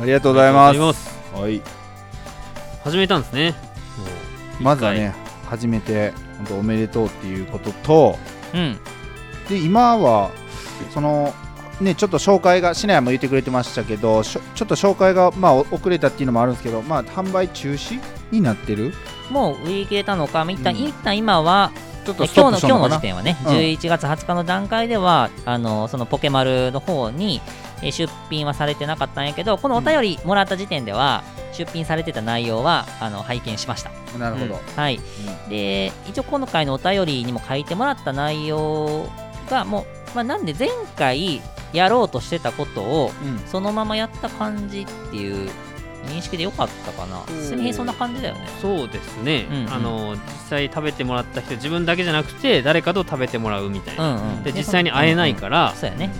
S2: ありがとうございま
S3: ありがとうご
S2: す。
S3: ざいます
S2: はい、
S3: 始めたんですね
S2: まずはね、初めて本当おめでとうっていうことと、
S1: うん
S2: で今はそのねちょっと紹介がシナヤも言ってくれてましたけどしょちょっと紹介がまあお遅れたっていうのもあるんですけどまあ販売中止になってる
S1: もう売り切れたのか一旦,、
S2: うん
S1: 一旦今は
S2: ちょっ
S1: え
S2: とスト
S1: 今
S2: ップ
S1: 日
S2: した
S1: の今
S2: の
S1: 日の時
S2: かな
S1: 点はね、
S2: うん
S1: 11月20日の段階ではあのそのポケマルの方にえー出品はされてなかったんやけどこのお便りもらった時点では、出品されてた内容はあの拝見しました、
S2: なるほど、
S1: はいで一応今回のお便りにも書いてもらった内容がもう、まあ、なんで前回やろうとしてたことを
S2: うんうん
S1: そのままやった感じっていう認識でよかったかな
S3: うん
S1: すみへんそんな感じだよね
S3: そうですね、
S1: うんうん
S3: あの実際食べてもらった人自分だけじゃなくて誰かと食べてもらうみたいな、
S1: ん
S3: で実際に会えない
S1: ら、
S3: から、
S1: そうやね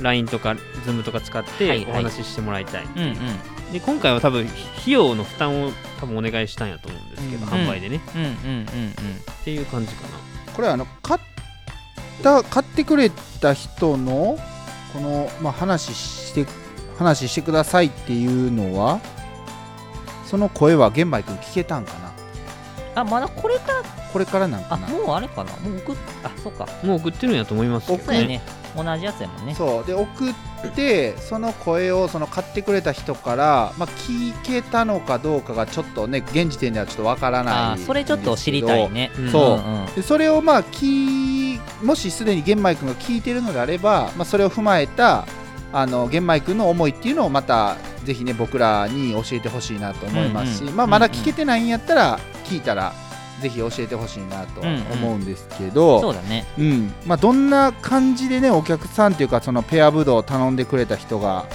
S3: LINE とか Zoom とか使っ
S1: はい
S3: て
S1: は
S3: お
S1: い
S3: 話ししてもらいたい、
S1: うんうん
S3: で今回は多分費用の負担を多分お願いしたんやと思うんですけど、
S2: うん
S3: 販売でね
S1: うんうんうんうん
S3: っていう感じかな
S2: これあの買った買ってくれた人のこの、まあ、話して話してくださいっていうのはその声は玄米君聞けたんかな
S1: あまだこれから
S2: これからなんか
S1: あ
S2: な
S1: もうあれかなもう送っあそうか
S3: もう送ってるんやと思いますけど
S1: そうや
S3: ね
S1: ね同じやつやもんね
S2: そうで送ってその声をその買ってくれた人から、まあ、聞けたのかどうかがちょっとね現時点ではちょっとわからない
S1: あ
S2: んですけど
S1: それちょっと知りたいね
S3: うん
S2: そうん
S1: ん
S2: でそれをまあ聞いもしすでに玄米君が聞いてるのであれば、まあ、それを踏まえたあの玄米君の思いっていうのをまたぜひね僕らに教えてほしいなと思いますし、
S1: うんうん
S2: ま
S1: う
S2: あ、
S1: んうん
S2: まだ聞けてないんやったら聞いたらぜひ教えてほしいなと思うんですけど、
S1: そうだね
S2: うんまあ、どんな感じでねお客さんっていうかそのペアブドウを頼んでくれた人が、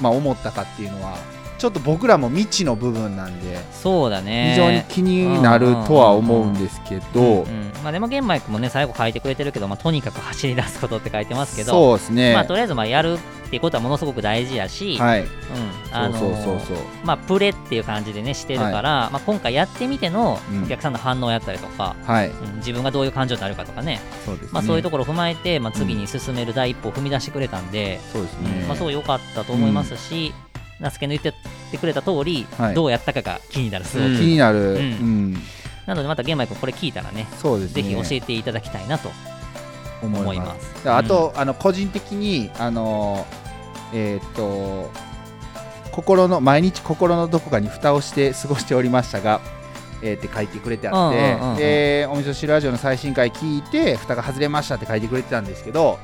S2: まあ、思ったかっていうのはちょっと僕らも未知の部分なんで
S1: そうだね
S2: 非常に気になるとは思うんですけ
S1: う
S2: ど
S1: んまあ、でも玄米君もね最後書いてくれてるけど、まあ、とにかく走り出すことって書いてますけど
S2: そうですね
S1: まあ、とりあえずまあやるっていうことはものすごく大事やし、
S2: はい
S1: うんあの
S2: そうそうそうそう
S1: まあ、プレっていう感じでねしてるから、まあ、今回やってみての
S2: うん
S1: お客さんの反応やったりとか、
S2: はい
S1: うん自分がどういう感情になるかとかね、
S2: そうですね
S1: まあ、そういうところを踏まえて、まあ、次に進める第一歩を踏み出してくれたんで、
S2: そうです
S1: うん
S2: ね
S1: まあ、すごい良かったと思いますし、那須家の言ってってくれた通り、
S2: はい
S1: どうやったかが気になるすごく、
S3: うん
S2: 気になる
S1: うん
S2: うん
S1: なのでまた玄米君これ聞いたらね
S2: そうです
S1: ぜ
S2: ね
S1: ひ教えていただきたいなと思います。
S2: だからあと、あの個人的にあのえーっと心の毎日心のどこかに蓋をして過ごしておりましたが、えーって書いてくれてあっ
S1: うんうんうんうん
S2: てでお味噌汁ラジオの最新回聞いて蓋が外れましたって書いてくれてたんですけど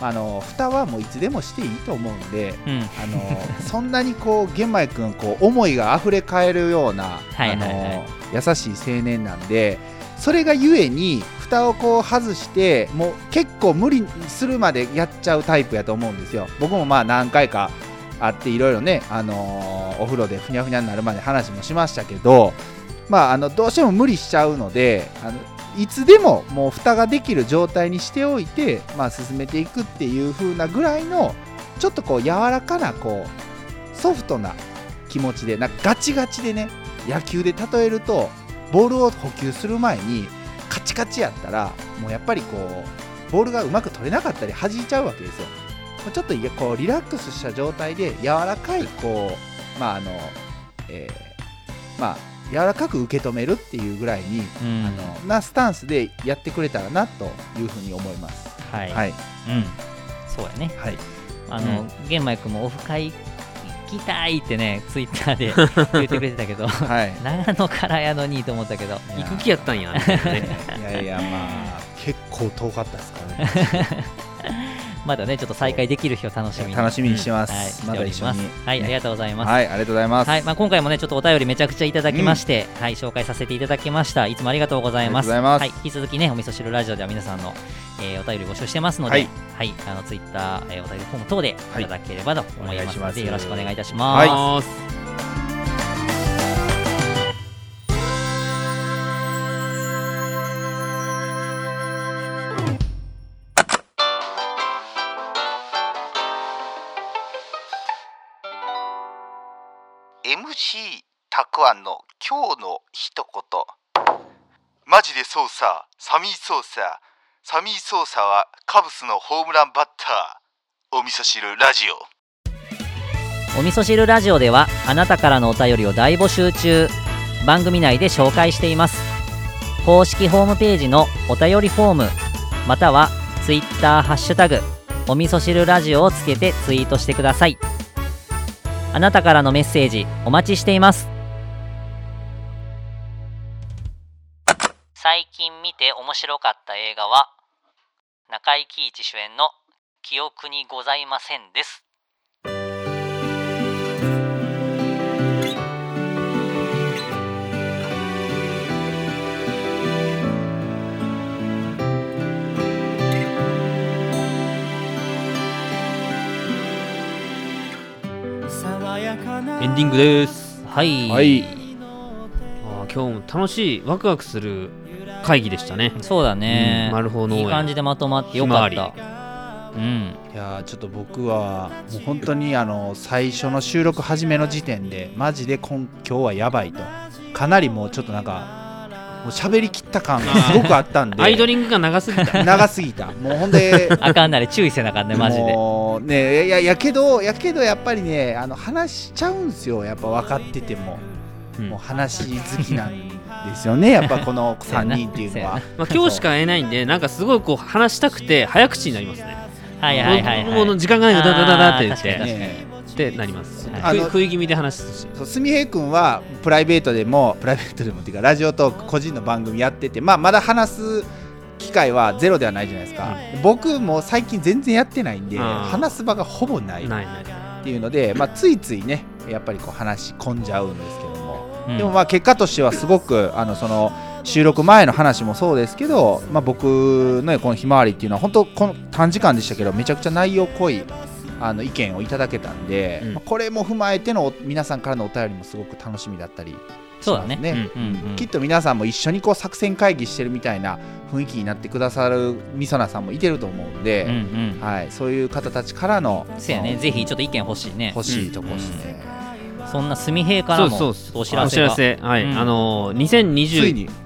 S2: あの蓋はもういつでもしていいと思うんで。
S1: うん
S2: あのそんなにこう玄米君こう思いが溢れかえるような、
S1: はいはいはい
S2: あの優しい青年なんでそれがゆえに蓋をこう外してもう結構無理するまでやっちゃうタイプやと思うんですよ。僕もまあ何回かあっていろいろね、あのーお風呂でふにゃふにゃになるまで話もしましたけど、まあ、あのどうしても無理しちゃうのであのいつでももう蓋ができる状態にしておいて、まあ、進めていくっていう風なぐらいのちょっとこう柔らかなこうソフトな気持ちでなんかガチガチでね野球で例えるとボールを補給する前にカチカチやったらもうやっぱりこうボールがうまく取れなかったり弾いちゃうわけですよ。もうちょっといやこうリラックスした状態で柔らかいこうまああの、えーまあ柔らかく受け止めるっていうぐらいに、
S1: うん
S2: あのなスタンスでやってくれたらなというふうに思います。
S1: はい、
S2: はい、
S1: うん、そうやね
S2: はい、
S1: あの、玄米君もオフ会行きたいってねツイッター で言ってくれてたけど
S2: はい
S1: 長野からやのにと思ったけど
S2: いや
S3: 行く気やったんやみたいなね
S2: いやいやまあ結構遠かったですからね
S1: まだねちょっと再会できる日を 楽しみに
S2: 楽しみにしてます
S1: はい、
S2: ま
S1: して
S2: だ
S1: おり
S2: 一緒
S1: ま
S2: に
S1: すはい、
S2: ね
S1: ありがとうございます、
S2: はいありがとうございます、
S1: はいまあ、今回もねちょっとお便りめちゃくちゃいただきまして、はい、紹介させていただきましたいつもありがとうございます
S2: ありがとうございます
S1: はい、引き続きねお味噌汁ラジオでは皆さんの、えーお便り募集してますので、は
S2: はいい
S1: あのツイッター、えーお便りフォーム等でいただければと思いますので、
S2: はいお願いします
S1: よろしくお願いいたし
S2: は
S1: ます、
S2: い
S3: あー
S5: たくあんの今日の一言マジでソーサーサミーソーサーサミーソーサーはカブスのホームランバッターお味噌汁ラジオ
S1: お味噌汁ラジオではあなたからのお便りを大募集中番組内で紹介しています公式ホームページのお便りフォームまたはツイッターハッシュタグお味噌汁ラジオをつけてツイートしてくださいあなたからのメッセージお待ちしています
S6: 最近見て面白かった映画は中井貴一主演の「記憶にございません」です
S3: エンディングです
S1: はい、
S2: はい
S3: あー今日も楽しいワクワクする会議でしたね
S1: そうだね
S3: うん、丸穂農園
S1: いい感じでまとまってよかったうん
S2: いやーちょっと僕はもう本当にあの最初の収録始めの時点でマジで今今日はやばいとかなりもうちょっとなんかもう喋りきった感がすごくあったんで
S3: アイドリングが長すぎた
S2: 長すぎたもうほん で
S1: あかんなり注意せなあかんねマジで
S2: もうねいやいやけどやけどやっぱりねあの話しちゃうんですよやっぱ分かってても、
S3: うん
S2: もう話好きなんですよねやっぱこの3人っていう のは
S3: まあ、今日しか会えないんでなんかすごいこう話したくて早口になりますね
S1: はいはいはい、
S3: もうも
S1: は
S3: う
S1: い、
S3: 時間がないからダダダダって言っ
S1: あー確かに
S3: て
S2: ね
S3: ってなります
S1: はい
S2: あの
S3: 食い食い気味で話すし
S2: そうすみへい君はプライベートでもプライベートでもっていうかラジオトーク個人の番組やってて、まあ、まだ話す機会はゼロではないじゃないですか、僕も最近全然やってないんで
S3: あー
S2: 話す場がほぼない
S3: ないない
S2: っていうので、まあ、ついついねやっぱりこう話し込んじゃうんですけども、
S1: うん
S2: でもまあ結果としてはすごくあのその収録前の話もそうですけど、まあ、僕のこの「ひまわり」っていうのは本当この短時間でしたけどめちゃくちゃ内容濃いあの意見をいただけたんで、
S3: うん
S2: まあこれも踏まえてのお皆さんからのお便りもすごく楽しみだったりし
S1: そう
S2: ま
S1: だ
S2: す
S1: ね
S2: ね。
S1: うんうん
S2: きっと皆さんも一緒にこう作戦会議してるみたいな雰囲気になってくださるみそなさんもいてると思うんで、
S1: うんうん
S2: はい、そういう方たちからの
S1: そうやねぜひちょっと意見欲しいね
S2: 欲しいとこですね、
S1: そんな住平か
S3: そ
S1: ら
S3: うですそ
S1: も
S3: うです
S1: お知らせ
S3: お
S1: が
S3: 知らせはい、
S1: うん
S3: あの
S2: ついに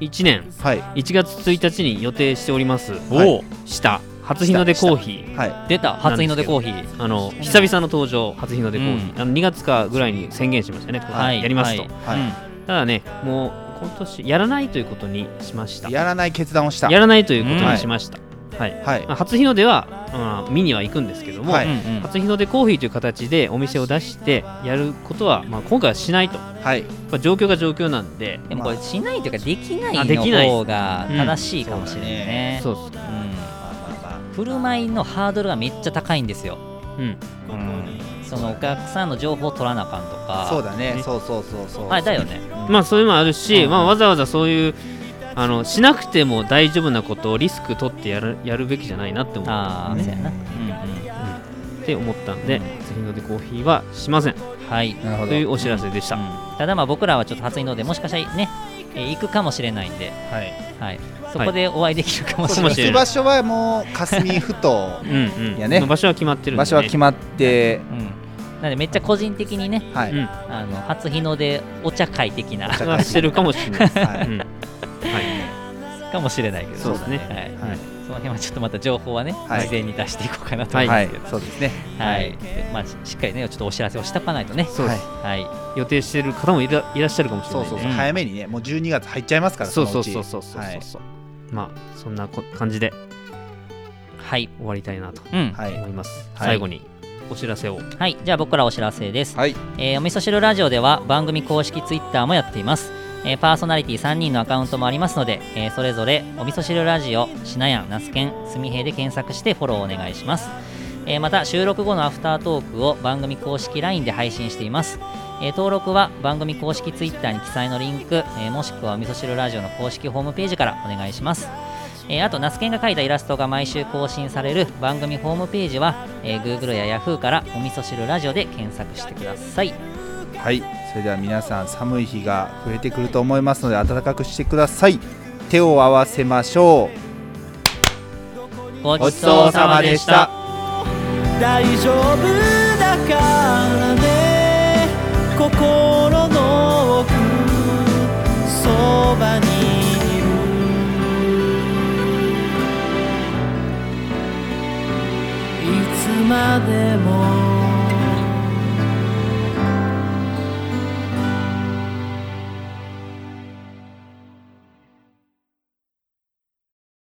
S3: 2021年
S2: はい
S3: 1月1日に予定しております
S2: はい
S3: をした初日の出コーヒー
S2: はい
S1: 出た初日の出コーヒー
S3: あの久々の登場初日の出コーヒー、
S1: うん
S3: あの2月かぐらいに宣言しましたね、ここ
S1: はい
S3: やりますと、
S1: はい
S2: はい
S3: ただねもう今年やらないということにしました
S2: やらない決断をした
S3: やらないということにしました、はい
S2: はい
S3: まあ初日の出は、うん見には行くんですけども、
S2: はい
S1: うんうん
S3: 初日の出コーヒーという形でお店を出してやることは、まあ、今回はしないと、ま
S2: はい
S3: あ、状況が状況なんで
S1: でもこれしないというかできな
S3: あ
S1: い
S3: で
S1: の
S3: きない
S1: 方が正しいかもしれないね。
S3: そうっす
S1: うん
S2: まあまあ
S1: 振る舞いのハードルがめっちゃ高いんですよ。
S3: うん
S2: まあうん
S1: そのお客さんの情報を取らなあかんとか。
S2: そうだね
S3: ね
S2: そうそうそうそう
S1: あれだよね。
S3: まあそういうのもあるし、
S1: うん
S3: まあ、わざわざそういうあのしなくても大丈夫なことをリスク取ってやるやるべきじゃないなって思う
S1: ああ、
S2: ね
S1: そうやな。うん
S3: って思ったんで初日の出コーヒーはしません
S1: うん。はい。
S2: なるほ
S3: と
S2: ど
S3: いうお知らせでした、
S1: うんただまあ僕らはちょっと初日の出もしかしたらね、えー行くかもしれないんで、
S2: はい
S1: はい。そこでお会いできるかもしれ
S3: か
S1: な
S3: も
S1: い。
S3: し
S2: 行
S3: れ
S2: く
S3: ない
S2: 場所はもう霞ふと
S3: うんうん
S2: いやね
S3: まあ場所は決まってるんで、ね、
S2: 場所は決まって
S1: うん。なんでめっちゃ個人的にね、
S2: はい、
S3: うん
S1: あの初日の出お茶会的な
S2: 茶
S3: はしてるかもしれない、
S2: は
S3: う
S2: い
S3: んはい、
S1: かもしれないけど。
S3: そうですね
S1: はい。
S2: はい
S1: その辺はちょっとまた情報はね、
S2: はい
S1: 事前に出していこうかなと
S3: は
S1: 思
S2: はいい、
S1: ます
S2: はい
S1: けど、
S2: そうですね
S1: は
S3: はいい
S1: でまあ、ししっかりね、ちょっとお知らせをしたかないとね、
S3: そうです、
S1: はい、
S3: 予定してる方もいらいらっしゃるかもしれ
S2: そ
S3: な
S2: う
S3: い
S2: そう
S3: ね
S2: そう、
S1: うん
S2: 早めにねもう12月入っちゃいますから
S3: そう
S2: の
S3: そう
S2: ち
S3: そうそうそうそう
S2: はい
S3: そうまあそんなこ感じで
S1: はい、
S3: 終わりたいなと
S1: うん、
S2: はい
S3: 思います、
S2: はい
S3: 最後にお知らせを
S1: はい、じゃあ僕らお知らせです。
S2: はい
S1: えーお味噌汁ラジオでは番組公式ツイッターもやっています、えーパーソナリティ3人のアカウントもありますので、えーそれぞれお味噌汁ラジオしなやんなすけんすみへいで検索してフォローお願いします、えーまた収録後のアフタートークを番組公式 LINE で配信していますえー登録は番組公式ツイッターに記載のリンク、えーもしくはお味噌汁ラジオの公式ホームページからお願いしますえーあと、ナスケンが描いたイラストが毎週更新される番組ホームページは、えー Google や Yahoo からお味噌汁ラジオで検索してください。
S2: はい、それでは皆さん寒い日が増えてくると思いますので暖かくしてください手を合わせましょう
S1: ご
S2: ごちそうさまでした
S7: 大丈夫だからね心の奥そばにいるいつまでも